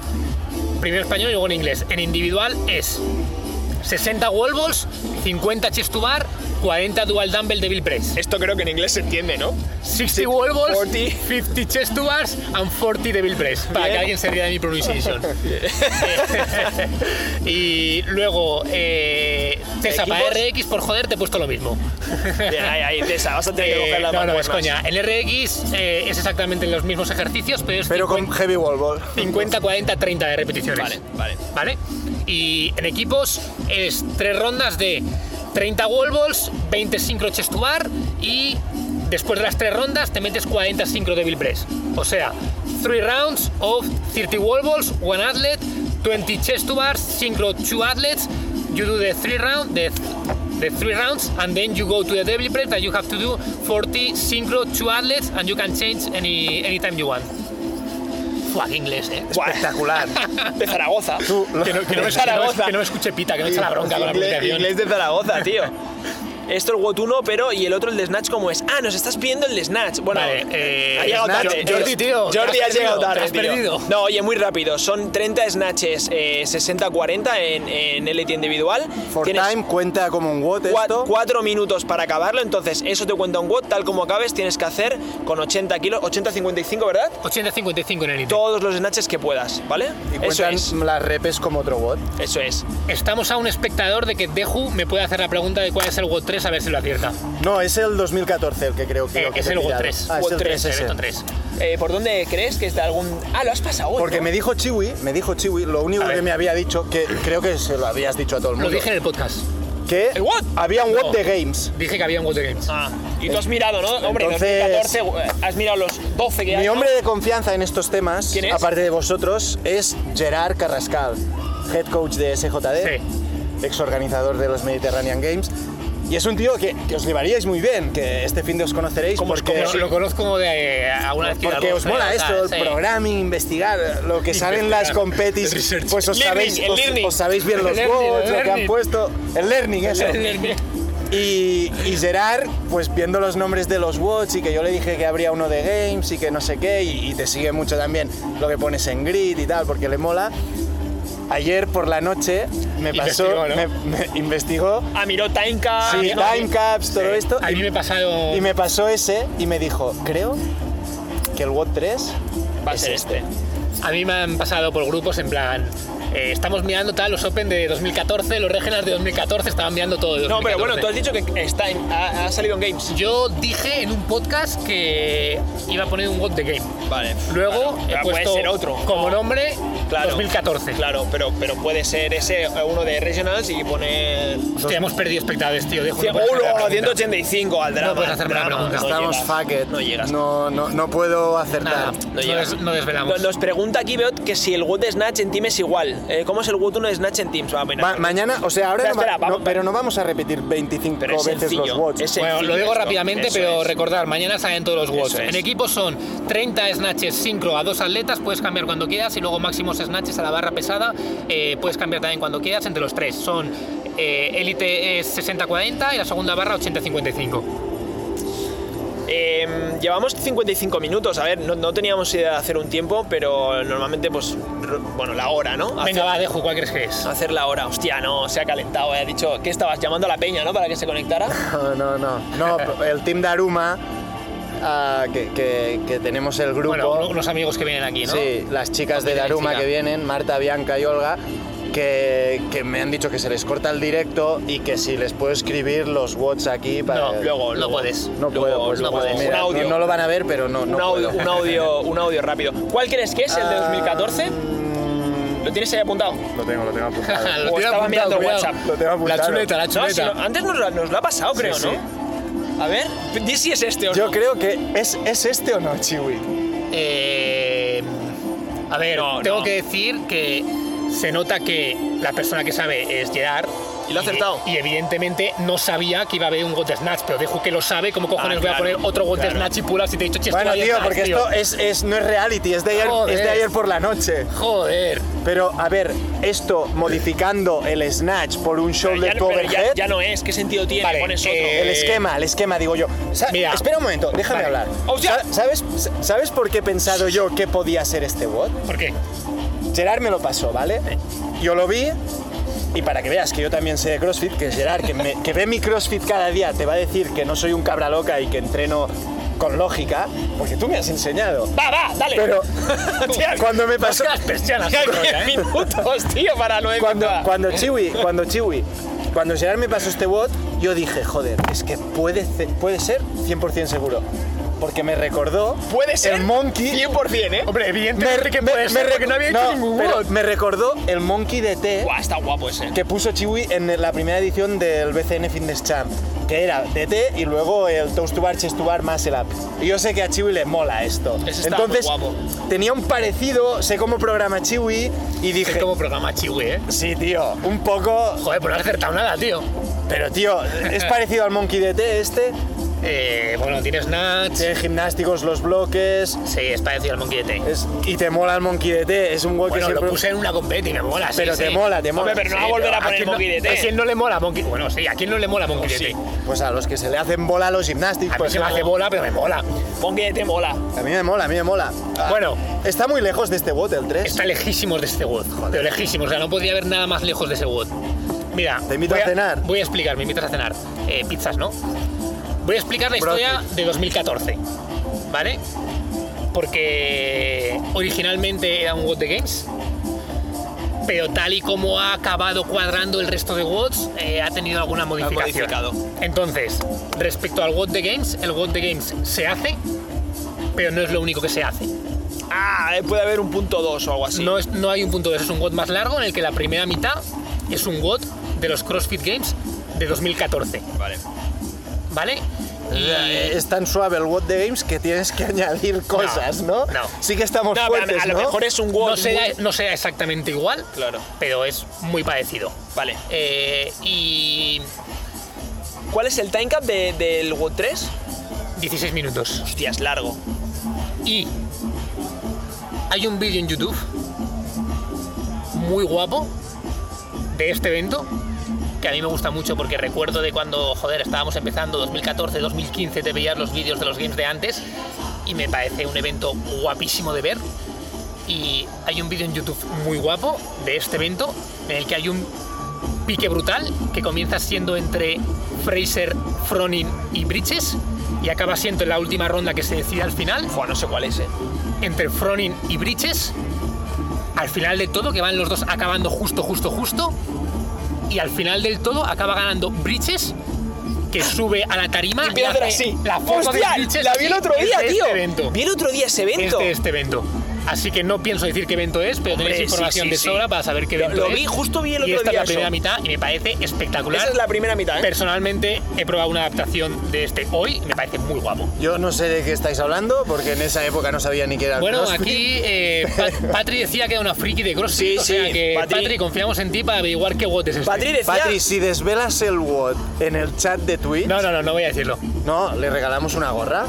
Speaker 2: Primero en español y luego en inglés. En individual es 60 wall balls, 50 chest to bar, 40 dual dumbbell devil press.
Speaker 1: Esto creo que en inglés se entiende, ¿no?
Speaker 2: 60 wall balls,
Speaker 1: 40.
Speaker 2: 50 chest to bars and 40 devil press. Para que
Speaker 1: Bien.
Speaker 2: alguien se ría de mi pronunciación. y luego, eh, Tesa, para
Speaker 1: ¿Equipos?
Speaker 2: RX, por joder, te he puesto lo mismo.
Speaker 1: Bien, ahí, ahí, de esa, vas a tener que
Speaker 2: Eh,
Speaker 1: coger la
Speaker 2: no, no,
Speaker 1: mancuernas.
Speaker 2: es coña. El RX eh, es exactamente los mismos ejercicios, pero es
Speaker 3: Pero con
Speaker 2: 50,
Speaker 3: heavy wall ball.
Speaker 2: 50, 40, 30 de repeticiones.
Speaker 1: Vale, vale.
Speaker 2: ¿Vale? Y en equipos es tres rondas de 30 wall balls, 20 sincro chest to bar y después de las tres rondas te metes 40 sincro devil press. O sea, 3 rounds of 30 wall balls, 1 athlete, 20 chest to bars, sincro 2 athletes. You do the 3 round, the, the 3 rounds and then you go to the devil press that you have to do 40 sincro 2 athletes and you can change any anytime you want. Fuck inglés, eh.
Speaker 1: Buah,
Speaker 3: Espectacular.
Speaker 1: De Zaragoza.
Speaker 2: Que no, que no me, que no me-
Speaker 1: Zaragoza.
Speaker 2: que no me escuche Pita, que me echa la bronca con la
Speaker 1: Inglés,
Speaker 2: publicación.
Speaker 1: inglés de Zaragoza, tío. Esto el WOT 1, pero y el otro el de Snatch, ¿cómo es? Ah, nos estás pidiendo el de Snatch. Bueno,
Speaker 2: Vale, eh,
Speaker 1: ha llegado
Speaker 3: Snatch,
Speaker 1: tarde.
Speaker 2: Jordi, tío, te
Speaker 1: Jordi,
Speaker 2: has
Speaker 1: has llegado
Speaker 2: perdido, te
Speaker 1: tarde.
Speaker 2: has
Speaker 1: tío.
Speaker 2: perdido.
Speaker 1: No, oye, muy rápido. Son 30 Snatches, eh, 60-40 en, en LT individual.
Speaker 3: For
Speaker 1: Tienes
Speaker 3: time cuenta como un WOT
Speaker 1: cua-
Speaker 3: esto.
Speaker 1: cuatro minutos para acabarlo, entonces eso te cuenta un WOT, tal como acabes, tienes que hacer con 80 kilos, 80-55, ¿verdad?
Speaker 2: 80-55 en el IT.
Speaker 1: Todos los snatches que puedas, ¿vale?
Speaker 3: Y
Speaker 1: Eso
Speaker 3: cuentan
Speaker 1: es,
Speaker 3: las repes como otro WOT.
Speaker 1: eso es.
Speaker 2: Estamos a un espectador de que Deju me puede hacer la pregunta de cuál es el WOT 3, a ver si lo acierta.
Speaker 3: No, es el 2014 el que creo que.
Speaker 2: Eh,
Speaker 3: lo que
Speaker 2: es
Speaker 3: te he
Speaker 2: el WOT
Speaker 3: pillado.
Speaker 2: 3.
Speaker 3: Ah, es el
Speaker 1: WOT 3,
Speaker 3: 3 ese.
Speaker 2: el 3.
Speaker 1: Eh, ¿Por dónde crees que está algún...? Ah, lo has pasado hoy,
Speaker 3: Porque
Speaker 1: ¿no?
Speaker 3: me dijo Chiwi, me dijo Chiwi, lo único
Speaker 2: A ver.
Speaker 3: que me había dicho, que creo que se lo habías dicho a todo el
Speaker 2: Lo
Speaker 3: mundo,
Speaker 2: dije en el podcast.
Speaker 3: que
Speaker 1: ¿El what?
Speaker 3: había un WOT
Speaker 2: No.
Speaker 3: de games.
Speaker 2: Dije que había un WOT de Games.
Speaker 1: Ah, y tú has mirado, ¿no? Hombre,
Speaker 3: Entonces-
Speaker 1: 2014, eh, has mirado los 12 que hay.
Speaker 3: Mi
Speaker 1: ¿no?
Speaker 3: hombre de confianza en estos temas,
Speaker 1: ¿Quién es?
Speaker 3: aparte de vosotros, es Gerard Carrascal, head coach de SJD, ex organizador de los Mediterranean Games. Y es un tío que, que os llevaríais muy bien, que este fin de os conoceréis
Speaker 2: Como-
Speaker 3: porque,
Speaker 2: como lo conozco de eh, a una vez que
Speaker 3: porque
Speaker 2: algo,
Speaker 3: os mola
Speaker 2: eh,
Speaker 3: esto, el
Speaker 2: sí.
Speaker 3: programming, investigar, lo que salen
Speaker 2: Investigar.
Speaker 3: las
Speaker 2: El
Speaker 3: competis,
Speaker 2: research.
Speaker 3: pues os
Speaker 1: Learning,
Speaker 3: sabéis,
Speaker 1: el
Speaker 3: os-
Speaker 1: learning.
Speaker 3: os sabéis bien los
Speaker 2: El learning, el
Speaker 3: goals, lo que han
Speaker 2: learning.
Speaker 3: puesto, el learning, eso. Y, y Gerard, pues viendo los nombres de los Watch y que yo le dije que habría uno de Games y que no sé qué, y, y te sigue mucho también lo que pones en grid y tal, porque le mola. Ayer por la noche me pasó,
Speaker 2: Investigó, ¿no?
Speaker 3: me, me investigó,
Speaker 1: Ah, miró Timecap.
Speaker 3: sí,
Speaker 1: miró-
Speaker 3: time caps, todo esto,
Speaker 2: A mí me he pasado.
Speaker 3: y, y me pasó ese y me dijo, creo que el WOT 3
Speaker 1: Va a
Speaker 3: es
Speaker 1: ser este.
Speaker 2: A mí me han pasado por grupos en plan. eh, estamos mirando tal, los Open de 2014, los Regenas de 2014, estaban mirando todo. De
Speaker 1: No, pero bueno,
Speaker 2: 2014.
Speaker 1: tú has dicho que está en- ha, ha salido en Games.
Speaker 2: Yo dije en un podcast que iba a poner un WOT de Game.
Speaker 1: Vale.
Speaker 2: Luego
Speaker 1: Claro,
Speaker 2: he
Speaker 1: pero
Speaker 2: puesto
Speaker 1: puede ser otro.
Speaker 2: como nombre
Speaker 1: Claro.
Speaker 2: 2014.
Speaker 1: Claro, pero, pero puede ser ese eh, uno de Regionals y poner.
Speaker 2: Hostia, hemos perdido espectadores, tío. Dejo, no
Speaker 1: Cien-
Speaker 2: puedes hacer la
Speaker 1: ¡Hola!
Speaker 2: pregunta.
Speaker 1: 185 al drama.
Speaker 2: puedes hacerme la
Speaker 1: drama,
Speaker 2: pregunta.
Speaker 1: no
Speaker 3: Estamos
Speaker 1: llegas.
Speaker 3: fuck it.
Speaker 1: No llegas.
Speaker 3: No, no, no puedo acertar.
Speaker 2: Nada, no,
Speaker 1: llegas.
Speaker 2: des- no desvelamos.
Speaker 1: Nos- Nos pregunta aquí, Beot, que si el WOT de Snatch en Team es igual. Eh, ¿Cómo es el WOT 1 de Snatch en Teams? Va, pues mira.
Speaker 3: Ma- mañana, o sea, ahora
Speaker 1: Espera,
Speaker 3: no va-
Speaker 1: espera, vamos-
Speaker 3: no, pero no vamos a repetir 25
Speaker 1: Pero es
Speaker 3: veces
Speaker 1: sencillo,
Speaker 3: los watts.
Speaker 1: es
Speaker 2: Bueno,
Speaker 1: sencillo
Speaker 2: lo digo
Speaker 1: esto.
Speaker 2: rápidamente,
Speaker 1: Eso
Speaker 2: pero
Speaker 1: es.
Speaker 2: recordar, mañana salen todos los watts.
Speaker 1: Eso es.
Speaker 2: En equipo son 30 snatches sincro a dos atletas, puedes cambiar cuando quieras, y luego máximos snatches a la barra pesada, eh, puedes cambiar también cuando quieras entre los tres. Son eh, élite es 60-40 y la segunda barra 80-55.
Speaker 1: Eh, llevamos 55 minutos, a ver, no, no teníamos idea de hacer un tiempo, pero normalmente pues, r- bueno, la hora, ¿no? Hacer,
Speaker 2: Venga, va, dejo, ¿cuál crees que es?
Speaker 1: hacer la hora, hostia, no, se ha calentado, eh. ha dicho que estabas llamando a la peña, ¿no? Para que se conectara.
Speaker 3: No, no, no. No, el team de Aruma, ah, que, que- que tenemos el grupo.
Speaker 2: Bueno, uno- unos amigos que vienen aquí, ¿no?
Speaker 3: Sí, las chicas de
Speaker 2: Viene
Speaker 3: Daruma
Speaker 2: chica.
Speaker 3: que vienen, Marta, Bianca y Olga, que, que me han dicho que se les corta el directo y que si les puedo escribir los watts aquí para.
Speaker 2: No,
Speaker 1: Luego,
Speaker 2: No
Speaker 1: luego.
Speaker 2: puedes.
Speaker 3: No
Speaker 1: luego,
Speaker 3: puedo, pues,
Speaker 1: luego,
Speaker 3: pues,
Speaker 1: un
Speaker 3: mira, no-
Speaker 1: audio.
Speaker 3: no, lo van a ver, pero no. no
Speaker 1: un, audio
Speaker 3: puedo. Ah.
Speaker 1: un, audio, un audio rápido. ¿Cuál crees que es el de 2014?
Speaker 3: Mm,
Speaker 1: ¿Lo tienes ahí apuntado?
Speaker 3: Lo tengo, lo tengo apuntado.
Speaker 2: Lo
Speaker 1: O
Speaker 2: tiene
Speaker 1: estaba
Speaker 2: apuntado,
Speaker 1: mirando el
Speaker 2: cuidado.
Speaker 1: WhatsApp.
Speaker 3: Lo tengo apuntado.
Speaker 2: La chuleta, la
Speaker 1: No, si
Speaker 2: chuleta.
Speaker 1: lo- antes nos, lo- nos lo ha pasado, creo,
Speaker 3: Sí, sí.
Speaker 1: ¿no? A ver, di si es este o
Speaker 3: Ah, Yo
Speaker 1: no.
Speaker 3: creo que. ¿Es, ¿Es este o no, Chiwi?
Speaker 2: Eh, a ver,
Speaker 1: No,
Speaker 2: tengo
Speaker 1: no.
Speaker 2: que decir que se nota que la persona que sabe es Gerard.
Speaker 1: Y lo ha acertado.
Speaker 2: Y, evidentemente no sabía que iba a haber un God Snatch, pero dijo que lo sabe. ¿Cómo cojones
Speaker 1: Ah,
Speaker 2: voy a
Speaker 1: claro,
Speaker 2: poner otro God
Speaker 1: claro.
Speaker 2: Snatch y pull-ups si te he dicho "Chest
Speaker 3: Bueno,
Speaker 2: to
Speaker 3: tío,
Speaker 2: snatch,
Speaker 3: porque
Speaker 2: tío"?
Speaker 3: esto es, es- no es reality, es de, ayer,
Speaker 2: Joder.
Speaker 3: es de ayer por la noche.
Speaker 2: Joder.
Speaker 3: Pero, a ver, esto modificando el snatch por un
Speaker 1: Pero
Speaker 3: shoulder
Speaker 1: ya, pero
Speaker 3: overhead,
Speaker 1: ya- ya no es, ¿qué sentido tiene?
Speaker 2: Vale,
Speaker 1: Pones otro.
Speaker 2: eh,
Speaker 3: el esquema, el esquema, digo yo. Sa-
Speaker 2: Mira.
Speaker 3: espera un momento, déjame
Speaker 2: Vale.
Speaker 3: hablar.
Speaker 1: ¡Hostia!
Speaker 3: Sa- ¿Sabes, sa- ¿Sabes por qué he pensado yo que podía ser este bot?
Speaker 2: ¿Por qué?
Speaker 3: Gerard me lo pasó, ¿vale? Yo lo vi Y para que veas que yo también sé de CrossFit, que Gerard, que, me- que ve mi CrossFit cada día, te va a decir que no soy un cabra loca y que entreno con lógica, porque tú me has enseñado.
Speaker 1: Va, va, dale.
Speaker 3: Pero cuando me pasó...
Speaker 2: las persianas,
Speaker 1: Ya
Speaker 2: coño,
Speaker 1: 10
Speaker 2: ¿eh?
Speaker 1: minutos, tío, para lo de
Speaker 3: cuando,
Speaker 1: Copa.
Speaker 3: cuando Chiwi, cuando Chiwi, cuando Gerard me pasó este bot, yo dije, joder, es que puede, ce- puede ser 100% seguro. Porque me recordó
Speaker 1: Puede ser
Speaker 3: el monkey.
Speaker 1: 100%, ¿eh?
Speaker 2: Hombre, evidentemente que puede ser, porque no había hecho ningún
Speaker 3: pero
Speaker 2: bot.
Speaker 3: Me recordó el monkey de T
Speaker 1: Buah, está guapo ese.
Speaker 3: que puso Chiwi en la primera edición del BCN Fitness Champ, que era DT y luego el Toast to Bar, Chest to Bar, Muscle Up. Y yo sé que a Chiwi le mola esto.
Speaker 1: Ese está
Speaker 3: Entonces,
Speaker 1: muy guapo.
Speaker 3: tenía un parecido, sé cómo programa Chiwi y
Speaker 2: Es
Speaker 3: dije,
Speaker 2: como programa chiwi, ¿eh?
Speaker 3: sí, tío, un poco...
Speaker 2: Joder, pues no has acertado nada, tío.
Speaker 3: Pero, tío, es parecido al Monkey DT este,
Speaker 2: Eh, bueno, tienes Snatch.
Speaker 3: tiene gimnásticos, los bloques...
Speaker 2: Sí, es parecido al monquete.
Speaker 3: es- y te mola el Monkey DT, es un hueco
Speaker 2: Bueno,
Speaker 3: que
Speaker 2: lo
Speaker 3: siempre...
Speaker 2: puse en una competi, me mola, sí,
Speaker 3: Pero
Speaker 2: sí.
Speaker 3: te mola, te mola.
Speaker 1: Hombre, pero no va a
Speaker 2: Sí,
Speaker 1: volver a
Speaker 2: pero
Speaker 1: poner
Speaker 2: quién no-
Speaker 1: Monkey DT.
Speaker 2: ¿A quién no le mola Monkey? Bueno, sí, ¿a quién no le mola Monkey DT?
Speaker 3: Pues a los que se le hacen bola los gimnásticos.
Speaker 2: A mí se me hace bola, pero me mola.
Speaker 1: Pongue te mola.
Speaker 3: A mí me mola, a mí me mola. Ah,
Speaker 2: Bueno.
Speaker 3: Está muy lejos de este bot el 3.
Speaker 2: Está lejísimos de este WOD, pero lejísimos. O sea, no podría haber nada más lejos de ese WOD. Mira.
Speaker 3: Te invito
Speaker 2: voy
Speaker 3: a cenar.
Speaker 2: Voy a explicar, me invitas a cenar. Eh, pizzas, ¿no? Voy a explicar la historia de 2014, ¿vale? Porque originalmente era un WOD de Games, pero tal y como ha acabado cuadrando el resto de WODs, eh, ha tenido alguna modificación.
Speaker 1: modificado.
Speaker 2: Entonces, respecto al WOD de Games, el WOD de Games se hace, pero no es lo único que se hace.
Speaker 1: Ah, eh, puede haber un punto 2 o algo así.
Speaker 2: No, es- no hay un punto de eso, es un WOD más largo en el que la primera mitad es un WOD de los CrossFit Games de 2014,
Speaker 1: Vale.
Speaker 2: ¿vale? Y-
Speaker 3: eh, Es tan suave el WOT de Games que tienes que añadir cosas, ¿no?
Speaker 2: no.
Speaker 3: Sí que estamos
Speaker 1: No, pero
Speaker 3: fuertes,
Speaker 1: a, a lo
Speaker 3: ¿no?
Speaker 1: mejor es un WOD.
Speaker 2: no, será,
Speaker 1: muy-
Speaker 2: no será exactamente igual,
Speaker 1: Claro.
Speaker 2: pero es muy parecido.
Speaker 1: Vale.
Speaker 2: Eh, y
Speaker 1: ¿Cuál es el time cap de- del WOD 3?
Speaker 2: 16 minutos.
Speaker 1: Hostia, es largo.
Speaker 2: Y hay un vídeo en YouTube muy guapo de este evento que a mí me gusta mucho porque recuerdo de cuando, joder, estábamos empezando 2014, 2015, te veías los vídeos de los games de antes y me parece un evento guapísimo de ver. Y hay un vídeo en YouTube muy guapo de este evento en el que hay un pique brutal que comienza siendo entre Fraser, Fronin y Bridges y acaba siendo en la última ronda que se decide al final
Speaker 1: Buah, no sé cuál es, eh.
Speaker 2: entre Fronin y Bridges. Al final de todo, que van los dos acabando justo, justo, justo. Y al final del todo acaba ganando Bridges, que sube a la tarima.
Speaker 1: Y empieza a hacer
Speaker 2: hace
Speaker 1: así.
Speaker 2: Ah, La foto de
Speaker 1: Hostia,
Speaker 2: Bridges
Speaker 1: la vi el
Speaker 2: así.
Speaker 1: otro
Speaker 2: Es
Speaker 1: día,
Speaker 2: de
Speaker 1: tío.
Speaker 2: Este evento.
Speaker 1: Vi el otro día ese
Speaker 2: Es
Speaker 1: evento.
Speaker 2: de este evento. Así que no pienso decir qué evento es, pero
Speaker 1: Hombre,
Speaker 2: tenéis
Speaker 1: sí,
Speaker 2: información
Speaker 1: sí,
Speaker 2: de
Speaker 1: sí.
Speaker 2: sobra para saber qué
Speaker 1: Lo-
Speaker 2: evento
Speaker 1: lo
Speaker 2: es.
Speaker 1: vi, justo vi el
Speaker 2: Y
Speaker 1: otro
Speaker 2: esta
Speaker 1: día
Speaker 2: es la primera
Speaker 1: eso.
Speaker 2: mitad y me parece espectacular.
Speaker 1: Esa es la primera mitad, ¿eh?
Speaker 2: Personalmente he probado una adaptación de este hoy y me parece muy guapo.
Speaker 3: Yo no sé de qué estáis hablando porque en esa época no sabía ni qué era el
Speaker 2: Bueno,
Speaker 3: CrossFit.
Speaker 2: aquí eh, Pat- Patri decía que era una friki de CrossFit,
Speaker 1: Sí,
Speaker 2: o sea
Speaker 1: sí,
Speaker 2: que
Speaker 1: Patri-
Speaker 2: Patri... confiamos en ti para averiguar qué WOT es este.
Speaker 1: Patri decía.
Speaker 3: Patri, si desvelas el WOT en el chat de Twitch,
Speaker 2: No, no, no, no voy a decirlo.
Speaker 3: no, le regalamos una gorra.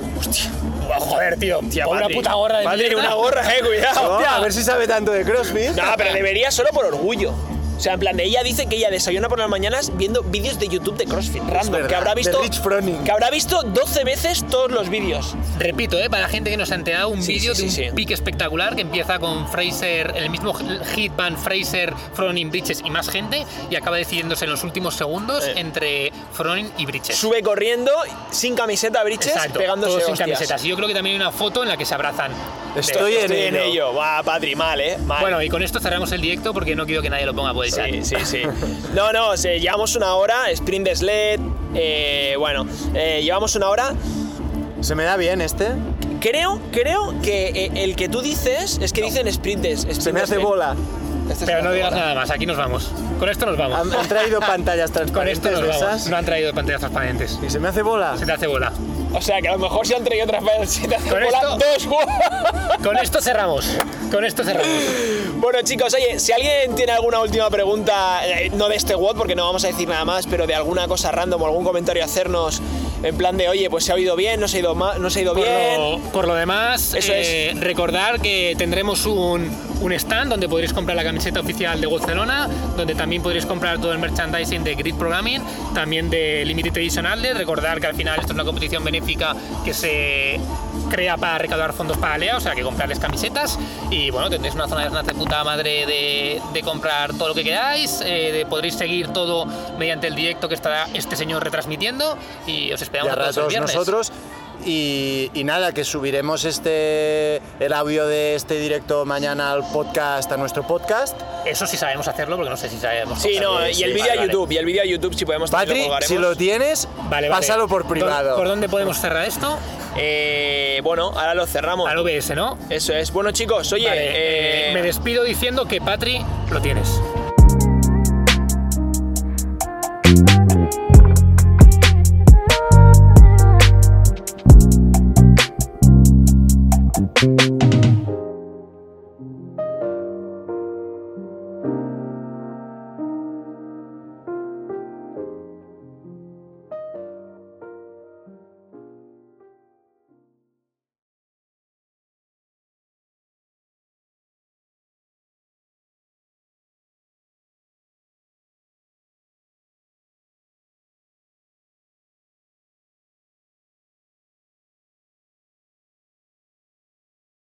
Speaker 2: Buah, Joder, tío,
Speaker 1: Hostia,
Speaker 2: Pon una
Speaker 1: Patri.
Speaker 2: puta gorra de
Speaker 1: Patri,
Speaker 2: mierda.
Speaker 1: una gorra, eh, cuidado.
Speaker 3: No,
Speaker 1: Hostia.
Speaker 3: a ver si sabe tanto de CrossFit.
Speaker 1: No, pero debería solo por orgullo. O sea, en plan, ella dice que ella desayuna por las mañanas viendo vídeos de YouTube de CrossFit random,
Speaker 3: verdad,
Speaker 1: que habrá
Speaker 3: de
Speaker 1: visto
Speaker 3: Rich Froning.
Speaker 1: que habrá visto 12 veces todos los vídeos.
Speaker 2: Repito, eh, para la gente que nos ha enterado, un
Speaker 1: Sí,
Speaker 2: vídeo
Speaker 1: sí,
Speaker 2: de
Speaker 1: sí,
Speaker 2: un
Speaker 1: sí.
Speaker 2: pique espectacular que empieza con Fraser, el mismo Hitman, Fraser, Fronin, Bridges y más gente, y acaba decidiéndose en los últimos segundos
Speaker 1: Eh.
Speaker 2: entre Fronin y Bridges.
Speaker 1: Sube corriendo sin camiseta Briches,
Speaker 2: Exacto,
Speaker 1: pegándose
Speaker 2: todos sin
Speaker 1: hostias.
Speaker 2: camisetas. Y yo creo que también hay una foto en la que se abrazan. De-
Speaker 3: Estoy en
Speaker 1: Estoy en
Speaker 3: ello.
Speaker 1: ello. Va, Patri, mal, eh. Mal.
Speaker 2: Bueno, y con esto cerramos el directo porque no quiero que nadie lo ponga por el chat.
Speaker 1: Sí, sí, sí. No, no, sí, llevamos una hora, sprint de sled, eh, bueno, eh, llevamos una hora.
Speaker 3: ¿Se me da bien este?
Speaker 1: Creo, creo que eh, el que tú dices es que dicen sprint de sprint
Speaker 3: Se me
Speaker 1: de
Speaker 3: hace
Speaker 1: sled.
Speaker 3: bola.
Speaker 1: Este se me
Speaker 2: Pero no
Speaker 1: hace
Speaker 2: digas
Speaker 1: bola.
Speaker 2: nada más, aquí nos vamos. Con esto nos
Speaker 3: Han,
Speaker 2: vamos.
Speaker 3: han traído pantallas
Speaker 2: Con esto
Speaker 3: transparentes
Speaker 2: nos
Speaker 3: de
Speaker 2: vamos.
Speaker 3: esas.
Speaker 2: No han traído pantallas transparentes.
Speaker 3: Y se me hace bola.
Speaker 2: Se te hace bola.
Speaker 1: O sea, que a lo mejor se han traído otras pasitas
Speaker 2: Con
Speaker 1: de bola
Speaker 2: esto-
Speaker 1: dos
Speaker 2: Con esto cerramos. Con esto cerramos.
Speaker 1: Bueno, chicos, oye, si alguien tiene alguna última pregunta, eh, no de este WOD, porque no vamos a decir nada más, pero de alguna cosa random o algún comentario hacernos en plan de, oye, pues se ha oído bien, no se ha
Speaker 2: Pues
Speaker 1: ido, ma- no se ha ido
Speaker 2: Por
Speaker 1: bien.
Speaker 2: lo, por lo demás,
Speaker 1: Eso
Speaker 2: eh, recordar que tendremos un un stand donde podréis comprar la camiseta oficial de Barcelona, donde también podréis comprar todo el merchandising de Grid Programming, también de Limited Edition Atlas. Recordar que al final esto es una competición benéfica que se crea para recaudar fondos para Alea, o sea que comprarles camisetas y bueno, tendréis una zona de snacks de puta madre de, de comprar todo lo que queráis, eh, de- podréis seguir todo mediante el directo que estará este señor retransmitiendo y os
Speaker 3: y
Speaker 2: esperamos
Speaker 3: a
Speaker 2: a todos el
Speaker 3: ratos
Speaker 2: viernes.
Speaker 3: nosotros. Y, y nada, que subiremos este, el audio de este directo mañana al podcast, a nuestro podcast.
Speaker 2: Eso sí sabemos hacerlo porque no sé si sabemos.
Speaker 1: Sí,
Speaker 2: cómo
Speaker 1: no,
Speaker 2: salir.
Speaker 1: y el
Speaker 2: Sí,
Speaker 1: vídeo a
Speaker 2: vale, vale.
Speaker 1: YouTube, y el vídeo a YouTube si podemos también
Speaker 3: Patri,
Speaker 1: colgaremos.
Speaker 3: si lo tienes,
Speaker 2: Vale, vale.
Speaker 3: pásalo por
Speaker 2: ¿Dó-
Speaker 3: privado.
Speaker 2: ¿Por dónde podemos cerrar esto?
Speaker 1: Eh, bueno, ahora lo cerramos.
Speaker 2: Al OBS, ¿no?
Speaker 1: Eso es. Bueno, chicos, oye,
Speaker 2: Vale,
Speaker 1: eh,
Speaker 2: eh, me despido diciendo que Patri lo tienes.